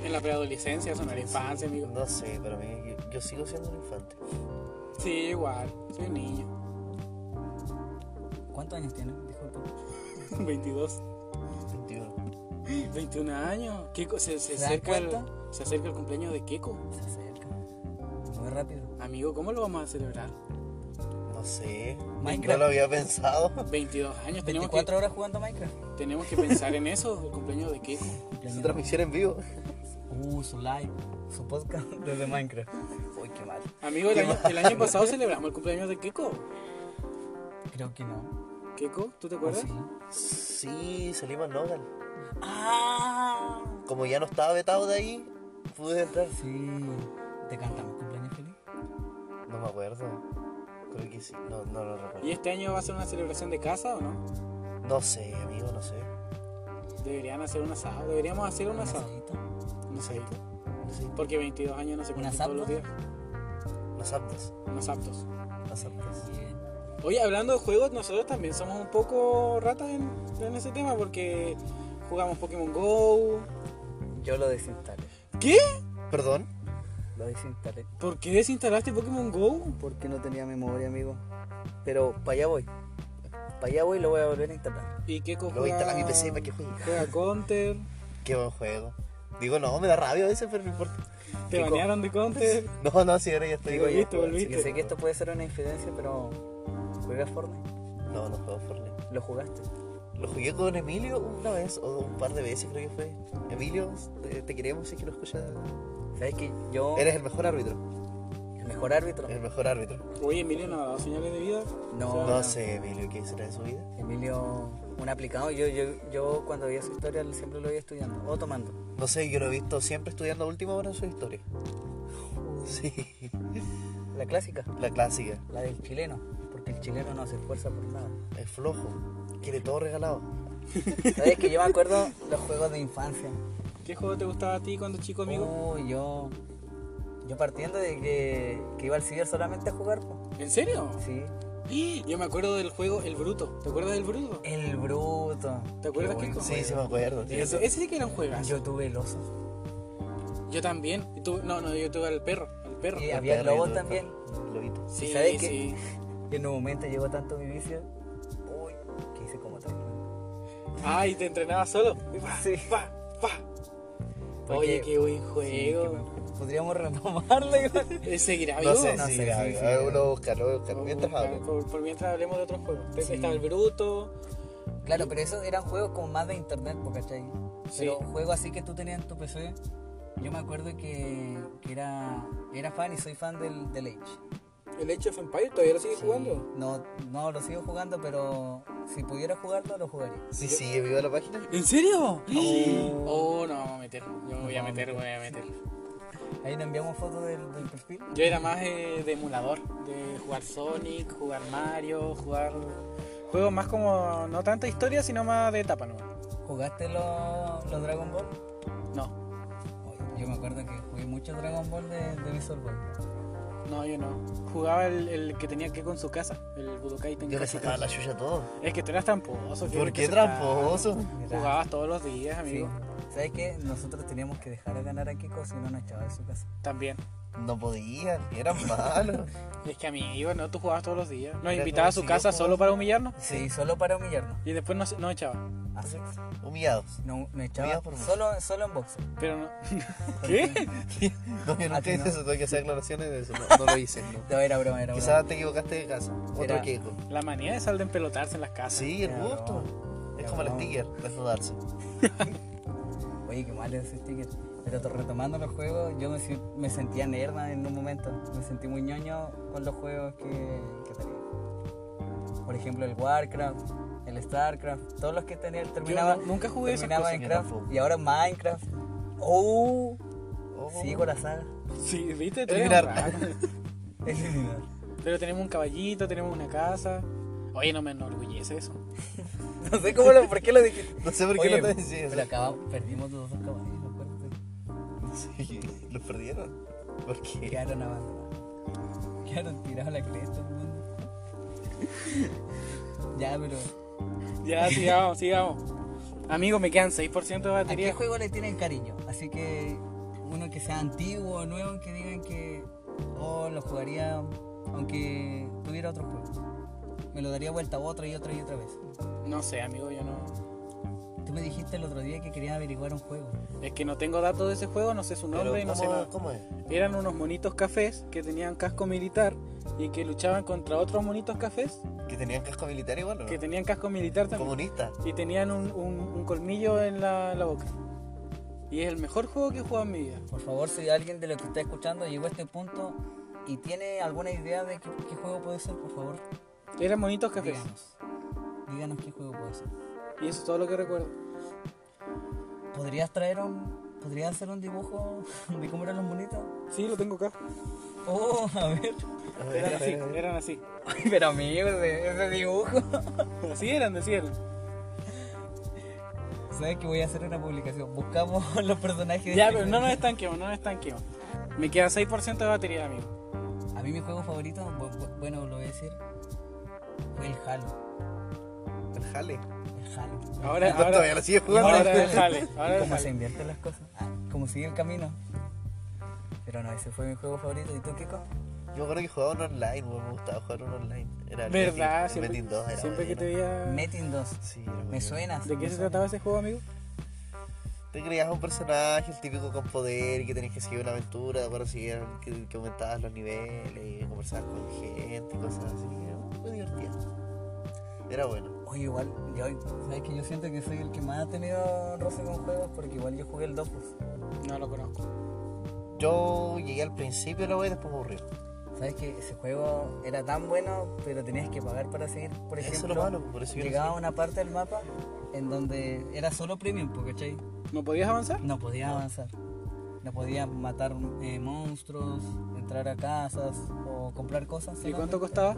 Speaker 1: En la preadolescencia, eso no era infancia, amigo.
Speaker 3: No sé, pero a mí, yo, yo sigo siendo un infante.
Speaker 1: Sí, igual, soy un niño.
Speaker 4: ¿Cuántos años tiene? Disculpa.
Speaker 1: 22,
Speaker 3: 21.
Speaker 1: 21 años. Kiko, se, se
Speaker 4: ¿Se dan
Speaker 1: acerca el,
Speaker 4: cuenta?
Speaker 1: se acerca el cumpleaños de Kiko.
Speaker 4: Se acerca. Muy rápido.
Speaker 1: Amigo, ¿cómo lo vamos a celebrar?
Speaker 3: No sé. No
Speaker 4: Minecraft.
Speaker 3: lo había pensado.
Speaker 1: 22 años, tenemos que,
Speaker 4: 24 horas jugando Minecraft.
Speaker 1: tenemos que pensar en eso, el cumpleaños de Kiko.
Speaker 3: Su transmisión en vivo.
Speaker 4: Uh, su live, su podcast desde Minecraft. Uy, qué mal.
Speaker 1: Amigo, el año, el año pasado celebramos el cumpleaños de Kiko.
Speaker 4: Creo que no.
Speaker 1: Kiko, ¿tú te acuerdas?
Speaker 4: Sí.
Speaker 3: Sí, salimos al Nogal.
Speaker 4: Ah,
Speaker 3: Como ya no estaba vetado de ahí, pude entrar.
Speaker 4: sí. ¿Te cantamos cumpleaños feliz?
Speaker 3: No me acuerdo. Creo que sí. No, no lo
Speaker 1: ¿Y
Speaker 3: recuerdo.
Speaker 1: este año va a ser una celebración de casa o no?
Speaker 3: No sé, amigo, no sé.
Speaker 1: Deberían hacer un asado, deberíamos hacer un asado.
Speaker 4: asadito.
Speaker 1: No sé.
Speaker 3: No sé.
Speaker 1: Porque 22 años no se cumplen
Speaker 4: ¿Unas
Speaker 1: todos los días.
Speaker 4: aptas?
Speaker 3: Los aptos.
Speaker 1: Unos aptos.
Speaker 3: Los aptos.
Speaker 4: Bien.
Speaker 1: Oye, hablando de juegos, nosotros también somos un poco ratas en, en ese tema porque jugamos Pokémon Go.
Speaker 4: Yo lo desinstalé.
Speaker 1: ¿Qué?
Speaker 3: Perdón.
Speaker 4: Lo desinstalé.
Speaker 1: ¿Por qué desinstalaste Pokémon Go?
Speaker 4: Porque no tenía memoria, amigo. Pero para allá voy. Para allá voy y lo voy a volver a instalar.
Speaker 1: ¿Y qué
Speaker 3: Lo voy a instalar a mi PC para que juegue.
Speaker 1: Juega Counter.
Speaker 3: Qué buen juego. Digo, no, me da rabia a veces, pero no importa.
Speaker 1: Te banearon de Counter.
Speaker 3: No, no, si ahora ya estoy.
Speaker 1: Digo,
Speaker 3: ya
Speaker 1: listo,
Speaker 3: puedo.
Speaker 1: volví.
Speaker 4: Yo sé que esto puede ser una infidencia, pero. ¿Juegas Fortnite?
Speaker 3: No, no juego Fortnite.
Speaker 4: ¿Lo jugaste?
Speaker 3: Lo jugué con Emilio una vez o un par de veces, creo que fue. Emilio, te, te queremos si es que lo escuchas.
Speaker 4: ¿Sabes que yo.
Speaker 3: Eres el mejor árbitro.
Speaker 4: Yo Mejor árbitro.
Speaker 3: El mejor árbitro.
Speaker 1: Oye, Emilio no ha dado señales de vida. O
Speaker 4: No,
Speaker 1: sea,
Speaker 3: No sé, Emilio, ¿qué será de su vida?
Speaker 4: Emilio, un aplicado. Yo, yo, yo cuando veía su historia siempre lo veía estudiando o tomando.
Speaker 3: No sé, yo lo he visto siempre estudiando a última hora en su historia. Sí,
Speaker 4: La clásica,
Speaker 3: la clásica.
Speaker 4: la del chileno. Porque el chileno no se esfuerza por nada.
Speaker 3: Es flojo. Quiere todo regalado.
Speaker 4: ¿Sabes que yo me acuerdo los juegos de infancia?
Speaker 1: ¿Qué juego te gustaba a ti cuando chico, amigo?
Speaker 4: Uy, yo. Yo partiendo de que, que iba al ciber solamente a jugar, po.
Speaker 3: Oh.
Speaker 1: ¿En serio?
Speaker 4: Sí.
Speaker 1: ¡Ah! Yo me acuerdo del juego El Bruto. ¿Te acuerdas del Bruto?
Speaker 4: El bruto.
Speaker 1: ¿Te acuerdas,
Speaker 4: Qué
Speaker 1: Kiko?
Speaker 4: buen
Speaker 3: Sí, sí me acuerdo. tío.
Speaker 1: Ese, ese sí que era un juego.
Speaker 4: juego. Yo tuve el oso.
Speaker 1: Yo también. Y tú- no, no, yo tuve al perro. Al perro.
Speaker 4: Y había
Speaker 3: Perro,
Speaker 4: globos
Speaker 3: yo-
Speaker 4: también.
Speaker 3: Globito.
Speaker 1: Sí,
Speaker 4: ¿sabes qué?
Speaker 1: sí.
Speaker 4: Y en un momento llegó tanto mi vicio. Uy, que hice como tal.
Speaker 1: Ay, te entrenabas solo. Y pa,
Speaker 4: Sí.
Speaker 1: pa, pa. Oye,
Speaker 4: Porque-
Speaker 1: qué buen
Speaker 4: Sí, qué
Speaker 1: juego.
Speaker 4: mal. Podríamos retomarlo igual.
Speaker 1: Eh, ¿Seguirá vivo?
Speaker 3: No sé,
Speaker 4: No
Speaker 3: sí,
Speaker 4: sé,
Speaker 3: a
Speaker 4: sí,
Speaker 3: ver,
Speaker 4: sí.
Speaker 3: a ver, uno busca, lo busca.
Speaker 1: Vamos
Speaker 3: Mientras
Speaker 1: a buscar,
Speaker 3: hablo.
Speaker 1: por, por mientras hablemos de otros juegos. Te-
Speaker 4: Sí.
Speaker 1: Estaba el Bruto.
Speaker 4: Claro, pero esos eran juegos como más de internet, po, ¿cachai?
Speaker 1: Sí.
Speaker 4: Pero juegos así que tú tenías en tu PC, yo me acuerdo que, que era, era fan y soy fan del, del Age.
Speaker 1: El Age of Empires todavía lo sigue
Speaker 4: Sí.
Speaker 1: jugando.
Speaker 4: No, no, lo sigo jugando, pero si pudiera jugarlo, lo jugaría.
Speaker 3: Sí, sí, viva la página.
Speaker 1: ¿En serio? Sí. Oh, no, vamos a meter. Yo me voy a meter, voy a meter.
Speaker 4: Ahí nos enviamos fotos del, del perfil.
Speaker 1: Yo era más eh, de emulador, de jugar Sonic, jugar Mario, jugar juegos más como no tanta historia, sino más de etapa nomás.
Speaker 4: ¿Jugaste los los Dragon Ball?
Speaker 1: No,
Speaker 4: Oye, Yo me acuerdo que jugué mucho Dragon Ball de, de Visual Ball.
Speaker 1: no, yo no. Jugaba el, el que tenía que ir con su casa, el Budokai
Speaker 3: Yo le
Speaker 1: Tenkaichi. Ah,
Speaker 3: sacaba la chucha a todo.
Speaker 1: Es que tú eras tramposo. que
Speaker 3: ¿Por
Speaker 1: eres
Speaker 3: qué
Speaker 1: que sacaba.
Speaker 3: tramposo?
Speaker 1: Jugabas todos los días,
Speaker 4: Sí.
Speaker 1: amigo.
Speaker 4: ¿Sabes qué? Nosotros teníamos que dejar a ganar a Kiko si no nos echaba de su casa.
Speaker 1: También.
Speaker 3: No podían, eran malos.
Speaker 1: Es que amigo, no, tú jugabas todos los días. Nos
Speaker 3: Era
Speaker 1: invitabas a su
Speaker 3: como si
Speaker 1: casa
Speaker 3: yo
Speaker 1: solo para humillarnos
Speaker 4: Sí, solo para humillarnos.
Speaker 1: y después nos, nos echaba.
Speaker 4: Así.
Speaker 3: Humillados.
Speaker 4: No, me
Speaker 3: Humillado
Speaker 4: echaba
Speaker 3: por mujer.
Speaker 4: solo, solo en boxeo.
Speaker 1: Pero no. ¿Qué?
Speaker 4: Ah,
Speaker 3: No, yo nunca
Speaker 4: sí,
Speaker 3: hice
Speaker 4: no.
Speaker 3: eso, tengo que hacer aclaraciones de eso. No, no lo hice, no.
Speaker 4: No, era broma, era broma.
Speaker 3: Quizás te equivocaste de casa. Otro
Speaker 4: Era-
Speaker 3: quejo.
Speaker 1: La manía de sal de empelotarse en las casas.
Speaker 3: Sí, el
Speaker 4: Ya,
Speaker 3: gusto.
Speaker 4: no.
Speaker 3: Es
Speaker 4: Ya,
Speaker 3: como el
Speaker 4: no.
Speaker 3: sticker, desnudarse.
Speaker 4: Oye, qué mal ese sticker. Pero to- retomando los juegos, yo me, si- me sentía nerda en un momento. Me sentí muy ñoño con los juegos que, que tenía. Por ejemplo, el Warcraft, el Starcraft, todos los que tenía. Terminaba,
Speaker 1: nu- nunca jugué esas
Speaker 4: terminaba
Speaker 1: cosas,
Speaker 4: en
Speaker 3: yo
Speaker 4: Craft
Speaker 3: tampoco.
Speaker 4: y ahora Minecraft. ¡Oh!
Speaker 3: Oh.
Speaker 4: Sigo la saga.
Speaker 1: Sí, viste, tú eres
Speaker 3: Eliminar.
Speaker 1: un raro.
Speaker 4: Eliminar.
Speaker 1: Pero tenemos un caballito, tenemos una casa. Oye, no me enorgullece eso.
Speaker 4: No sé cómo lo, por qué lo dije.
Speaker 3: No sé por qué lo estás diciendo.
Speaker 4: Pero acabamos, perdimos los dos caballos, acuérdate.
Speaker 3: Sí, los perdieron. ¿Por qué?
Speaker 4: Quedaron abandonados. Quedaron tirados a la cresta, mundo. ya, pero.
Speaker 1: Ya, sigamos, sigamos. Amigo, me quedan 6% de
Speaker 4: ¿A qué
Speaker 1: batería.
Speaker 4: juego le tienen cariño? Así que uno que sea antiguo o nuevo, que digan que. Oh, lo jugaría aunque tuviera otro juego. Me lo daría vuelta otra y otra y otra vez.
Speaker 1: No sé, amigo, yo no.
Speaker 4: Tú me dijiste el otro día que querías averiguar un juego.
Speaker 1: Es que no tengo datos de ese juego, no sé su
Speaker 3: Pero,
Speaker 1: nombre y no sé nada.
Speaker 3: ¿cómo, ¿Cómo es?
Speaker 1: Eran unos monitos cafés que tenían casco militar y que luchaban contra otros monitos cafés
Speaker 3: ¿Que tenían casco militar igual o
Speaker 1: que
Speaker 3: no?
Speaker 1: tenían casco militar también.
Speaker 3: Comunista.
Speaker 1: Y tenían un, un- un colmillo en la, la boca. Y es el mejor juego que he jugado en mi vida.
Speaker 4: Por favor, si alguien de los que está escuchando llegó a este punto y tiene alguna idea de qué, qué juego puede ser, por favor,
Speaker 1: Eran monitos cafés.
Speaker 4: díganos. Díganos qué juego puede ser.
Speaker 1: Y eso es todo lo que recuerdo.
Speaker 4: ¿Podrías traer un... ¿Podrías hacer un dibujo de cómo eran los monitos?
Speaker 1: Sí, lo tengo acá.
Speaker 3: Ah,
Speaker 4: Oh, a ver.
Speaker 3: A ver,
Speaker 1: Eran
Speaker 3: a
Speaker 1: así,
Speaker 3: ver, a ver.
Speaker 1: eran así.
Speaker 4: Ay, pero amigo, ese, ese dibujo.
Speaker 1: Así eran, decían.
Speaker 4: ¿Sabes que voy a hacer una publicación? Buscamos los personajes. de
Speaker 1: Ya,
Speaker 4: este
Speaker 1: pero no nos
Speaker 4: juego.
Speaker 1: estanquemos, no nos estanquemos. Me queda 6% de batería, amigo.
Speaker 4: A mí mi juego favorito, bu- bu- bueno, lo voy a decir, fue el Halo.
Speaker 3: El jale.
Speaker 4: El Halo.
Speaker 1: Ahora,
Speaker 3: No, todavía lo
Speaker 1: ahora,
Speaker 3: sigue jugando.
Speaker 1: ahora déjale, ahora
Speaker 4: ¿Cómo se
Speaker 1: déjale.
Speaker 4: invierten las cosas? Ah, ¿Cómo sigue el camino? Pero no, ese fue mi juego favorito. ¿Y tú, Kiko?
Speaker 3: Yo me acuerdo que jugaba un online, weón, me gustaba jugar un online. Era el Metin-
Speaker 1: ¿Verdad?
Speaker 3: el
Speaker 1: Siempre,
Speaker 3: Metin 2 era
Speaker 1: siempre que te
Speaker 3: bueno.
Speaker 1: veía...
Speaker 4: Metin 2.
Speaker 3: Sí, era
Speaker 4: ¿Me
Speaker 3: bueno.
Speaker 4: suenas?
Speaker 1: ¿De qué se trataba ese juego, amigo?
Speaker 3: Te creías un personaje, el típico con poder, y que tenías que seguir una aventura, para seguir, que, que aumentabas los niveles, y conversabas con gente y cosas así. Era muy divertido. Era bueno.
Speaker 4: Oye, igual, yo, ¿sabes que yo siento que soy el que más ha tenido roce con juegos? Porque igual yo jugué el pues. Dofus.
Speaker 1: No lo conozco.
Speaker 3: Yo llegué al principio de la wea y después me aburrí.
Speaker 4: ¿Sabes que Ese juego era tan bueno, pero tenías que pagar para seguir. Por
Speaker 3: Eso es
Speaker 4: ejemplo,
Speaker 3: lo malo, por eso yo no
Speaker 4: llegaba a
Speaker 3: sé.
Speaker 4: una parte del mapa en donde era solo premium, po, ¿cachai?
Speaker 1: ¿No podías avanzar?
Speaker 4: No podías avanzar. No podías matar eh, monstruos, entrar a casas o comprar cosas.
Speaker 1: ¿Y
Speaker 4: solamente.
Speaker 1: cuánto costaba?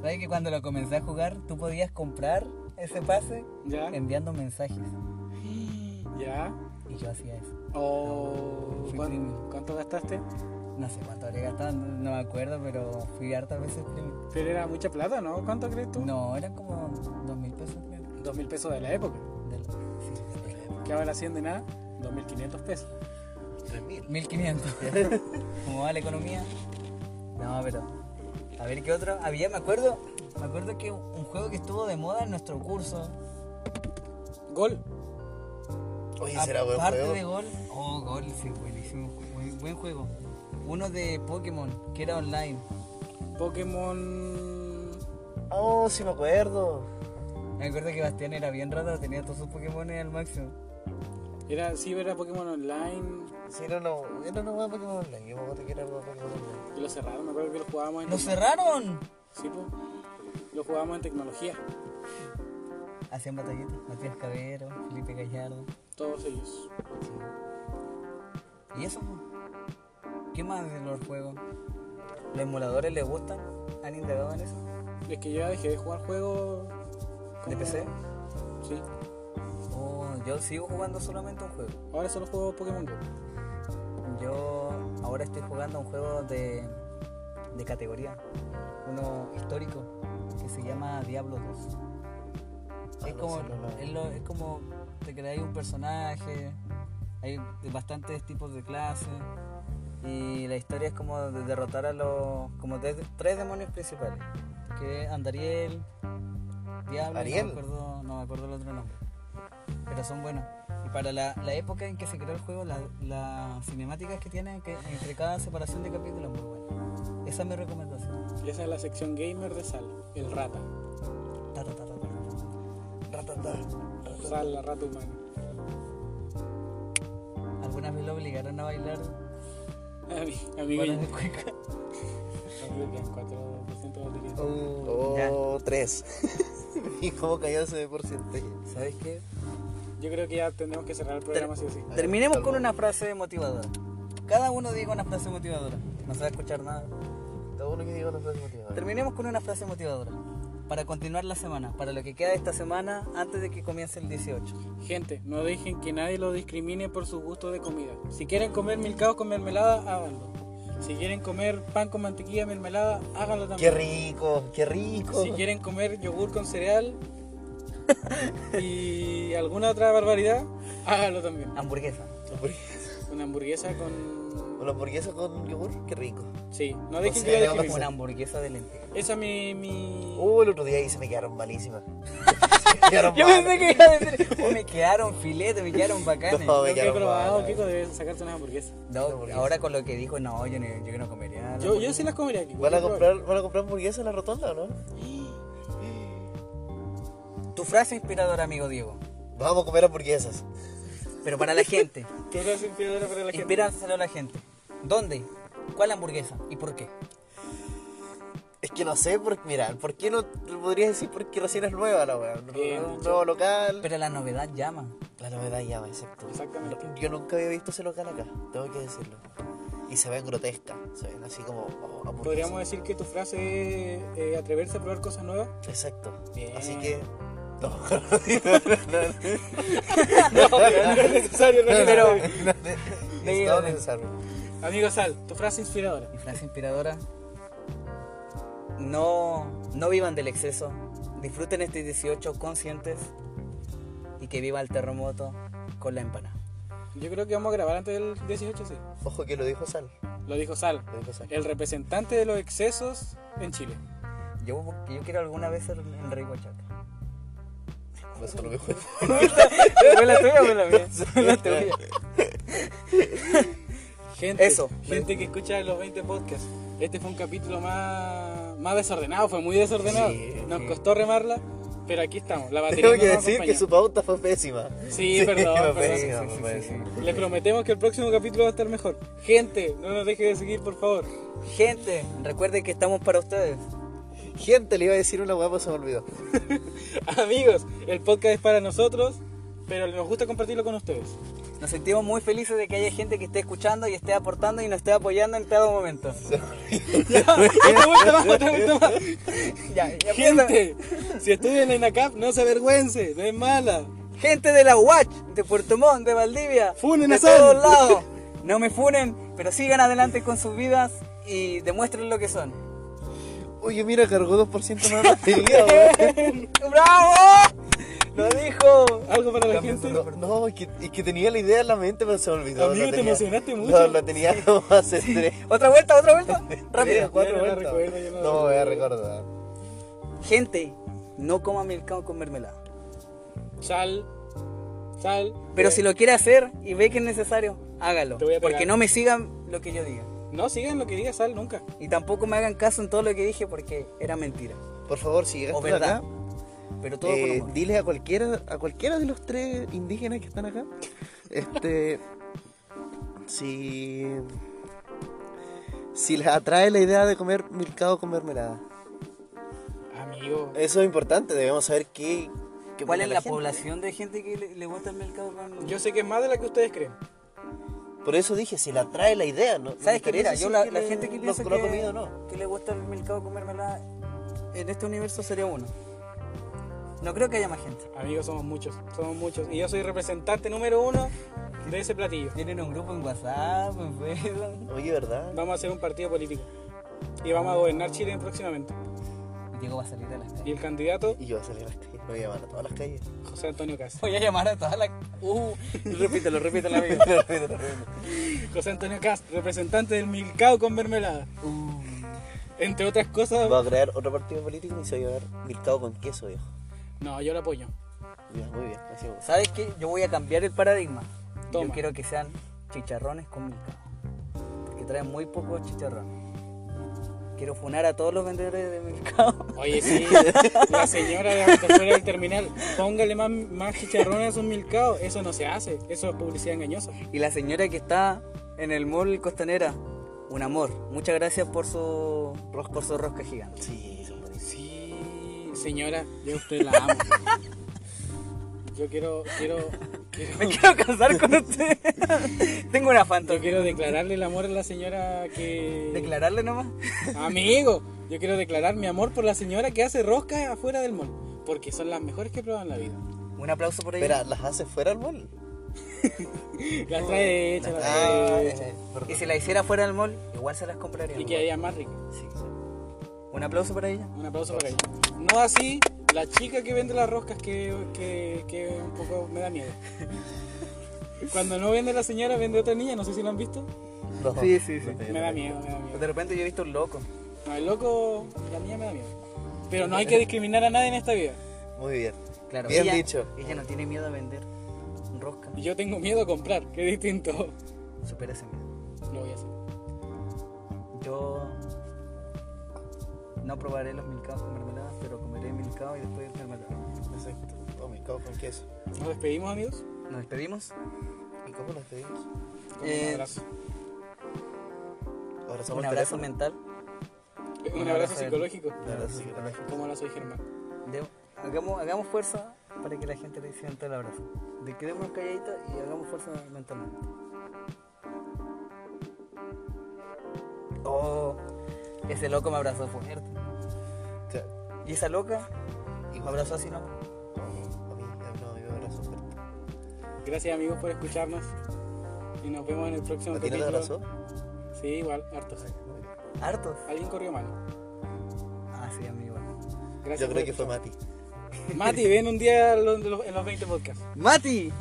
Speaker 4: ¿Sabes que cuando lo comencé a jugar, tú podías comprar ese pase
Speaker 1: Ya.
Speaker 4: enviando mensajes?
Speaker 1: Ya.
Speaker 4: Y yo hacía eso.
Speaker 1: O
Speaker 4: Fui
Speaker 1: ¿cuán-
Speaker 4: premium.
Speaker 1: ¿Cuánto gastaste?
Speaker 4: No sé cuánto habría gastado, no me acuerdo, pero fui hartas veces premium.
Speaker 1: Pero era mucha plata, ¿no? ¿Cuánto crees tú?
Speaker 4: No, eran como dos mil pesos, creo.
Speaker 1: Dos mil pesos de la época.
Speaker 4: Del- sí,
Speaker 1: ¿Qué ahora haciendo de nada? 2.500 pesos.
Speaker 3: 3.000.
Speaker 4: 1500. Como va la economía. No, pero. A ver qué otro. Había, me acuerdo. Me acuerdo que un juego que estuvo de moda en nuestro curso.
Speaker 1: Gol.
Speaker 3: Oye, será buen
Speaker 4: aparte
Speaker 3: juego.
Speaker 4: de gol. Oh, gol, sí, buenísimo. Buen, buen juego. Uno de Pokémon, que era online.
Speaker 1: Pokémon.
Speaker 3: Oh, sí me acuerdo.
Speaker 4: Me acuerdo que Bastián era bien raro, tenía todos sus Pokémon al máximo.
Speaker 1: Era, sí, era Pokémon Online.
Speaker 3: Sí, era una, era una hueá de Pokémon Online. Yo me acuerdo que era una hueá de Pokémon Online.
Speaker 1: Y lo cerraron, me acuerdo que lo jugábamos en.
Speaker 4: ¡Lo cerraron!
Speaker 1: Sí, po. Lo jugábamos en tecnología.
Speaker 4: Hacían batallitas. Matías Cabero, Felipe Gallardo.
Speaker 1: Todos ellos.
Speaker 4: ¿Y eso? po? ¿Qué más de los juegos? ¿Los emuladores les gustan? ¿Han indagado en eso?
Speaker 1: Es que yo ya dejé de jugar juegos.
Speaker 4: ¿De
Speaker 1: como-
Speaker 4: PC?
Speaker 1: Sí.
Speaker 4: Oh, yo sigo jugando solamente un juego.
Speaker 1: Ahora solo juego Pokémon Go.
Speaker 4: Yo ahora estoy jugando un juego de, de categoría, uno histórico, que se llama Diablo 2. es,
Speaker 3: no,
Speaker 4: como,
Speaker 3: sí, no, no.
Speaker 4: es lo- es como te creáis un personaje, hay bastantes tipos de clases, y la historia es como de derrotar a los como de- tres demonios principales, que es Andariel, Diablo,
Speaker 3: Ariel.
Speaker 4: No, me acuerdo, no me acuerdo el otro nombre, pero son buenos. Y para la, la época en que se creó el juego, la- las cinemáticas que tienen que, entre cada separación de capítulos muy buenas. Esa es mi recomendación.
Speaker 1: Y esa es la sección gamer de Sal. El rata.
Speaker 4: Ta, ta, ta, ta, ta.
Speaker 1: Sal, la rata humana.
Speaker 4: Alguna vez lo obligaron a bailar
Speaker 1: A mí, a mí
Speaker 4: bolas
Speaker 1: que-
Speaker 4: de cueca.
Speaker 1: creo que en 4% de batería.
Speaker 3: Oh, 3. ¿Y cómo cayó ese porcentaje?
Speaker 4: ¿Sabes qué?
Speaker 1: Yo creo que ya tendremos que cerrar el programa, sí o sí.
Speaker 4: Terminemos con una frase motivadora. Cada uno diga una frase motivadora. No se va a escuchar nada.
Speaker 3: Todo uno que digo no fue motivado.
Speaker 4: Terminemos con una frase motivadora. Para continuar la semana, para lo que queda de esta semana antes de que comience el 18.
Speaker 1: Gente, no dejen que nadie lo discrimine por su gusto de comida. Si quieren comer milcaos con mermelada, háganlo. Si quieren comer pan con mantequilla y mermelada, háganlo
Speaker 3: ¡Qué
Speaker 1: también.
Speaker 3: rico! ¡Qué rico!
Speaker 1: Si quieren comer yogur con cereal y alguna otra barbaridad, háganlo también.
Speaker 4: Hamburguesa.
Speaker 3: Hamburguesa.
Speaker 1: Una hamburguesa con...
Speaker 3: Una hamburguesa con yogur, qué rico.
Speaker 1: Sí, no dejen que
Speaker 3: sea,
Speaker 1: lo
Speaker 3: hagamos
Speaker 4: Una
Speaker 1: discriminen.
Speaker 4: hamburguesa de lentejas.
Speaker 1: Esa es mi... mi...
Speaker 3: Uh, el otro día ahí se me quedaron malísimas. Se me quedaron
Speaker 4: Yo pensé
Speaker 3: malas.
Speaker 4: que iba a decir, "Oh, me quedaron filetes, me quedaron bacanes.
Speaker 3: No,
Speaker 1: Lo
Speaker 3: me
Speaker 1: que he
Speaker 3: quedaron
Speaker 1: probado,
Speaker 3: malas.
Speaker 1: Kiko, debes sacarte unas hamburguesas.
Speaker 4: No, ahora con lo que dijo, no, yo, no- yo no comería.
Speaker 1: Yo, yo sí las comería, Kiko.
Speaker 3: ¿Van a
Speaker 1: yo
Speaker 3: comprar, ¿Van a comprar hamburguesa en la rotonda o no?
Speaker 4: Tu frase inspiradora, amigo Diego.
Speaker 3: Vamos a comer hamburguesas.
Speaker 4: Pero para la gente.
Speaker 1: probaría. Tú eres inspiradora para la gente.
Speaker 4: Inspíraselo a la gente. ¿Dónde? ¿Cuál hamburguesa? ¿Y por qué?
Speaker 3: Es que no sé, por, mira, ¿por qué no te podrías decir porque recién es nueva la weá? No,
Speaker 1: Bien
Speaker 3: no,
Speaker 1: dicho.
Speaker 3: nuevo local.
Speaker 4: Pero la novedad llama.
Speaker 3: La novedad llama, exacto.
Speaker 1: Exactamente.
Speaker 3: No, yo nunca había visto ese local acá, tengo que decirlo. Y se ven grotescas, se ven así como oh, hamburguesas.
Speaker 1: Podríamos decir que tu frase es eh, atreverse a probar cosas nuevas.
Speaker 3: Exacto.
Speaker 1: Bien.
Speaker 3: Así que. No, no,
Speaker 1: es necesario, no es
Speaker 4: Pero-
Speaker 1: necesario.
Speaker 3: no, no, necesitaba pensarlo.
Speaker 1: Amigo Sal, tu frase inspiradora.
Speaker 4: Mi frase inspiradora. No, no vivan del exceso. Disfruten este 18 conscientes y que viva el terremoto con la empanada.
Speaker 1: Yo creo que vamos a grabar antes del 18, sí.
Speaker 3: Ojo que lo dijo Sal.
Speaker 1: Lo dijo Sal,
Speaker 3: Lo dijo Sal.
Speaker 1: el representante de los excesos en Chile.
Speaker 4: Yo, yo quiero alguna vez ser Enrico Chaca.
Speaker 3: Pues eso no me cuenta.
Speaker 4: ¿Fue la tuya o fue la mía? Fue la tuya.
Speaker 1: Gente,
Speaker 4: Eso.
Speaker 1: gente que escucha los 20 podcasts. Este fue un capítulo más, más desordenado, fue muy desordenado.
Speaker 3: Sí,
Speaker 1: Nos
Speaker 4: sí.
Speaker 1: costó remarla, Pero aquí estamos, la batería
Speaker 3: Tengo
Speaker 1: no
Speaker 3: que
Speaker 1: nos
Speaker 3: decir que
Speaker 1: acompañó.
Speaker 3: su pauta fue pésima.
Speaker 1: Sí, perdón,
Speaker 3: fue
Speaker 1: perdón.
Speaker 3: pésima,
Speaker 1: Sí, sí,
Speaker 3: fue
Speaker 1: sí,
Speaker 3: pésima.
Speaker 1: Les prometemos que el próximo capítulo va a estar mejor. Gente, no nos deje de seguir, por favor.
Speaker 4: Gente, recuerden que estamos para ustedes.
Speaker 3: Gente, le iba a decir una hueá, pero se me olvidó.
Speaker 1: Amigos, el podcast es para nosotros, pero nos gusta compartirlo con ustedes.
Speaker 4: Nos sentimos muy felices de que haya gente que esté escuchando y esté aportando y nos esté apoyando en todo momento.
Speaker 1: Otra vuelta más, otra vuelta más.
Speaker 4: Ya, ya
Speaker 1: Gente, si estudian en ACAP, no se avergüence, no es mala.
Speaker 4: empieza. gente de la UACH, de Puerto Montt, de Valdivia,
Speaker 1: Funen
Speaker 4: de
Speaker 1: a Sal.
Speaker 4: todos lados. No me funen, pero sigan adelante con sus vidas y demuestren lo que son.
Speaker 3: Oye, mira, cargó 2% más de batería, weón.
Speaker 4: ¡Bravo! Lo dijo.
Speaker 1: Algo para la gente.
Speaker 3: No, no, es que, es que tenía la idea en la mente, pero se me olvidó.
Speaker 1: Amigo,
Speaker 3: la
Speaker 1: te
Speaker 3: tenía-
Speaker 1: emocionaste mucho.
Speaker 3: No, la tenía como hace tres.
Speaker 4: Otra vuelta, otra vuelta.
Speaker 3: tres,
Speaker 4: Rápido.
Speaker 3: cuatro
Speaker 1: Ya no la
Speaker 3: vueltas.
Speaker 1: recuerdo, ya no la
Speaker 3: No, voy a recordar.
Speaker 4: Gente, no coma milcao con mermelada.
Speaker 1: Sal, sal. Eh,
Speaker 4: Pero si lo quiere hacer y ve que es necesario, hágalo.
Speaker 1: Te voy a pegar.
Speaker 4: Porque no me sigan lo que yo diga.
Speaker 1: No sigan lo que diga sal nunca.
Speaker 4: Y tampoco me hagan caso en todo lo que dije porque era mentira.
Speaker 3: Por favor, si llegaste
Speaker 4: O verdad.
Speaker 3: acá,
Speaker 4: Pero todo
Speaker 3: eh,
Speaker 4: con amor.
Speaker 3: dile a cualquiera, a cualquiera de los tres indígenas que están acá. Este. si. Si les atrae la idea de comer milcao con mermelada.
Speaker 1: Amigo,
Speaker 3: Eso es importante, debemos saber qué. qué
Speaker 4: ¿Cuál
Speaker 3: opina
Speaker 4: es la,
Speaker 3: gente.
Speaker 4: población de gente que le, le gusta el mercado con
Speaker 1: yo sé que es más de la que ustedes creen.
Speaker 3: Por eso dije, si la trae la idea, ¿no?
Speaker 4: ¿Sabes qué? Mira,
Speaker 3: Interesa
Speaker 4: yo
Speaker 3: si
Speaker 4: la,
Speaker 3: es
Speaker 4: la
Speaker 3: le-
Speaker 4: gente que
Speaker 3: lo-
Speaker 4: piensa
Speaker 3: lo
Speaker 4: que,
Speaker 3: ha comido o no.
Speaker 4: que le gusta el mercado con mermelada en este universo sería uno. No creo que haya más gente.
Speaker 1: Amigos, somos muchos, somos muchos. Y yo soy representante número uno de ese platillo.
Speaker 4: Tienen un grupo en WhatsApp, en Facebook.
Speaker 3: Oye, ¿verdad?
Speaker 1: Vamos a hacer un partido político. Y vamos a gobernar Chile próximamente.
Speaker 4: Diego va a salir a las
Speaker 1: Y
Speaker 4: calles.
Speaker 1: el candidato,
Speaker 3: Y yo voy a salir a las calles, me voy a llamar a todas las calles.
Speaker 1: José Antonio Cas.
Speaker 4: Voy a llamar a todas las... Uh, repítelo, repítelo, amigo.
Speaker 1: José Antonio Cas, representante del Milcao con mermelada. Entre otras cosas.
Speaker 3: Va a crear otro partido político y se va a llamar Milcao con queso, viejo.
Speaker 1: No, yo lo apoyo.
Speaker 3: Ya, muy bien, así me gusta.
Speaker 4: ¿Sabes qué? Yo voy a cambiar el paradigma.
Speaker 1: Toma.
Speaker 4: Yo quiero que sean chicharrones con milcao. Porque traen muy pocos chicharrones. Quiero funar a todos los vendedores de mercado.
Speaker 1: Oye, sí, la señora de afuera del terminal, póngale más, más chicharrones a esos Milcao. Eso no se hace, eso es publicidad engañosa.
Speaker 4: Y la señora que está en el mall Costanera, un amor. Muchas gracias por su rosca, por su rosca gigante.
Speaker 3: Sí, son buenísimos.
Speaker 1: Sí, señora, yo a usted la amo. Yo quiero, quiero, quiero.
Speaker 4: Me quiero casar con usted. Tengo una
Speaker 1: Yo
Speaker 4: fantasía.
Speaker 1: quiero declararle el amor a la señora que.
Speaker 4: Declararle nomás.
Speaker 1: Amigo, yo quiero declarar mi amor por la señora que hace roscas afuera del mall. Porque son las mejores que he probado en la vida.
Speaker 4: Un aplauso por ella.
Speaker 3: Espera, ¿las hace fuera del mall?
Speaker 1: Las trae hechas, las
Speaker 3: Ah,
Speaker 1: trae hechas.
Speaker 3: eh, perdón.
Speaker 4: Y si la hiciera fuera del mall, igual se las compraría.
Speaker 1: Y quedaría más rica.
Speaker 4: Sí. Un aplauso para ella.
Speaker 1: Un aplauso para ella. No así la chica que vende las roscas que, que, que un poco me da miedo. Cuando no vende la señora, vende otra niña, no sé si lo han visto.
Speaker 3: No,
Speaker 4: Sí, sí, sí.
Speaker 3: no te-
Speaker 1: Me da miedo, me da miedo.
Speaker 4: De repente yo he visto un loco.
Speaker 1: No, el loco, la niña me da miedo. Pero no hay que discriminar a nadie en esta vida.
Speaker 3: Muy bien.
Speaker 4: Claro,
Speaker 3: Bien
Speaker 4: ella,
Speaker 3: dicho.
Speaker 4: Ella no tiene miedo a vender rosca.
Speaker 1: Y yo tengo miedo a comprar, que es distinto.
Speaker 4: Supera ese miedo.
Speaker 1: Lo voy a hacer.
Speaker 4: Yo no probaré los milcaos con mermelada, pero comeré milcao y después mermelada.
Speaker 3: Exacto. Oh, Milcao con queso.
Speaker 1: Nos despedimos, amigos.
Speaker 4: Nos despedimos.
Speaker 3: ¿Y cómo nos pedimos?
Speaker 1: Con un
Speaker 4: Eh,
Speaker 1: abrazo.
Speaker 3: Ahora somos
Speaker 4: Un abrazo mental.
Speaker 1: Un
Speaker 4: un
Speaker 1: abrazo
Speaker 4: abrazo
Speaker 1: psicológico.
Speaker 3: Un abrazo psicológico.
Speaker 1: Como la soy Germán.
Speaker 4: De- hagamos, hagamos fuerza para que la gente le sienta el abrazo. De quedémonos calladitos y hagamos fuerza mentalmente. Oh, ese loco me abrazó fuerte.
Speaker 3: O sea,
Speaker 4: Y esa loca
Speaker 3: y
Speaker 4: me
Speaker 3: un abrazo.
Speaker 4: abrazó así, ¿no?
Speaker 3: No, a mí, a mí no, a mí me abrazó fuerte.
Speaker 1: Gracias, amigos, por escucharnos. Y nos vemos en el próximo
Speaker 3: ¿A ti no te
Speaker 1: capítulo.
Speaker 3: abrazó?
Speaker 1: Sí, igual, hartos.
Speaker 3: Muy bien.
Speaker 4: Hartos.
Speaker 1: Alguien corrió mal.
Speaker 4: Ah, sí, amigo.
Speaker 1: Gracias.
Speaker 3: Yo
Speaker 1: por
Speaker 3: creo que fue
Speaker 1: escucharnos.
Speaker 3: Mati.
Speaker 1: Mati, ven un día a los- de los- en los 20 podcasts.
Speaker 4: ¡Mati!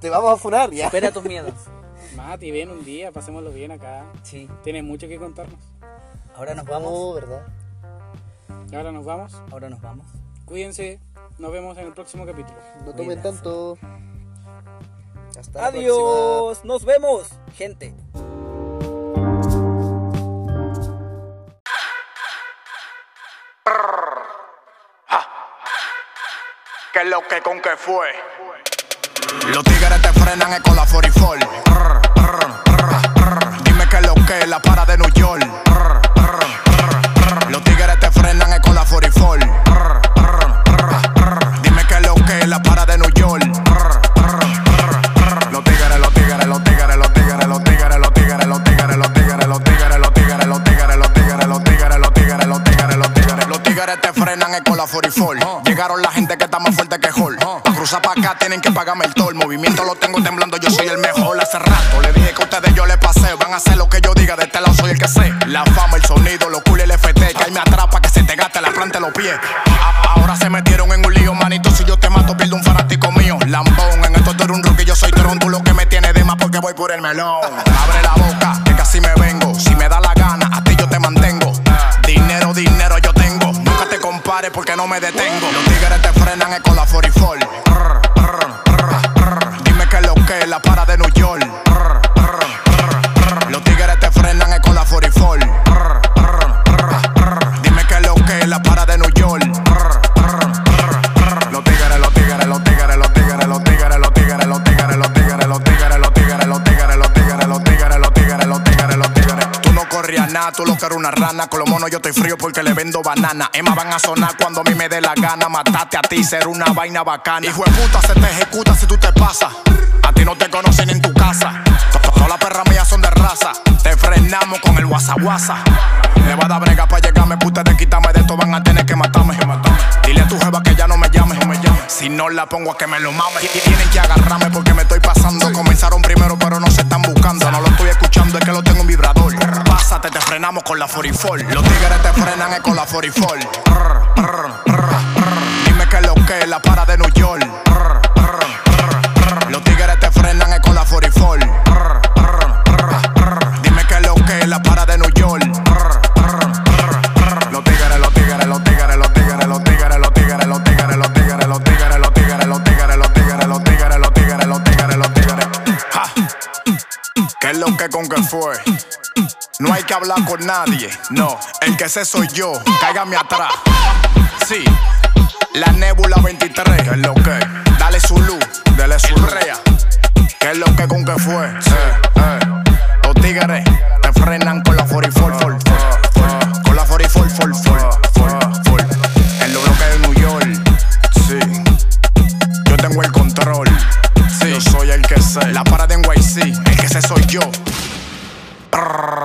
Speaker 3: Te vamos a funar ya.
Speaker 4: Supera tus miedos.
Speaker 1: Mati, ven un día, pasémoslo bien acá.
Speaker 4: Sí.
Speaker 1: Tienes mucho que contarnos.
Speaker 4: Ahora nos vamos.
Speaker 3: Vamos, ¿verdad?
Speaker 1: Y ahora nos vamos.
Speaker 4: Ahora nos vamos.
Speaker 1: Cuídense. Nos vemos en el próximo capítulo.
Speaker 3: No tomen
Speaker 4: Cuídense.
Speaker 3: tanto. Hasta la próxima.
Speaker 4: Adiós. Nos vemos, gente.
Speaker 7: ¿Qué es lo que con qué fue? Los tigres te frenan es con la 44. Prr, prr, prr, prr. Dime qué es lo que la para de New York. Prr, prr, prr, prr. Los tigres te frenan es con la 44. Prr, prr, prr, prr. Dime qué es lo que la para de New York. Prr, prr, prr, prr. Los tigres, los tigres, los tigres, los tigres, los tigres, los tigres, los tigres, los tigres, los tigres, los tigres, los tigres, los tigres, los tigres, los tigres, los tigres, los tigres. Los tigres te frenan es con la 44. Llegaron la gente que está más fuerte que Hall. Pa' cruzar pa' acá tienen que pagarme el toll. Movimiento lo tengo temblando, yo soy el mejor. Hace rato le dije que a ustedes yo les pasé. Van a hacer lo que yo diga, de este lado soy el que sé. La fama, el sonido, lo cool y el FT. Que ahí me atrapa, que se te gasta la planta de los pies. A- ahora se metieron en un lío, manito. Si yo te mato, pierdo un fanático mío. Lambón, en esto tú eres un rookie, yo soy tron. Tú lo que me tienes de más porque voy por el melón. Abre la boca, que casi me vengo. Si me da la gana, a ti yo te mantengo. Dinero, dinero yo tengo. Nunca te compares porque no me detengo. Los tigres te frenan es con la 44. Prr, prr, prr, prr. Dime qué es lo que es la para de New York. Prr, prr, prr, prr. Los tigres te frenan es con la 44. Prr, prr, prr, prr. Dime qué es lo que es la para de New York. Prr, prr, prr, prr. Los tigres, los tigres, los tigres, los tigres, los tigres, los tigres, los tigres, los tigres, los tigres, los tigres, los tigres, los tigres, los tigres, los tigres, los tigres, los tigres. Tú no corrías nada, tú lo que eres una rana. Con los monos yo estoy frío porque le vendo banana. Emma van a sonar cuando a mí me dé la gana. Matarte a ti, ser una vaina bacana. Hijo de puta, se te ejecuta si tú te pasas. A ti no te conocen ni en tu casa. To- to- Todas las perras mías son de raza. Te frenamos con el guasaguasa. Me va a dar brega para llegarme, puta de quitarme de esto van a tener que matarme. Dile a tu jeva que ya no me llame. Si no la pongo a que me lo mame. Ti- Tienen que agarrarme porque me estoy pasando. Comenzaron primero, pero no se están buscando. No lo estoy escuchando, es que lo tengo en vibrador. Pásate, te frenamos con la 44. Los tigres te frenan es con la 44. Prr, prr, prr, prr. Dime qué es lo que es la para de New York. Prr, prr, prr, prr. Los tigres te frenan es con la 44. Prr, prr, prr, prr. Dime qué es lo que es la para de New York. Prr, prr, prr, prr. Los tigres, los tigres, los tigres, los tigres, los tigres, los tigres, los tigres, los tigres, los tigres, los tigres, los tigres, los tigres, los tigres, los tigres, los tigres, los tigres. Ja. ¿Qué es lo que con que fue? No hay que hablar con nadie, no. El que sé soy yo, cáigame atrás. Sí, la nébula 23. ¿Qué es lo que? Dale su luz, dale su rea. ¿Qué es lo que con que fue? Sí, eh. Los tigres te frenan con la 44. fol, fol, fol. Con la 44. fol, fol, fol, fol. En los bloques de New York. Sí. Yo tengo el control. Yo soy el que sé. La parada en YC. El que sé soy yo. Prrr.